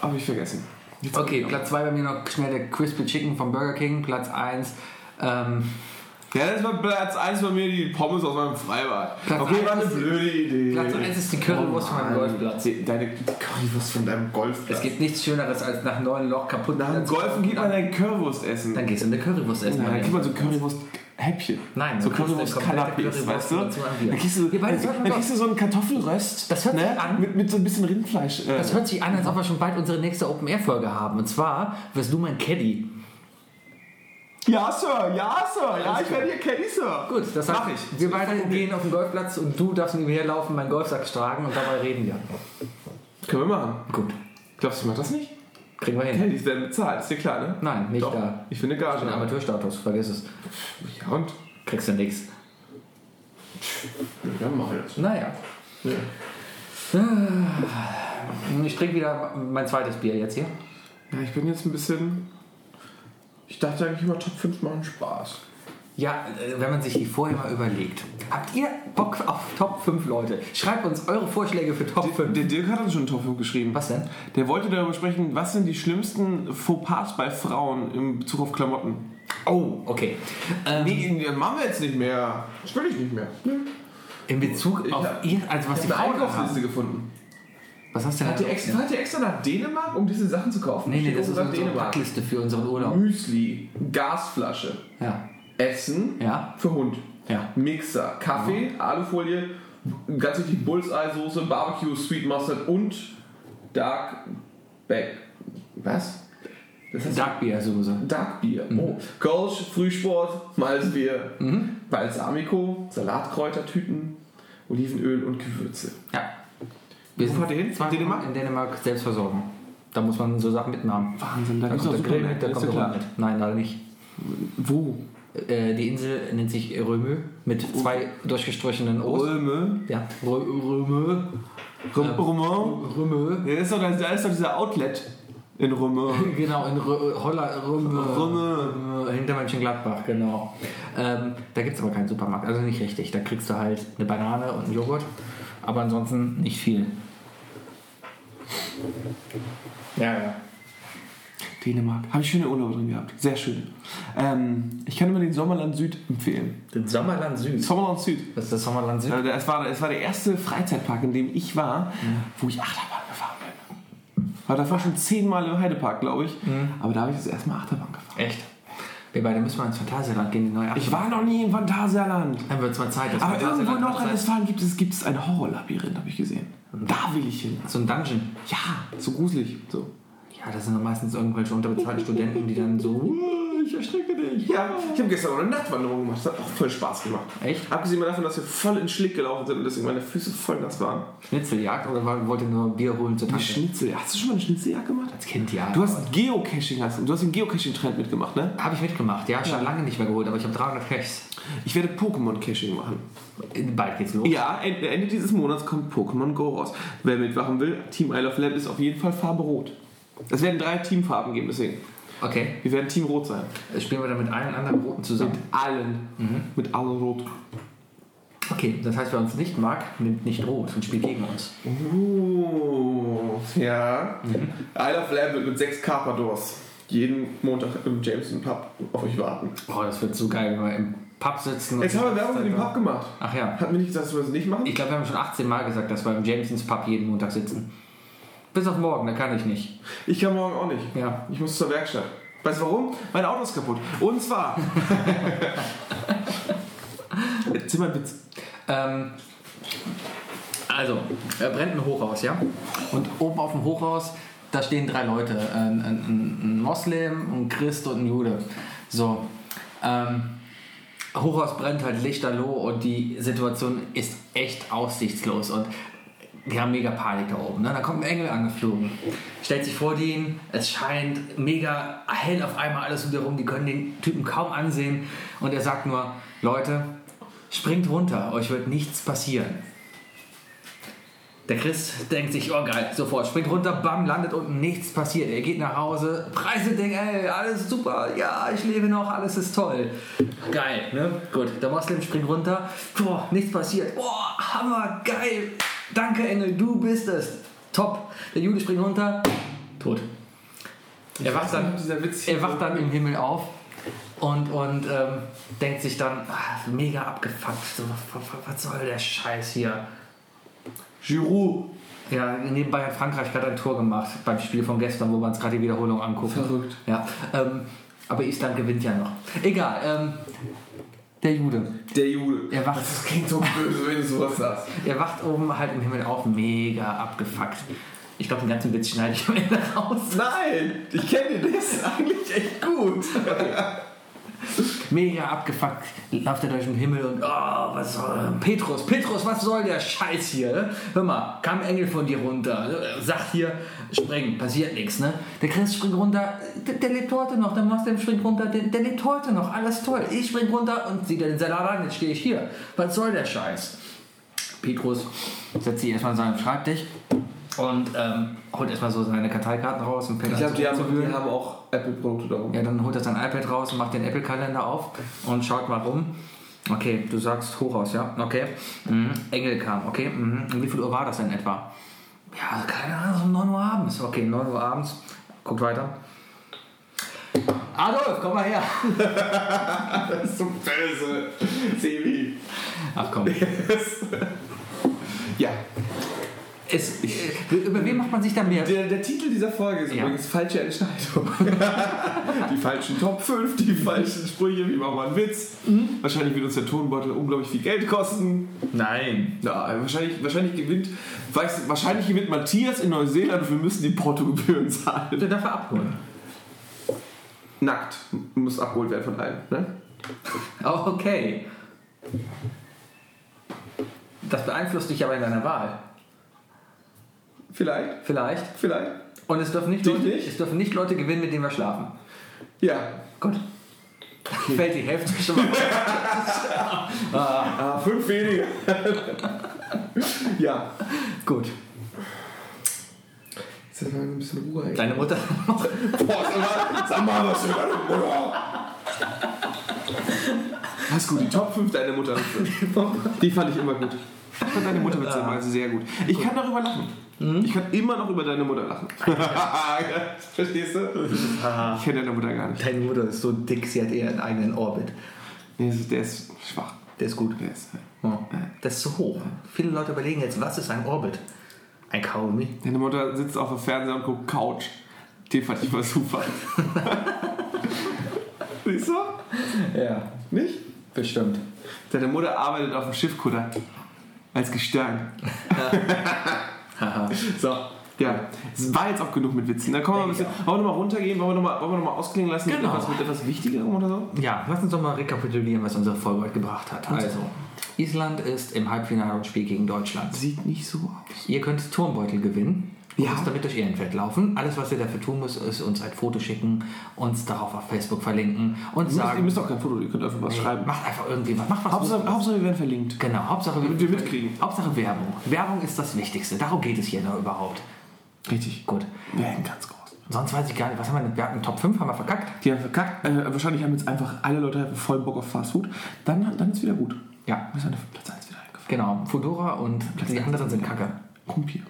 Speaker 3: habe ich vergessen. Jetzt
Speaker 1: Okay, Platz 2 bei mir noch schnell der Crispy Chicken von Burger King. Platz 1. Ähm,
Speaker 3: Ja, das war Platz 1 bei mir, die Pommes aus meinem Freibad.
Speaker 1: Platz
Speaker 3: okay, war eine
Speaker 1: eins ist-
Speaker 3: blöde Idee. Oh
Speaker 1: Platz 1 ist die Currywurst von meinem Golfplatz.
Speaker 3: Deine Currywurst von deinem Golfplatz.
Speaker 1: Es gibt nichts Schöneres als nach neun Loch kaputt.
Speaker 3: Nach dem Golfen geht man
Speaker 1: dann,
Speaker 3: ein Currywurst essen.
Speaker 1: dann gehst du eine Currywurst essen.
Speaker 3: Ja,
Speaker 1: mein
Speaker 3: dann
Speaker 1: Lieber.
Speaker 3: kriegt man Äh, so Currywurst Häppchen.
Speaker 1: Nein,
Speaker 3: so
Speaker 1: du kriegst eine
Speaker 3: Currywurst
Speaker 1: komplette
Speaker 3: Canapés, weißt du?
Speaker 1: Currywurst dazu an Bier.
Speaker 3: Dann kriegst du,
Speaker 1: Wir beide
Speaker 3: dann,
Speaker 1: sollten
Speaker 3: dann
Speaker 1: doch-
Speaker 3: kriegst du so einen Kartoffelröst
Speaker 1: Das hört sich
Speaker 3: ne?
Speaker 1: an-
Speaker 3: Mit, mit so ein bisschen Rindfleisch. äh,
Speaker 1: Das hört sich an, als ob wir schon bald unsere nächste Open-Air-Folge haben. Und zwar wirst du mein Caddy.
Speaker 3: Ja, Sir, ja, Sir, ja, ich werde hier Caddy, Sir.
Speaker 1: Gut, das heißt,
Speaker 3: Mach ich.
Speaker 1: wir beide gehen auf den Golfplatz und du darfst nebenher laufen, meinen Golfsack tragen und dabei reden wir.
Speaker 3: Können wir machen.
Speaker 1: Gut,
Speaker 3: Glaubst du, ich mach das nicht?
Speaker 1: kriegen wir hin.
Speaker 3: Caddies werden bezahlt, ist dir klar, ne?
Speaker 1: Nein, nicht
Speaker 3: Doch,
Speaker 1: da.
Speaker 3: ich finde
Speaker 1: Ein
Speaker 3: Gage.
Speaker 1: Amateurstatus, vergiss es.
Speaker 3: Ja, und?
Speaker 1: Kriegst du nix.
Speaker 3: Ja, mach ich das.
Speaker 1: Naja. Ich trinke wieder mein zweites Bier jetzt hier.
Speaker 3: Ja, ich bin jetzt ein bisschen. Ich dachte eigentlich immer, Top 5 machen Spaß.
Speaker 1: Ja, äh, wenn man sich die vorher mal überlegt. Habt ihr Bock auf Top 5 Leute? Schreibt uns eure Vorschläge für Top 5.
Speaker 3: Der Dirk hat uns schon einen Top 5 geschrieben.
Speaker 1: Was denn?
Speaker 3: Der wollte darüber sprechen, was sind die schlimmsten Fauxpas bei Frauen im Bezug auf Klamotten.
Speaker 1: Oh, okay. Ähm,
Speaker 3: Nee, das machen wir jetzt nicht mehr. Das will ich nicht mehr.
Speaker 1: in Bezug auf
Speaker 3: hab-
Speaker 1: ihr, also was die
Speaker 3: Ich habe
Speaker 1: Frauen
Speaker 3: eine
Speaker 1: haben.
Speaker 3: Einkaufsliste gefunden.
Speaker 1: Was hast du denn
Speaker 3: Hat der extra, hat der extra nach Dänemark, um diese Sachen zu kaufen?
Speaker 1: Nee, nee,
Speaker 3: Steht
Speaker 1: das
Speaker 3: oben
Speaker 1: ist unsere Packliste für unseren Urlaub.
Speaker 3: Müsli, Gasflasche,
Speaker 1: Ja.
Speaker 3: Essen
Speaker 1: Ja.
Speaker 3: für Hund,
Speaker 1: Ja.
Speaker 3: Mixer, Kaffee, Alufolie, ganz wichtig Bullseye-Soße, Barbecue, Sweet Mustard und Dark Back. Was? Das heißt
Speaker 1: Dark Beer sowieso.
Speaker 3: Dark Bier. Oh. Kölsch, Frühsport, Malzbier,
Speaker 1: Mhm.
Speaker 3: Balsamico, Salatkräutertüten, Olivenöl und Gewürze.
Speaker 1: Ja. Wir
Speaker 3: Wo
Speaker 1: sind
Speaker 3: fahrt ihr hin?
Speaker 1: zwei Wochen
Speaker 3: Dänemark?
Speaker 1: in Dänemark Selbstversorgung. Da muss man so Sachen mitnehmen.
Speaker 3: Wahnsinn, da
Speaker 1: Da
Speaker 3: gibt's
Speaker 1: kommt der
Speaker 3: auch
Speaker 1: Grill mit,
Speaker 3: Supermärkte,
Speaker 1: da kommt
Speaker 3: ist
Speaker 1: der
Speaker 3: ja
Speaker 1: Rum mit. Nein, leider nicht.
Speaker 3: Wo?
Speaker 1: Äh, die Insel nennt sich Römö mit zwei durchgestrichenen O's.
Speaker 3: Ulme.
Speaker 1: Ja, Rö- Römö.
Speaker 3: Rum- Romain.
Speaker 1: Römö.
Speaker 3: Ja, da, ist doch, da ist doch dieser Outlet in Rumme.
Speaker 1: Genau, in Rö- Holla, Römö.
Speaker 3: Rumme.
Speaker 1: Römö, Hinter Mönchengladbach, genau. Ähm, da gibt es aber keinen Supermarkt, also nicht richtig. Da kriegst du halt eine Banane und einen Joghurt, aber ansonsten nicht viel. Ja, ja.
Speaker 3: Dänemark. Habe ich schöne Urlaube drin gehabt. Sehr schön. Ähm, ich kann immer den Sommerland Süd empfehlen.
Speaker 1: Den Sommerland Süd.
Speaker 3: Sommerland Süd.
Speaker 1: Das ist das Sommerland Süd.
Speaker 3: Äh, Es war, es war der erste Freizeitpark, in dem ich war, wo ich Achterbahn gefahren bin. War davor schon zehnmal im Heidepark, glaube ich.
Speaker 1: Mhm.
Speaker 3: Aber da habe ich das erste Mal Achterbahn gefahren.
Speaker 1: Echt? Wir beide müssen mal ins Phantasialand gehen, die neue
Speaker 3: Ich war noch nie im Phantasialand.
Speaker 1: Dann wird es mal Zeit. dass
Speaker 3: Aber
Speaker 1: Phantasialand
Speaker 3: irgendwo in
Speaker 1: auch Zeit-
Speaker 3: Nordrhein-Westfalen gibt es, gibt es ein Horrorlabyrinth, habe ich gesehen.
Speaker 1: Mhm.
Speaker 3: Da will ich hin.
Speaker 1: So ein Dungeon.
Speaker 3: Ja, so gruselig. So.
Speaker 1: Ja, das sind doch meistens irgendwelche unterbezahlte Studenten, die dann so.
Speaker 3: Ich erschrecke dich. Ja, ich habe gestern auch eine Nachtwanderung gemacht. Das hat auch voll Spaß gemacht.
Speaker 1: Echt?
Speaker 3: Abgesehen davon, dass wir voll in Schlick gelaufen sind und deswegen meine Füße voll nass waren.
Speaker 1: Schnitzeljagd oder war- wollt ihr nur Bier holen zur
Speaker 3: Die
Speaker 1: Tasche?
Speaker 3: Schnitzel. Hast du schon mal eine Schnitzeljagd gemacht?
Speaker 1: Als Kind, ja.
Speaker 3: Du hast Geocaching, hast, du hast den Geocaching-Trend mitgemacht, ne?
Speaker 1: Habe ich mitgemacht, ja. Schon lange nicht mehr geholt, aber ich habe 300 Caches.
Speaker 3: Ich werde Pokémon-Caching machen.
Speaker 1: Bald geht's los.
Speaker 3: Ja, Ende, Ende dieses Monats kommt Pokémon Go raus. Wer mitmachen will, Team Isle of Lamp ist auf jeden Fall Farbe Rot. Es werden drei Teamfarben geben, deswegen.
Speaker 1: Okay,
Speaker 3: Wir werden Team Rot sein.
Speaker 1: spielen wir dann mit allen anderen Roten zusammen.
Speaker 3: Allen. Mit allen Rot.
Speaker 1: Okay, das heißt, wer uns nicht mag, nimmt nicht Rot und spielt gegen uns.
Speaker 3: Uh, ja. Isle of Lamp wird mit sechs Carpadors jeden Montag im Jameson Pub auf euch warten.
Speaker 1: Boah, das wird so geil, wenn wir im Pub sitzen. und-
Speaker 3: Jetzt haben wir Werbung für den Pub gemacht.
Speaker 1: Ach ja.
Speaker 3: Hat mir nicht gesagt, dass wir das nicht machen?
Speaker 1: Ich glaube, wir haben schon 18 Mal gesagt, dass wir im Jamesons Pub jeden Montag sitzen. Bis auf morgen, da kann ich nicht.
Speaker 3: Ich kann morgen auch nicht.
Speaker 1: Ja.
Speaker 3: Ich muss zur Werkstatt. Weißt du warum? Mein Auto ist kaputt. Und zwar. Zimmerwitz.
Speaker 1: Ähm, also, er brennt ein Hochhaus, ja? Und oben auf dem Hochhaus, da stehen drei Leute. Ein, ein, ein ein Moslem, ein Christ und ein Jude. So. Ähm, Hochhaus brennt halt lichterloh und die Situation ist echt aussichtslos. Und die haben mega Panik da oben. Ne? Da kommt ein Engel angeflogen. Stellt sich vor denen, es scheint mega hell auf einmal alles um die rum. Die können den Typen kaum ansehen. Und er sagt nur, Leute, springt runter, euch wird nichts passieren. Der Chris denkt sich, oh geil, sofort, springt runter, bam, landet unten, nichts passiert. Er geht nach Hause, preiselt, denkt, ey, alles super, ja, ich lebe noch, alles ist toll. Geil, ne? Gut, der Moslem springt runter, boah, nichts passiert, boah, Hammer, geil, danke Engel, du bist es, top. Der Jude springt runter, tot. Er wacht dann,
Speaker 3: Dieser Witz
Speaker 1: er wacht dann im Himmel auf und, und ähm, denkt sich dann, ah, mega abgefuckt, so, was, was soll der Scheiß hier?
Speaker 3: Giroud.
Speaker 1: Ja, nebenbei hat Frankreich gerade ein Tor gemacht beim Spiel von gestern, wo wir uns gerade die Wiederholung angucken.
Speaker 3: Verrückt.
Speaker 1: Ja, ähm, aber Island gewinnt ja noch. Egal. Ähm, Der Jude.
Speaker 3: Der Jude.
Speaker 1: Er wacht,
Speaker 3: Das klingt so böse, wenn du sowas sagst.
Speaker 1: er wacht oben halt im Himmel auf, mega abgefuckt. Ich glaube, den ganzen Witz schneide ich am Ende raus.
Speaker 3: Nein, ich kenne den, der ist eigentlich echt gut.
Speaker 1: Mega abgefuckt läuft er durch den Himmel und oh, was soll. Petrus, Petrus, was soll der Scheiß hier? ne? Hör mal, kam ein Engel von dir runter. ne? Sagt hier, spring, passiert nichts, ne? Der Christ springt runter, der, der lebt heute noch, der Moslem springt runter, der, der lebt heute noch, alles toll. Ich spring runter und sieht er den Salat an, jetzt stehe ich hier. Was soll der Scheiß? Petrus setzt sich erstmal an seinen Schreibtisch und ähm, holt erstmal so seine Karteikarten raus und fängt
Speaker 3: Ich
Speaker 1: an
Speaker 3: glaube,
Speaker 1: zu-
Speaker 3: die
Speaker 1: zu
Speaker 3: haben,
Speaker 1: wühlen.
Speaker 3: die haben auch Apple-Produkte da oben.
Speaker 1: Ja, dann holt er sein iPad raus und macht den Apple-Kalender auf und schaut mal rum. Okay, du sagst Hochhaus, ja? Okay. Mhm. Engel kam, okay. Mhm. Und wie viel Uhr war das denn etwa? Ja, keine Ahnung, so um 9 Uhr abends. Okay, 9 Uhr abends. Guckt weiter. Adolf, komm mal her.
Speaker 3: Das ist so böse. Sebi.
Speaker 1: Ach komm.
Speaker 3: Ja.
Speaker 1: Es, äh, über wen macht man sich da mehr?
Speaker 3: Der, der Titel dieser Folge ist
Speaker 1: Ja.
Speaker 3: übrigens falsche Entscheidung. die falschen Top 5, die falschen Sprüche, wie macht man einen Witz?
Speaker 2: Wahrscheinlich wird uns der Tonbeutel unglaublich viel Geld kosten.
Speaker 3: Nein.
Speaker 2: Ja, wahrscheinlich, wahrscheinlich gewinnt, weiß, wahrscheinlich gewinnt Matthias in Neuseeland und wir müssen die Portogebühren zahlen.
Speaker 1: Der darf er abholen.
Speaker 2: Nackt muss abgeholt werden von allen. Ne?
Speaker 1: Oh, Okay. Das beeinflusst dich aber in deiner Wahl.
Speaker 3: Vielleicht,
Speaker 1: Vielleicht.
Speaker 3: vielleicht.
Speaker 1: Und es dürfen nicht,
Speaker 3: Dich
Speaker 1: Leute,
Speaker 3: nicht?
Speaker 1: Es dürfen nicht Leute gewinnen, mit denen wir schlafen.
Speaker 3: Ja.
Speaker 1: Gut. Fällt die Hälfte schon mal weg.
Speaker 3: Ah, fünf weniger. ja.
Speaker 1: Gut.
Speaker 3: Jetzt hat man ein bisschen Ruhe.
Speaker 1: Deine Mutter.
Speaker 3: Boah, sag mal, sag mal was für deine Mutter.
Speaker 2: Das ist gut, die Top 5 deiner Mutter. Die fand ich immer gut. Ah. Ich fand deine Mutter mit sehr, sehr gut. Ich kann darüber lachen. Ich kann immer noch über deine Mutter lachen.
Speaker 3: Verstehst du?
Speaker 2: Ich kenne deine Mutter gar nicht.
Speaker 1: Deine Mutter ist so dick, sie hat eher einen eigenen Orbit.
Speaker 2: Nee, das ist- der ist schwach.
Speaker 1: Der ist gut.
Speaker 2: Der ist, halt-
Speaker 1: Ja. Das ist zu hoch. Viele Leute überlegen jetzt, was ist ein Orbit? Ein Kaugummi.
Speaker 2: deine Mutter sitzt auf dem Fernseher und guckt Couch. Den fand ich immer super. Siehst du?
Speaker 1: Ja,
Speaker 2: Nicht?
Speaker 1: bestimmt.
Speaker 2: Deine Mutter arbeitet auf dem Schiffkutter. Als Gestern. so. Ja, es war jetzt auch genug mit Witzen. Dann kommen wir ein bisschen. Wollen wir nochmal runtergehen? Wollen wir nochmal noch mal ausklingen lassen mit,
Speaker 1: Genau.
Speaker 2: etwas, mit etwas Wichtigerem oder so?
Speaker 1: Ja, lass uns doch mal rekapitulieren, was unsere Folge heute gebracht hat. Also, Island ist im Halbfinale-Spiel gegen Deutschland.
Speaker 2: Sieht nicht so aus.
Speaker 1: Ihr könnt Turmbeutel gewinnen. Ihr
Speaker 2: Ja.
Speaker 1: müsst damit durch Ehrenfeld laufen. Alles, was ihr dafür tun müsst, ist uns ein Foto schicken, uns darauf auf Facebook verlinken und
Speaker 2: Ihr
Speaker 1: sagen,
Speaker 2: müsst auch kein Foto, ihr könnt einfach was schreiben.
Speaker 1: macht einfach irgendwie was. Macht was
Speaker 2: Hauptsache, Hauptsache, wir werden verlinkt.
Speaker 1: Genau, Hauptsache,
Speaker 2: Damit wir mitkriegen.
Speaker 1: Hauptsache Werbung. Werbung ist das Wichtigste. Darum geht es hier noch überhaupt.
Speaker 2: Richtig.
Speaker 1: Gut.
Speaker 2: Wir werden ganz groß.
Speaker 1: Sonst weiß ich gar nicht, was haben wir denn? Wir hatten Top 5, haben wir verkackt?
Speaker 2: Die haben verkackt. Äh, wahrscheinlich haben jetzt einfach alle Leute voll Bock auf Fast Food. Dann, dann ist wieder gut.
Speaker 1: Ja,
Speaker 2: Mir ist eine Platz 1 wieder eingefallen.
Speaker 1: genau. Fudora und die anderen sind kacke.
Speaker 2: Kumpier.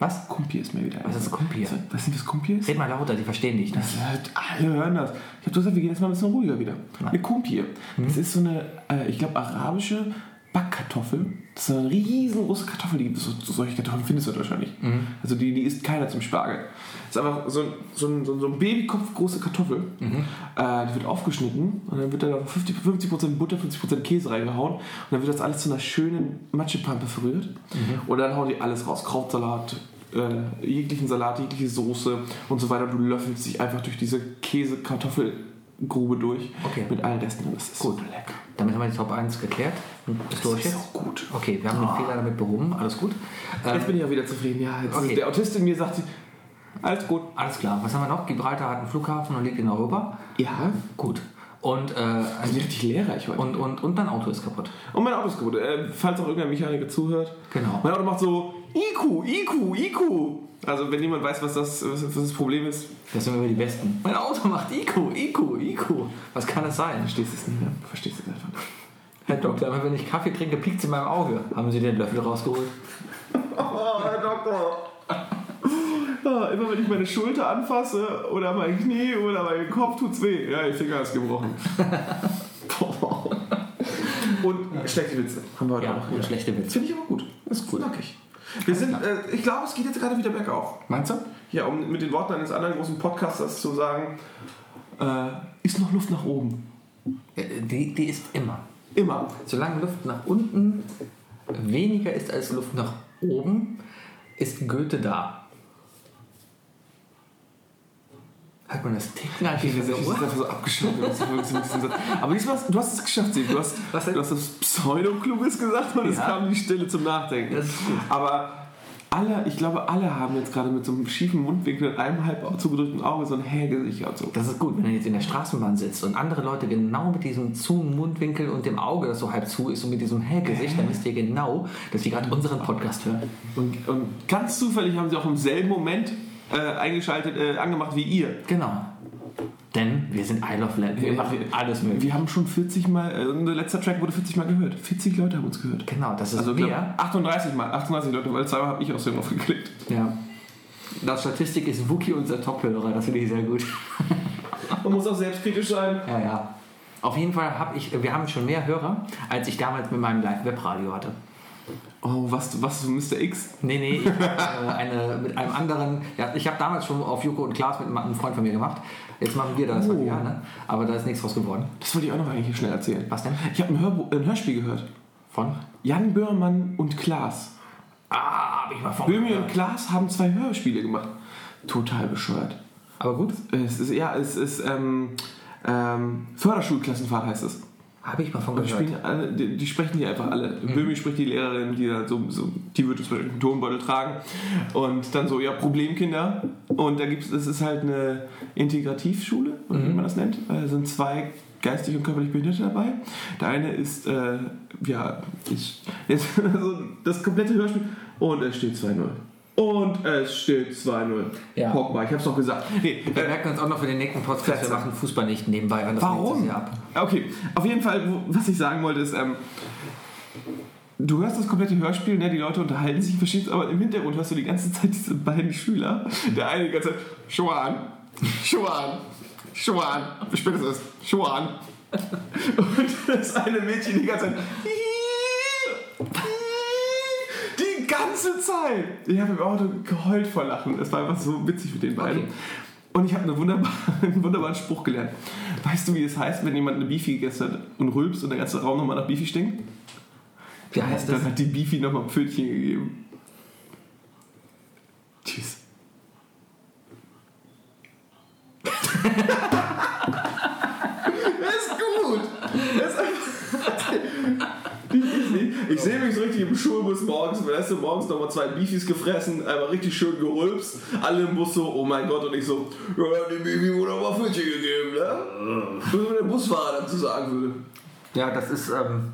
Speaker 1: Was?
Speaker 2: Kumpier ist mir wieder
Speaker 1: Was ist Kumpier?
Speaker 2: So, Weißt du, was Kumpier ist?
Speaker 1: Red mal lauter, die verstehen dich. Ne?
Speaker 2: Das hört, halt alle hören das. Ich habe gesagt, wir gehen jetzt mal ein bisschen ruhiger wieder. Eine Kumpir. Das ist so eine, äh, ich glaube, arabische Backkartoffel. Das ist eine riesengroße Kartoffel. Die, so, so solche Kartoffeln findest du wahrscheinlich. Also die, die isst keiner zum Spargel. Das ist einfach so, ein- so, ein- so, ein- so ein Babykopf große Kartoffel. Äh, die wird aufgeschnitten und dann wird da noch 50, 50% Butter, 50% Käse reingehauen. Und dann wird das alles zu einer schönen Matschepampe verrührt. Und dann hauen die alles raus. Krautsalat, äh, jeglichen Salat, jegliche Soße und so weiter. Du löffelst dich einfach durch diese Käse-Kartoffelgrube durch
Speaker 1: Okay.
Speaker 2: mit allen Resten. Und Das ist
Speaker 1: Gut.
Speaker 2: so lecker.
Speaker 1: Damit haben wir die Top 1 geklärt. Bist du
Speaker 2: Das
Speaker 1: durch
Speaker 2: ist
Speaker 1: jetzt?
Speaker 2: so gut.
Speaker 1: Okay, wir haben einen Fehler damit behoben. Alles gut. Ähm,
Speaker 2: Jetzt bin ich auch wieder zufrieden. Ja, jetzt
Speaker 1: Okay.
Speaker 2: der Autist in mir sagt, alles gut.
Speaker 1: alles klar. Was haben wir noch? Gibraltar hat einen Flughafen und liegt in Europa.
Speaker 2: Ja,
Speaker 1: Gut. Und, äh,
Speaker 2: also richtig lehrreich heute. Und,
Speaker 1: und, und, und dein Auto ist kaputt.
Speaker 2: mein Auto ist kaputt. Äh, falls auch irgendein Mechaniker zuhört.
Speaker 1: Genau.
Speaker 2: Mein Auto macht so IQ, IQ, IQ. Also wenn jemand weiß, was das, was was das Problem ist,
Speaker 1: Das sind immer die Besten. Mein Auto macht IQ, IQ, IQ. Was kann das sein?
Speaker 2: verstehst du es nicht mehr. Verstehst du es einfach nicht.
Speaker 1: Herr Doktor, immer wenn ich Kaffee trinke, piekt es in meinem Auge. Haben Sie den Löffel rausgeholt?
Speaker 2: Ja, immer wenn ich meine Schulter anfasse oder mein Knie oder meinen Kopf tut's weh. Ja, der Finger ist gebrochen. Boah. Und schlechte Witze haben wir heute
Speaker 1: Ja,
Speaker 2: auch
Speaker 1: und
Speaker 2: noch.
Speaker 1: schlechte Witze.
Speaker 2: Finde ich aber gut. Das ist cool. Knackig. Wir sind, äh, ich glaube, es geht jetzt gerade wieder bergauf.
Speaker 1: Meinst du?
Speaker 2: Ja, um mit den Worten eines anderen großen Podcasters zu sagen, äh, ist noch Luft nach oben.
Speaker 1: Äh, Die, die ist immer.
Speaker 2: Immer.
Speaker 1: Solange Luft nach unten weniger ist als Luft nach oben, ist Goethe da. Hört man das Ticken an
Speaker 2: Okay, das ist Also einfach so abgeschafft. Das ist wirklich so ein bisschen so- Aber diesmal, hast- du hast es geschafft, Steve. Du hast,
Speaker 1: Was denn?
Speaker 2: du hast das Pseudokluges gesagt und es
Speaker 1: Ja.
Speaker 2: kam die Stille zum Nachdenken.
Speaker 1: Das ist gut.
Speaker 2: Aber alle, ich glaube, alle haben jetzt gerade mit so einem schiefen Mundwinkel und einem halb zugedrückten Auge so ein Hägesicht so.
Speaker 1: Das ist gut, wenn du jetzt in der Straßenbahn sitzt und andere Leute genau mit diesem zu Mundwinkel und dem Auge, das so halb zu ist und mit diesem Hellgesicht, dann wisst ihr genau, dass die gerade unseren Podcast hören.
Speaker 2: Und, und ganz zufällig haben sie auch im selben Moment äh, eingeschaltet, äh, angemacht wie ihr.
Speaker 1: Genau. Denn wir sind I Love Land. Wir
Speaker 2: Ja,
Speaker 1: machen
Speaker 2: wir-
Speaker 1: alles möglich.
Speaker 2: Wir haben schon 40 Mal, äh, unser letzter Track wurde 40 Mal gehört. 40 Leute haben uns gehört.
Speaker 1: Genau, das ist
Speaker 2: Also ich glaub,
Speaker 1: mehr.
Speaker 2: 38 Mal, 38 Leute, weil zweimal habe ich aus dem aufgeklickt.
Speaker 1: Ja. Laut Statistik ist Wookie unser Top-Hörer, das finde ich sehr gut.
Speaker 3: Man muss auch selbstkritisch sein.
Speaker 1: Ja, ja. Auf jeden Fall habe ich, wir haben schon mehr Hörer, als ich damals mit meinem Live-Web-Radio hatte.
Speaker 2: Oh, was, was, Mr. X?
Speaker 1: Nee, nee, ich, äh, eine, mit einem anderen. Ja, ich habe damals schon auf Joko und Klaas mit einem Freund von mir gemacht. Jetzt machen wir das, ja, ne? aber da ist nichts draus geworden.
Speaker 2: Das wollte ich auch noch eigentlich schnell erzählen.
Speaker 1: Was denn?
Speaker 2: Ich habe ein, Hörbu- ein Hörspiel gehört.
Speaker 1: Von?
Speaker 2: Jan Böhmermann und Klaas.
Speaker 1: Ah, hab ich mal von.
Speaker 2: Böhmi und Klaas haben zwei Hörspiele gemacht. Total bescheuert.
Speaker 1: Aber gut,
Speaker 2: Es ist, ja, es ist, ähm, ähm, Förderschulklassenfahrt heißt es.
Speaker 1: habe ich mal von
Speaker 2: Die,
Speaker 1: gehört. Mhm.
Speaker 2: spielen alle, die, die sprechen die einfach alle. Böhmi spricht die Lehrerin, die da so, so die würde zum Beispiel einen Tonbeutel tragen. Und dann so, ja, Problemkinder. Und da gibt es, es ist halt eine Integrativschule, oder
Speaker 1: Mhm.
Speaker 2: wie man das nennt. Äh, Da sind zwei geistig und körperlich Behinderte dabei. Der eine ist, äh, ja, ich, jetzt, also das komplette Hörspiel. Und es steht 2-0. Und es steht 2-0.
Speaker 1: Ja.
Speaker 2: Hock mal, ich hab's doch gesagt. Nee,
Speaker 1: Wir merken uns auch noch für den nächsten Podcast, wir
Speaker 2: Fetzer.
Speaker 1: machen Fußball nicht nebenbei. weil das nächstes
Speaker 2: Warum?
Speaker 1: Jahr ab.
Speaker 2: äh, Okay, auf jeden Fall, wo- was ich sagen wollte, ist, ähm, du hörst das komplette Hörspiel, ne? die Leute unterhalten sich, verschiedenes, aber im Hintergrund hörst du die ganze Zeit diese beiden Schüler. Der eine die ganze Zeit, Schwan, Schwan, Schwan, spätestens, Schwan. Und das eine Mädchen die ganze Zeit, die ganze Zeit. Ich habe im Auto geheult vor Lachen. Es war einfach so witzig mit den beiden.
Speaker 1: Okay.
Speaker 2: Und ich habe eine wunderbare, einen wunderbaren Spruch gelernt. Weißt du, wie es heißt, wenn jemand eine Beefy gegessen hat und rülpst und der ganze Raum nochmal nach Beefy stinkt?
Speaker 1: Wie heißt das?
Speaker 2: Dann hat die Beefy nochmal ein Pfötchen gegeben. Tschüss.
Speaker 3: Ist gut. Ist einfach- Ich- ich sehe mich so richtig im Schulbus morgens, weißt du, morgens nochmal zwei Beefies gefressen, einmal richtig schön gerülpst, alle im Bus so, oh mein Gott, und ich so, ja, die Beefy wurde aber Pfötchen gegeben, ne? Was mir der Busfahrer dazu sagen würde.
Speaker 1: Ja, das ist ähm,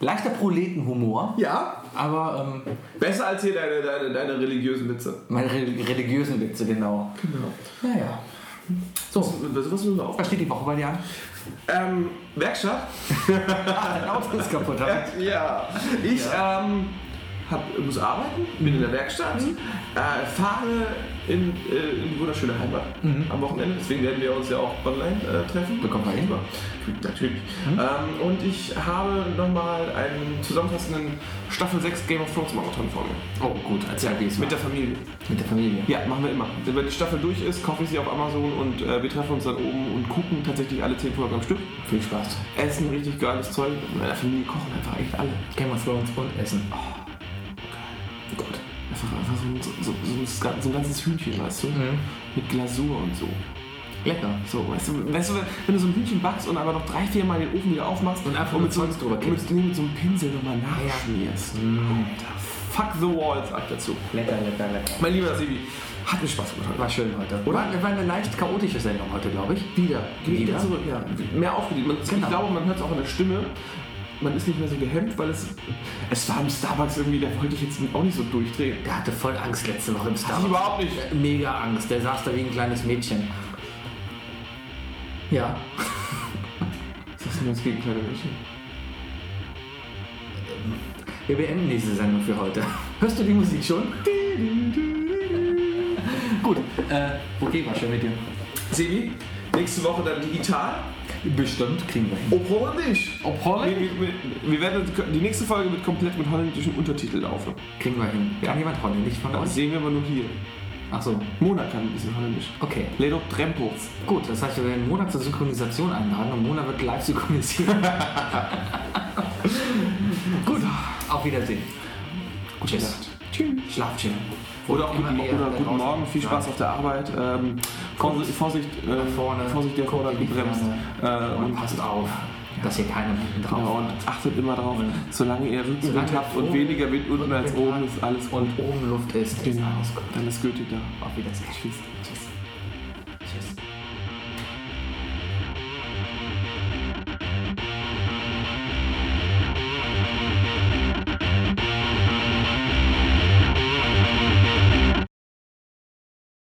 Speaker 1: leichter Proletenhumor,
Speaker 3: Ja,
Speaker 1: aber ähm,
Speaker 3: besser als hier deine, deine, deine religiösen Witze.
Speaker 1: meine re religiösen Witze, genau. Genau. Naja. So,
Speaker 3: Was, was Oh, müssen wir auf?
Speaker 1: was steht die Woche bei dir an?
Speaker 3: Ähm, Werkstatt?
Speaker 1: Dein Auto ist kaputt. hab ich-
Speaker 3: Ja, ich Ähm, hab, muss arbeiten, bin in der Werkstatt, äh, fahre in, äh, in die wunderschöne Heimat am Wochenende. Deswegen werden wir uns ja auch online äh, treffen.
Speaker 1: Bekommen wir hin.
Speaker 3: Natürlich. Ähm, und ich habe nochmal einen zusammenfassenden Staffel 6 Game of Thrones Marathon vor mir.
Speaker 1: Oh gut, erzähl wie es
Speaker 3: Mit
Speaker 1: war.
Speaker 3: der Familie.
Speaker 1: Mit der Familie.
Speaker 2: Ja, machen wir immer. Wenn die Staffel durch ist, kaufe ich sie auf Amazon und äh, wir treffen uns dann oben und gucken tatsächlich alle 10 Folgen am Stück.
Speaker 1: Viel Spaß.
Speaker 2: Essen richtig geiles Zeug. In meiner Familie kochen einfach echt alle.
Speaker 1: Game of Thrones und Essen.
Speaker 2: Gott. Einfach, einfach so, ein- so, so, so, ein- so ein ganzes Hühnchen, weißt du?
Speaker 1: Mhm.
Speaker 2: Mit Glasur und so.
Speaker 1: Lecker.
Speaker 2: So, weißt du, weißt du, wenn du so ein Hühnchen backst und aber noch drei, vier Mal den Ofen wieder aufmachst
Speaker 1: Und einfach
Speaker 2: mit so,
Speaker 1: mit Zeugs drüber Mhm.
Speaker 2: und mit, nee, mit so einem Pinsel nochmal nachschmierst. Alter, fuck the wall, sag ich dazu.
Speaker 1: Lecker, lecker, lecker.
Speaker 2: Mein lieber Sibi, hat mir Spaß gemacht.
Speaker 1: War schön heute. Oder? War, war eine leicht chaotische Sendung heute, glaube ich.
Speaker 2: Wieder, wieder
Speaker 1: Wieder?
Speaker 2: zurück, ja. Mehr aufgedreht. Man,
Speaker 1: Genau.
Speaker 2: Ich glaube, man hört es auch an der Stimme. Man ist nicht mehr so gehemmt, weil es. Es war im Starbucks irgendwie, da wollte ich jetzt auch nicht so durchdrehen.
Speaker 1: Der hatte voll Angst letzte Woche im
Speaker 2: Ich
Speaker 1: Starbucks.
Speaker 2: überhaupt nicht.
Speaker 1: Mega Angst. Der saß da wie ein kleines Mädchen. Ja.
Speaker 2: Was ist denn das gegen kleine Mädchen?
Speaker 1: Wir beenden diese Sendung für heute. Hörst du die Musik schon? Gut. Äh, okay, war schön mit dir.
Speaker 3: Sebi, nächste Woche dann digital.
Speaker 1: Bestimmt kriegen wir hin.
Speaker 3: Oh, holländisch.
Speaker 1: Ob Holland?
Speaker 2: Wir, wir, wir- wir werden die nächste Folge wird komplett mit holländischen Untertiteln laufen.
Speaker 1: Kriegen wir hin. Kann jemand Holländisch von
Speaker 2: Das
Speaker 1: euch?
Speaker 2: sehen wir aber nur hier.
Speaker 1: Achso,
Speaker 2: Mona kann ein bisschen holländisch.
Speaker 1: okay.
Speaker 2: Ledok Trempels.
Speaker 1: Gut, das heißt, wir werden Mona zur Synchronisation einladen und Mona wird live synchronisieren. Gut, auf Wiedersehen. Gute Tschüss. Tschüss. Schlaft schön.
Speaker 2: Oder auch
Speaker 1: Immer
Speaker 2: guten, Mo-
Speaker 1: eher
Speaker 2: oder
Speaker 1: da
Speaker 2: guten
Speaker 1: draußen.
Speaker 2: Morgen, viel Spaß auf der Arbeit. Ähm, Vorsicht, Vorsicht, äh,
Speaker 1: vorne.
Speaker 2: Vorsicht, der
Speaker 1: Guckt
Speaker 2: Vorder
Speaker 1: in die
Speaker 2: gebremst. Äh,
Speaker 1: Und
Speaker 2: und,
Speaker 1: passt auf, dass hier keiner hinten
Speaker 2: ja,
Speaker 1: drauf
Speaker 2: und achtet immer darauf,
Speaker 1: Und-
Speaker 2: solange ihr Rückenwind
Speaker 1: Solange
Speaker 2: habt und
Speaker 1: oben-
Speaker 2: weniger Wind unten als
Speaker 1: Rückenwind
Speaker 2: oben ist alles
Speaker 1: und oben Luft ist, ist
Speaker 2: Genau,
Speaker 1: alles gut.
Speaker 2: dann ist Goethe da.
Speaker 1: Auf Wiedersehen.
Speaker 2: Tschüss.
Speaker 1: Tschüss.